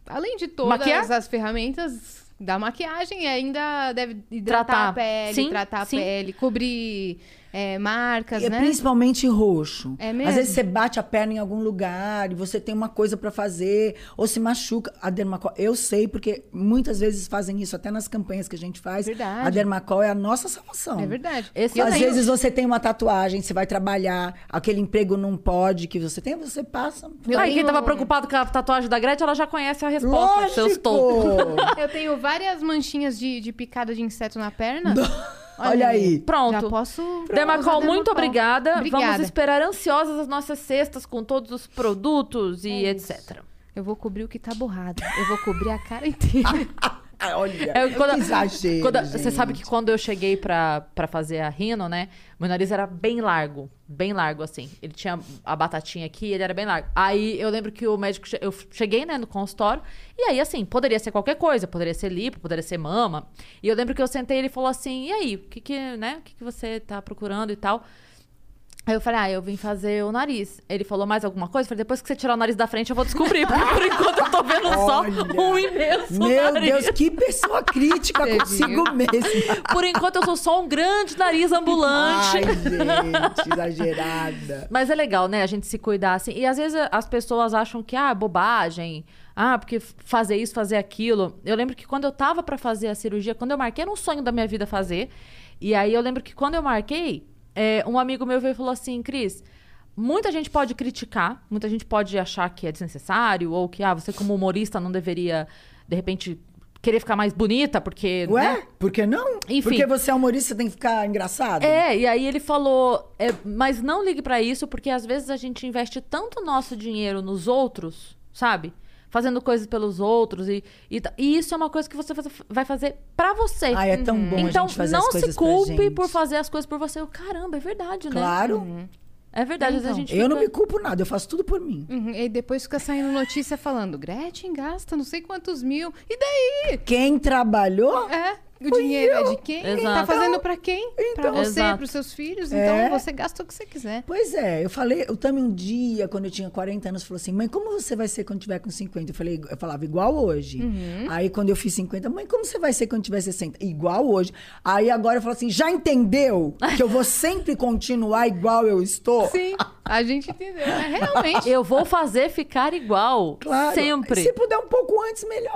Além de todas
Maquiar?
as ferramentas da maquiagem, ainda deve hidratar
Tratar.
a pele,
Sim,
tratar a
sim.
pele, cobrir é, marcas,
E
né?
Principalmente roxo.
É mesmo?
Às vezes você bate a perna em algum lugar e você tem uma coisa pra fazer, ou se machuca. A Dermacol, eu sei, porque muitas vezes fazem isso, até nas campanhas que a gente faz.
Verdade.
A Dermacol é a nossa salvação.
É verdade.
Esse
E às
daí-
vezes você tem uma tatuagem, você vai trabalhar, aquele emprego não pode que você tem, você passa. um
Eu
Aí, é quem
tenho-
tava preocupado com a tatuagem da Gretchen, ela já conhece a resposta. Seus tolos.
Lógico!
Eu tenho várias manchinhas de, de picada de inseto na perna.
Olha aí.
Pronto.
Já posso.
Dermacol,
usar
muito
Dermacol.
obrigada. Vamos
Obrigada.
esperar ansiosas as nossas cestas com todos os produtos e
É
etc.
Eu vou cobrir o que tá borrado. Eu vou cobrir a cara inteira.
Ah, Olha,
É, quando-
que exagero.
quando-
gente.
você sabe que quando eu cheguei pra, pra fazer a rino, né? Meu nariz era bem largo. Bem largo, assim. Ele tinha a batatinha aqui, ele era bem largo. Aí eu lembro que o médico. che- Eu cheguei, né, no consultório. E aí, assim, poderia ser qualquer coisa. Poderia ser lipo, poderia ser mama. E eu lembro que eu sentei e ele falou assim: e aí, o que que, né? O que que você tá procurando e tal? Aí eu falei, ah, eu vim fazer o nariz. Ele falou mais alguma coisa? Eu falei, depois que você tirar o nariz da frente, eu vou descobrir. Porque por enquanto eu tô vendo só
Olha.
um imenso
Meu
nariz.
Deus, que pessoa crítica
Tadinho.
consigo mesma.
Por enquanto eu sou só um grande nariz ambulante.
Ai, gente, exagerada.
Mas é legal, né? A gente se cuidar assim. E às vezes as pessoas acham que, ah, bobagem. Ah, porque fazer isso, fazer aquilo. Eu lembro que quando eu tava pra fazer a cirurgia, quando eu marquei, era um sonho da minha vida fazer. E aí eu lembro que quando eu marquei, é, um amigo meu veio e falou assim, Cris, muita gente pode criticar, muita gente pode achar que é desnecessário, ou que, ah, você como humorista não deveria, de repente, querer ficar mais bonita, porque. né?
Ué? Por que não?
Enfim.
Porque você é humorista, você tem que ficar engraçado?
É, e aí ele falou, é, mas não ligue pra isso, porque às vezes a gente investe tanto nosso dinheiro nos outros, sabe? Fazendo coisas pelos outros e, e, ta- e isso é uma coisa que você faz- vai fazer pra você.
Ai, é tão bom a
então
gente fazer
não
as coisas
se
pra
culpe
gente.
por fazer as coisas por você. Eu, Caramba, é verdade, né?
Claro.
É verdade, às vezes a
Então,
gente
Eu não
fica-
me culpo nada, eu faço tudo por mim.
Uhum, e depois fica saindo notícia falando: Gretchen gasta não sei quantos mil. E daí?
Quem trabalhou,
É, o dinheiro é de quem? Tá
Exato.
fazendo pra quem? pra você,
Exato.
pros seus filhos.
É.
Então você gasta o que você quiser.
Pois é, eu falei, o Tami um dia, quando eu tinha 40 anos, falou assim: mãe, como você vai ser quando tiver com 50? Eu falei, eu falava, igual hoje. Aí quando eu fiz 50, mãe, como você vai ser quando tiver 60? Igual hoje. Aí agora eu falo assim: já entendeu que eu vou sempre continuar igual eu estou?
Sim, a gente entendeu. É, realmente.
Eu vou fazer ficar igual.
Claro.
Sempre.
Se puder um pouco antes, melhor.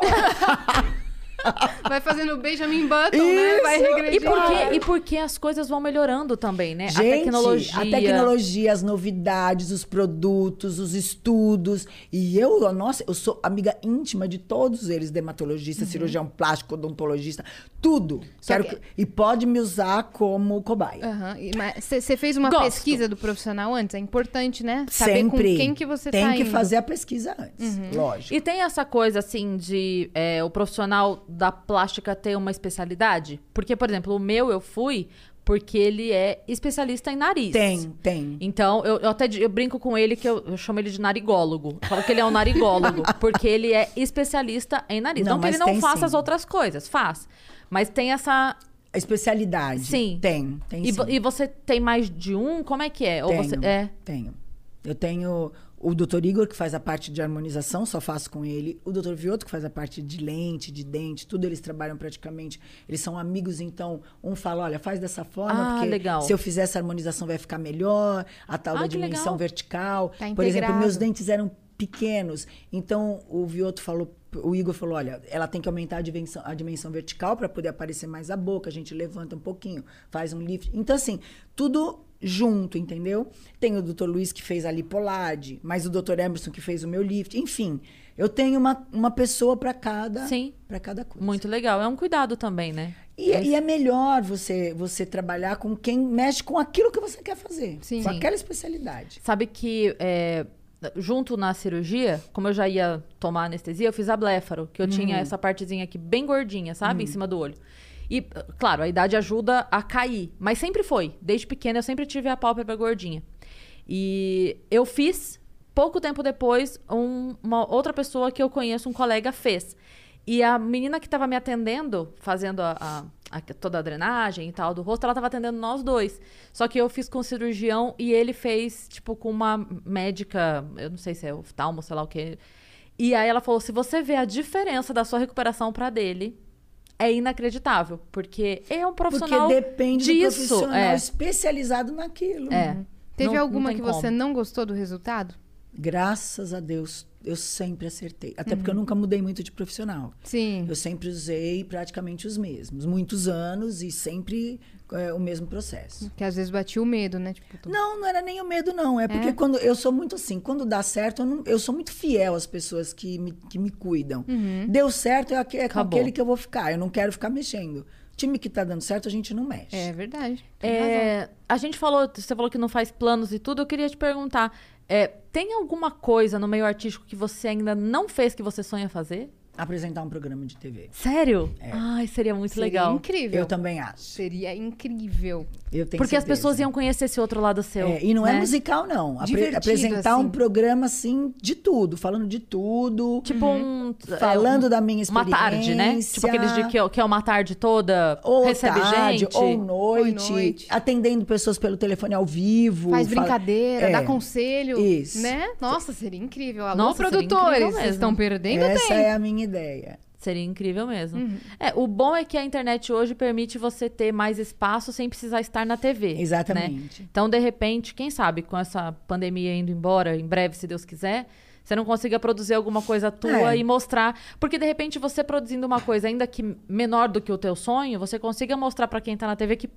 Vai fazendo Benjamin Button, né?
Isso.
Vai
E
regredindo.
porque, e porque as coisas vão melhorando também,
É,
né?
Gente,
a tecnologia.
a tecnologia, as novidades, os produtos, os estudos. E eu, nossa, eu sou amiga íntima de todos eles: dermatologista, cirurgião plástico, odontologista, tudo.
Uhum. Só
Quero
que- Ah,
que- E pode me usar como cobaia.
Aham, e- mas Você fez uma
Gosto.
pesquisa do profissional antes? É importante, né? Saber
Sempre.
com quem que você
Tem
tá
que
indo. Uhum.
fazer a pesquisa antes, lógico.
E tem essa coisa, assim, de é, o profissional da plástica ter uma especialidade? Porque, por exemplo, o meu eu fui porque ele é especialista em nariz.
Tem, tem.
Então, eu, eu até di- eu brinco com ele que eu, eu chamo ele de narigólogo. Eu falo que ele é um narigólogo, porque ele é especialista em nariz.
Não,
Não, que ele
mas
não
tem
faça
sim.
as outras coisas, faz. Mas tem essa
especialidade.
Sim.
Tem, tem
E,
sim.
vo- e você tem mais de um? Como é que é? Ou
Tenho,
você é?
Tenho. Eu tenho o Dr. Igor, que faz a parte de harmonização, só faço com ele. O Dr. Vioto, que faz a parte de lente, de dente, tudo eles trabalham praticamente. Eles são amigos, então um fala, olha, faz dessa forma,
Ah,
porque
legal.
se eu fizer essa harmonização vai ficar melhor, a tal
Ah,
da
que
diminuição
legal.
vertical.
Tá
Por exemplo,
integrado.
meus dentes eram pequenos. Então o Vioto falou, o Igor falou, olha, ela tem que aumentar a dimensão, a dimensão vertical para poder aparecer mais a boca. A gente levanta um pouquinho, faz um lift. Então assim, tudo junto, entendeu? Tem o Dr. Luiz que fez a lipolade, mas o Dr. Emerson que fez o meu lift. Enfim, eu tenho uma, uma pessoa para cada
Sim.
para cada coisa.
Muito legal. É um cuidado também, né?
E, e é melhor você você trabalhar com quem mexe com aquilo que você quer fazer,
Sim.
com aquela especialidade.
Sabe que é, junto na cirurgia, como eu já ia tomar anestesia, eu fiz a bléfaro, que eu tinha essa partezinha aqui bem gordinha, sabe? Em cima do olho. E, claro, a idade ajuda a cair, mas sempre foi. Desde pequena eu sempre tive a pálpebra gordinha. E eu fiz, pouco tempo depois, um- uma outra pessoa que eu conheço, um colega, fez. E a menina que estava me atendendo, fazendo a- a- a- toda a drenagem e tal do rosto, ela estava atendendo nós dois. Só que eu fiz com o cirurgião e ele fez, tipo, com uma médica, eu não sei se é oftalmo, sei lá o quê. E aí ela falou: se você vê a diferença da sua recuperação pra dele, é inacreditável. Porque é um
Porque
profissional.
depende
disso,
do profissional
é.
especializado naquilo.
É.
Teve
Não- não
alguma
tem
que você
como.
não gostou do resultado?
Graças a Deus, eu sempre acertei. Até porque eu
Uhum.
nunca mudei muito de profissional.
Sim.
Eu sempre usei praticamente os mesmos, muitos anos e sempre é, o mesmo
Uhum.
processo.
Que às vezes batia o medo, né? Tipo, tu-
Não, não era nem o medo, não. É porque quando eu sou muito assim, quando dá certo, eu, não- eu sou muito fiel às pessoas que me, que me cuidam. Deu certo, é, aque- é com
Uhum. Acabou.
aquele que eu vou ficar. Eu não quero ficar mexendo. Time que tá dando certo, a gente não mexe.
É verdade. Tem razão.
É, a gente falou, você falou que não faz planos e tudo. Eu queria te perguntar: é, tem alguma coisa no meio artístico que você ainda não fez que você sonha fazer?
Apresentar um programa de TV.
Sério? Ai, seria muito
Seria
legal.
incrível.
Eu também acho.
Seria incrível.
Eu tenho
Porque as
certeza.
pessoas iam conhecer esse outro lado seu.
É, e não é
né?
musical, não. Apre-
Divertido,
apresentar
assim.
um programa, assim, de tudo. Falando de tudo.
Tipo um. é,
Uhum. falando
um-
da minha
Uma
experiência.
tarde, né? Tipo aqueles de que, é- que é uma tarde toda,
Ou
recebe
tarde,
gente.
ou noite,
Ou noite.
Atendendo pessoas pelo telefone ao vivo.
Faz
fala-
brincadeira,
Tipo, É,
dá conselho.
Isso.
Né? Nossa, seria incrível. Alô,
Nossa, seria
produtores,
incrível
vocês
mesmo.
estão perdendo
Essa
tempo.
é a minha ideia.
Seria incrível mesmo.
Uhum.
É, o bom é que a internet hoje permite você ter mais espaço sem precisar estar na TV. né?
Exatamente.
Então, de repente, quem sabe, com essa pandemia indo embora, em breve, se Deus quiser, você não consiga produzir alguma coisa tua
É.
e mostrar. Porque, de repente, você produzindo uma coisa ainda que menor do que o teu sonho, você consiga mostrar pra quem tá na TV que,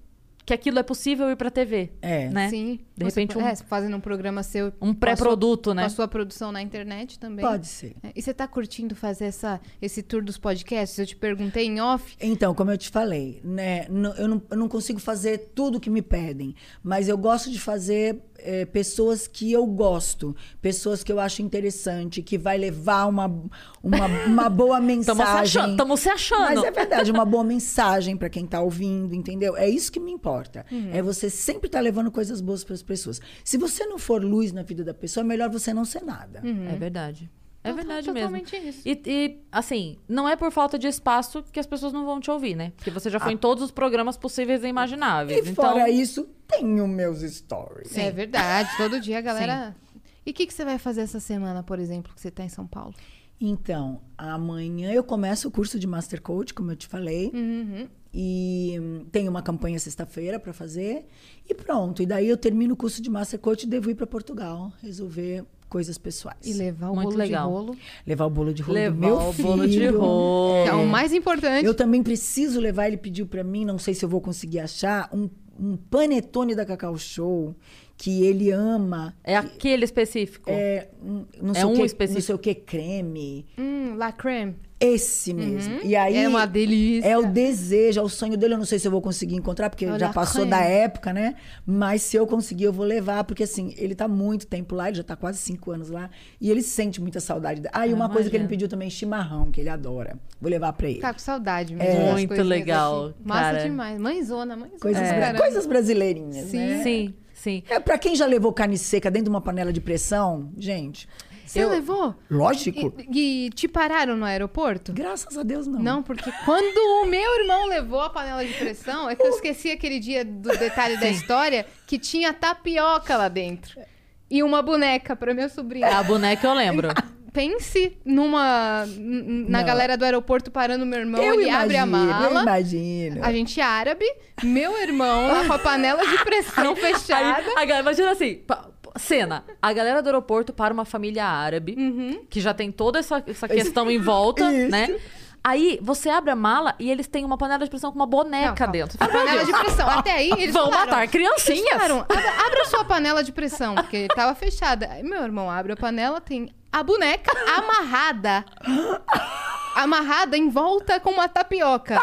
que aquilo é possível ir pra TV.
É.
Né?
Sim.
De
Você
repente,
po-
um-
é, fazendo um programa seu. com a
Um
sua-
pré-produto,
Com
né?
a sua produção na internet também.
Pode ser.
É, E você tá curtindo fazer essa, esse tour dos podcasts? Eu te perguntei em off.
Então, como eu te falei, né, n- eu, não, eu não consigo fazer tudo que me pedem, mas eu gosto de fazer eh, pessoas que eu gosto, pessoas que eu acho interessante, que vai levar uma, uma, uma boa mensagem.
Tamo se achando, tamo se achando.
Mas é verdade, uma boa mensagem pra quem tá ouvindo, entendeu? É isso que me importa.
Uhum.
É você sempre estar levando coisas boas pras pessoas. Se você não for luz na vida da pessoa, é melhor você não ser nada.
É verdade. É
Total-
verdade
totalmente
mesmo.
isso.
E, e, assim, não é por falta de espaço que as pessoas não vão te ouvir, né? Porque você já foi em todos os programas possíveis e
Ah. E
imagináveis. então,
fora isso, tenho meus stories.
É verdade. Todo dia a galera. E o que, que você vai fazer essa semana, por exemplo, que você tá em São Paulo?
Então, amanhã eu começo o curso de Master Coach, como eu te falei.
Uhum.
E hum, tenho uma campanha sexta-feira para fazer. E pronto. E daí eu termino o curso de Master Coach e devo ir para Portugal resolver coisas pessoais.
E levar o
Muito
bolo
legal.
de rolo.
levar o bolo de rolo
levar
do meu
o
filho.
bolo de rolo.
Que é o mais importante.
Eu também preciso levar, ele pediu para mim, não sei se eu vou conseguir achar, um, um panetone da Cacau Show que ele ama.
É aquele específico.
É, um- não
É
sei o
um
que,
específico.
Não sei o que, creme.
Hum, La Creme.
Esse mesmo. E aí
É uma delícia.
É o desejo, é o sonho dele. Eu não sei se eu vou conseguir encontrar, porque
Olha,
já passou
creme.
da época, né? Mas se eu conseguir, eu vou levar, porque assim, ele tá muito tempo lá, ele já tá quase cinco anos lá, e ele sente muita saudade. da- Ah, e
Eu
uma coisa que ele
imagino.
me pediu também, chimarrão, que ele adora. Vou levar pra ele.
Tá com saudade mesmo.
É.
das
Muito
coisinhas assim.
legal,
Massa
cara. É.
demais. Mãezona, mãezona.
Coisas,
pra
bra-
caramba.
coisas brasileirinhas, né?
Sim, sim.
É, pra quem já levou carne seca dentro de uma panela de pressão, gente,
Você levou?
Lógico.
E, e te pararam no aeroporto?
Graças a Deus, não.
Não, porque quando o meu irmão levou a panela de pressão, é que eu esqueci aquele dia do detalhe da história que tinha tapioca lá dentro. E uma boneca para meu sobrinho.
É A boneca eu lembro.
Pense numa. n- n- na
Não.
galera do aeroporto parando meu irmão,
eu
ele
imagino,
abre a
eu
mala.
imagino.
A gente é árabe, meu irmão lá com a panela de pressão fechada.
Aí, a galera- imagina assim, pa- pa- cena. A galera do aeroporto para uma família árabe, que já tem toda essa, essa questão em volta,
Uhum. Isso.
né? Aí você abre a mala e eles têm uma panela de pressão com uma
Não,
boneca
calma.
dentro.
A panela de pressão. Até aí eles
Vão
falaram-
matar criancinhas.
Eles falaram, abra, abra sua panela de pressão, porque tava fechada. Aí meu irmão abre a panela, tem a boneca amarrada. Amarrada em volta com uma tapioca.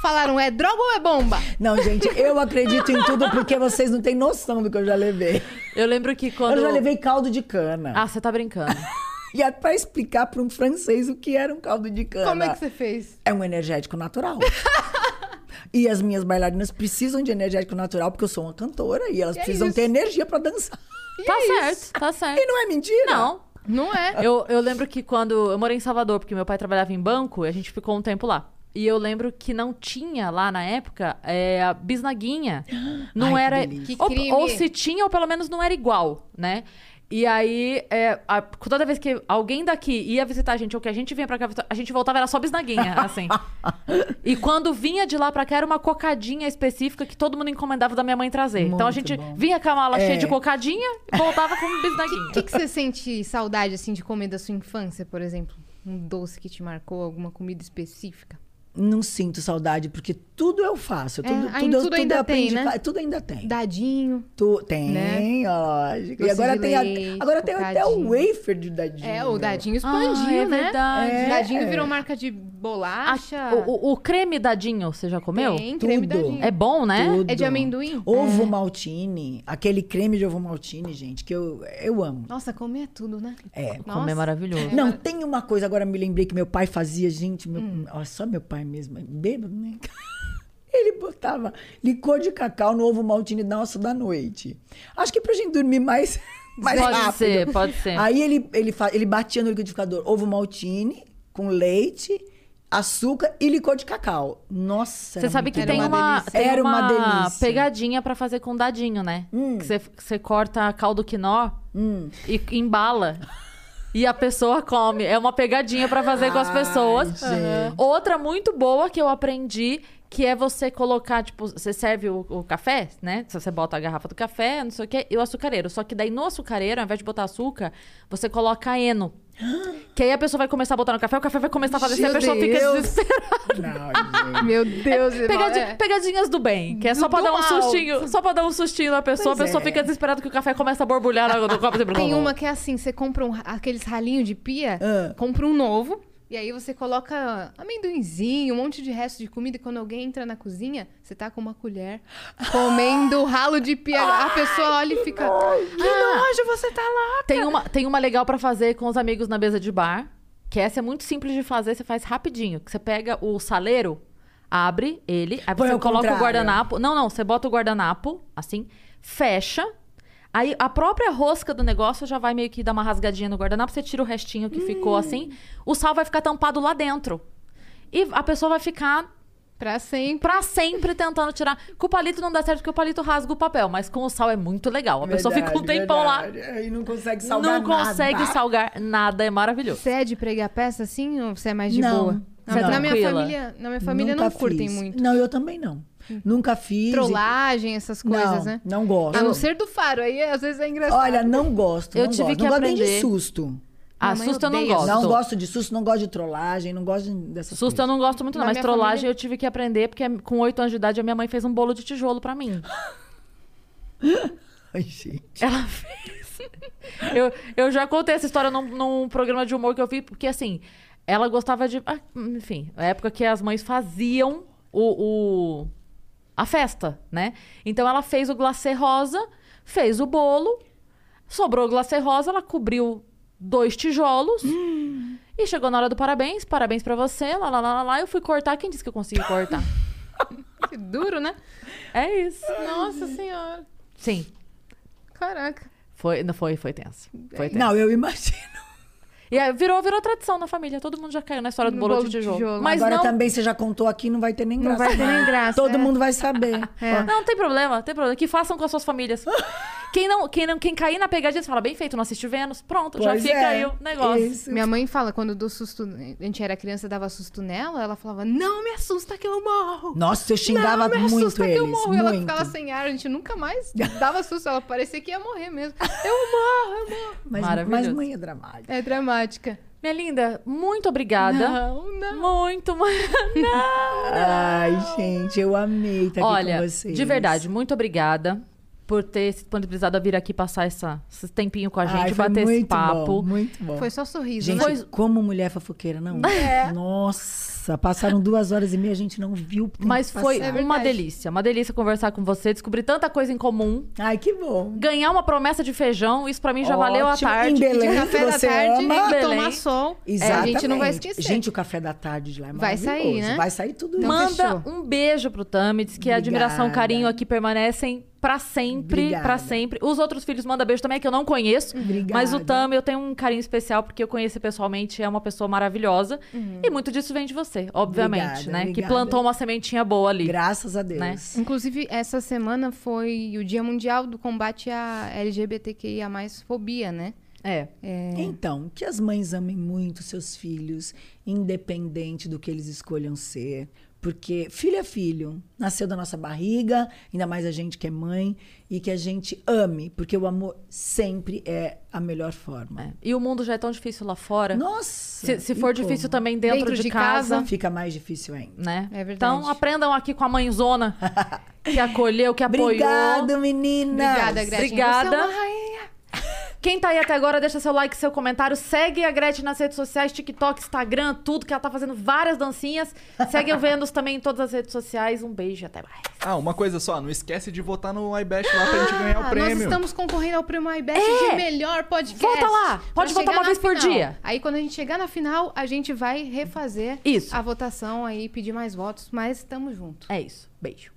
Falaram, é droga ou é bomba?
Não, gente, eu acredito em tudo porque vocês não têm noção do que eu já levei.
Eu lembro que quando.
Eu já levei caldo de cana.
Ah, você tá brincando.
E é pra explicar pra um francês o que era um caldo de cana.
Como é que você fez?
É um energético natural. e as minhas bailarinas precisam de energético natural porque eu sou uma cantora e elas
E é
precisam
isso.
ter energia pra dançar.
tá certo, tá certo.
E não é mentira?
Não.
é Não é.
Eu, eu lembro que quando. Eu morei em Salvador, porque meu pai trabalhava em banco e a gente ficou um tempo lá. E eu lembro que não tinha lá na época é, a bisnaguinha. Não
Ai, que
era.
delícia.
Que
ou,
crime.
ou se tinha, ou pelo menos não era igual, né? E aí, é, a- toda vez que alguém daqui ia visitar a gente, ou que a gente vinha pra cá, visitar, a gente voltava, era só bisnaguinha, assim. e quando vinha de lá pra cá, era uma cocadinha específica que todo mundo encomendava da minha mãe trazer. então a
Muito
gente
bom.
vinha com a mala
É.
cheia de cocadinha, voltava com bisnaguinha.
O que, que você sente saudade, assim, de comer da sua infância, por exemplo? Um doce que te marcou, alguma comida específica?
Não sinto saudade porque tudo eu faço. Tudo,
É, ainda-
tudo, eu-
tudo
tudo
ainda
eu aprendi,
tem, né?
a fa- Tudo ainda tem.
Dadinho.
Tu, tem,
Né?
lógico.
Doce
e agora
de
tem, a-
leite,
agora tem até o
cocadinho.
wafer de dadinho.
É, o dadinho
Ah,
expandiu,
é
né?
verdade.
O
É.
Dadinho virou marca de
Ah,
bolacha.
o, o- o creme dadinho, você já comeu?
Tem, creme
Tudo.
dadinho.
É bom, né?
Tudo.
É de amendoim?
Ovo maltine, aquele creme de ovo maltine, gente, que eu, eu amo.
Nossa, comer é tudo, né?
É.
Nossa.
Como é maravilhoso.
Não, tem uma coisa, agora me lembrei que meu pai fazia, gente, meu,
Hum.
ó, só meu pai mesmo, é bêbado, né? Ele botava licor de cacau no ovo maltine nosso da noite. Acho que pra gente dormir mais, mais
pode
rápido.
ser, pode ser.
Aí ele, ele, fa- ele batia no liquidificador ovo maltine com leite, açúcar e licor de cacau. Nossa,
Você
era
sabe que
muito bom.
tem
uma
uma,
delícia.
tem
Era uma delícia. Hum.
pegadinha pra fazer com dadinho, né? Que você- que você corta caldo quinó e embala. E a pessoa come. É uma pegadinha pra fazer com as
Ai,
pessoas.
gente. Aham.
Outra muito boa que eu aprendi, que é você colocar, tipo, você serve o, o café, né? Você bota a garrafa do café, não sei o quê, e o açucareiro. Só que daí no açucareiro, ao invés de botar açúcar, você coloca eno. Que aí a pessoa vai começar a botar no café, o café vai começar a fazer e a
Meu
pessoa fica
Deus.
desesperada.
Não, gente.
Meu Deus, irmão,
Pegadi-
é.
Pegadinhas do é. bem, que é
Do-
só pra
do
dar um
mal.
sustinho, só pra dar um sustinho na pessoa, a pessoa fica desesperada que o café começa a borbulhar na- no copo de
Tem uma que é assim, você compra um ra- aqueles ralinhos de pia,
Ah.
compra um novo, e aí você coloca amendoinzinho, um monte de resto de comida, e quando alguém entra na cozinha, você tá com uma colher comendo o ralo de pia. a pessoa olha e fica... Que nojo, você tá lá!
Tem uma, tem uma legal pra fazer com os amigos na mesa de bar, que essa é muito simples de fazer, você faz rapidinho, que você pega o saleiro, abre ele, aí
Põe
você
ao
coloca o
contrário.
guardanapo. Não, não, você bota o guardanapo assim, fecha. Aí a própria rosca do negócio já vai meio que dar uma rasgadinha no guardanapo, você tira o restinho que ficou assim, o sal vai ficar tampado lá dentro. E a pessoa vai ficar
Pra sempre.
pra sempre tentando tirar. Com o palito não dá certo porque o palito rasga o papel, mas com o sal é muito legal. A pessoa fica um tempão lá,
lá. É, E não consegue salgar
não consegue
nada.
salgar nada, é maravilhoso.
Você é de pregar peça assim ou você é mais de
Não.
boa?
Você é
na, minha
tranquila?
família, na minha família
Nunca
não curtem
fiz.
muito.
Não, eu também não. Nunca fiz.
Trollagem, essas coisas,
não,
né?
Não gosto.
A não ser do faro, aí às vezes é engraçado.
Olha, não gosto.
Eu
não
tive
gosto.
que
não gosto nem
aprender.
de susto.
Ah,
Minha mãe
susto eu não
odeia
gosto.
susto.
Não gosto de susto, não gosto de trollagem, não gosto dessas
Susto eu
coisas.
não gosto muito, não.
Na
mas
minha
trollagem
família-
eu tive que aprender, porque com 8 anos de idade a minha mãe fez um bolo de tijolo pra mim.
Ai, gente.
Ela fez. Eu, eu já contei essa história num, num programa de humor que eu vi, porque assim, ela gostava de. ah, enfim, a época que as mães faziam o, o- a festa, né? Então ela fez o glacê rosa, fez o bolo, sobrou o glacê rosa, ela cobriu dois tijolos. E chegou na hora do parabéns, parabéns pra você, lá, lá, lá, lá, lá. Eu fui cortar, quem disse que eu consegui cortar?
Que duro, né?
é isso.
Nossa senhora.
Sim.
Caraca.
Foi, não foi, foi tenso. Foi tenso.
Não, eu imagino.
E aí virou, virou tradição na família. Todo mundo já caiu na história do
No
bolo,
bolo
de
de
tijolo.
tijolo.
Mas
Agora
não,
também você já contou aqui, não vai ter nem
Não
graça.
vai ter nem graça,
Todo
é.
mundo vai saber.
É.
Não, não tem problema, tem problema. Que façam com as suas famílias. quem não, quem não, quem cair na pegadinha, você fala, bem feito, não assistiu Vênus. Pronto, já
Pois
fica
é,
aí o negócio.
isso.
Minha mãe fala, quando eu dou susto, a gente era criança, dava susto nela, ela falava, não me assusta que eu morro.
Nossa, eu xingava
não, me
muito
assusta
eles.
que eu morro.
Muito.
Ela ficava assim. sem ar, a gente nunca mais dava susto. Ela parecia que ia morrer mesmo. Eu morro, eu morro.
mas, mas
Maravilhoso.
mãe é dramática.
É dramática.
Minha linda, muito obrigada.
Não, não.
Muito, mas não.
Ai, gente, eu amei estar
Olha,
aqui com vocês.
de verdade, muito obrigada por ter se disponibilizado a vir aqui passar essa, esse tempinho com a gente,
Ai, foi
bater esse
muito
papo.
Bom, muito bom.
Foi só sorriso,
Gente,
né?
como mulher fofoqueira, não?
É.
Nossa, passaram duas horas e meia, a gente não viu. o tempo
Mas foi
passar.
É
uma
verdade.
delícia, uma delícia conversar com você, descobrir tanta coisa em comum,
Ai, que bom.
ganhar uma promessa de feijão, isso pra mim já valeu a
Ótimo.
tarde.
Em
De
Belém, que
café da
você
tarde,
ama.
e
Belém.
tomar sol. É,
É,
Exatamente.
A gente não vai esquecer.
Gente, o café da tarde de lá é
Vai sair,
maravilhoso.
né?
Vai sair tudo
Então,
isso.
Manda
fechou.
um beijo pro Tami, diz que a admiração, o
Obrigada.
carinho aqui permanecem pra sempre,
Obrigada.
pra sempre. Os outros filhos manda beijo também, é que eu não conheço,
Obrigada.
mas o Tami eu tenho um carinho especial porque eu conheci pessoalmente, é uma pessoa maravilhosa e muito disso vem de você, obviamente,
Uhum. Obrigada,
né? Que
obrigada.
plantou uma sementinha boa ali.
Graças a Deus.
Né?
Inclusive, essa semana foi o Dia Mundial do Combate à LGBTQIA+, fobia, né?
É.
Então, que as mães amem muito seus filhos, independente do que eles escolham ser. Porque filho é filho, nasceu da nossa barriga, ainda mais a gente que é mãe, e que a gente ame, porque o amor sempre é a melhor forma.
é. E o mundo já é tão difícil lá fora.
Nossa!
se, se
e
for difícil
como?
também dentro,
Dentro
de,
de
casa,
casa.
Fica mais difícil ainda.
né?
É verdade.
Então aprendam aqui com a mãezona que acolheu, que apoiou.
Obrigado, meninas!
Obrigada, Gretchen.
Obrigada.
Você é uma rainha.
Quem tá aí até agora, deixa seu like, seu comentário. Segue a Gretchen nas redes sociais, TikTok, Instagram, tudo, que ela tá fazendo várias dancinhas. Segue o Vênus também em todas as redes sociais. Um beijo e até mais.
Ah, uma coisa só, não esquece de votar no iBest lá pra gente ganhar o
Ah,
prêmio.
Nós estamos concorrendo ao prêmio iBest de melhor podcast.
É. Volta lá. Pode votar
Pra chegar
uma
na
vez por
final.
dia.
Aí quando a gente chegar na final, a gente vai refazer
Isso.
a votação aí, pedir mais votos, mas estamos juntos.
É isso. Beijo.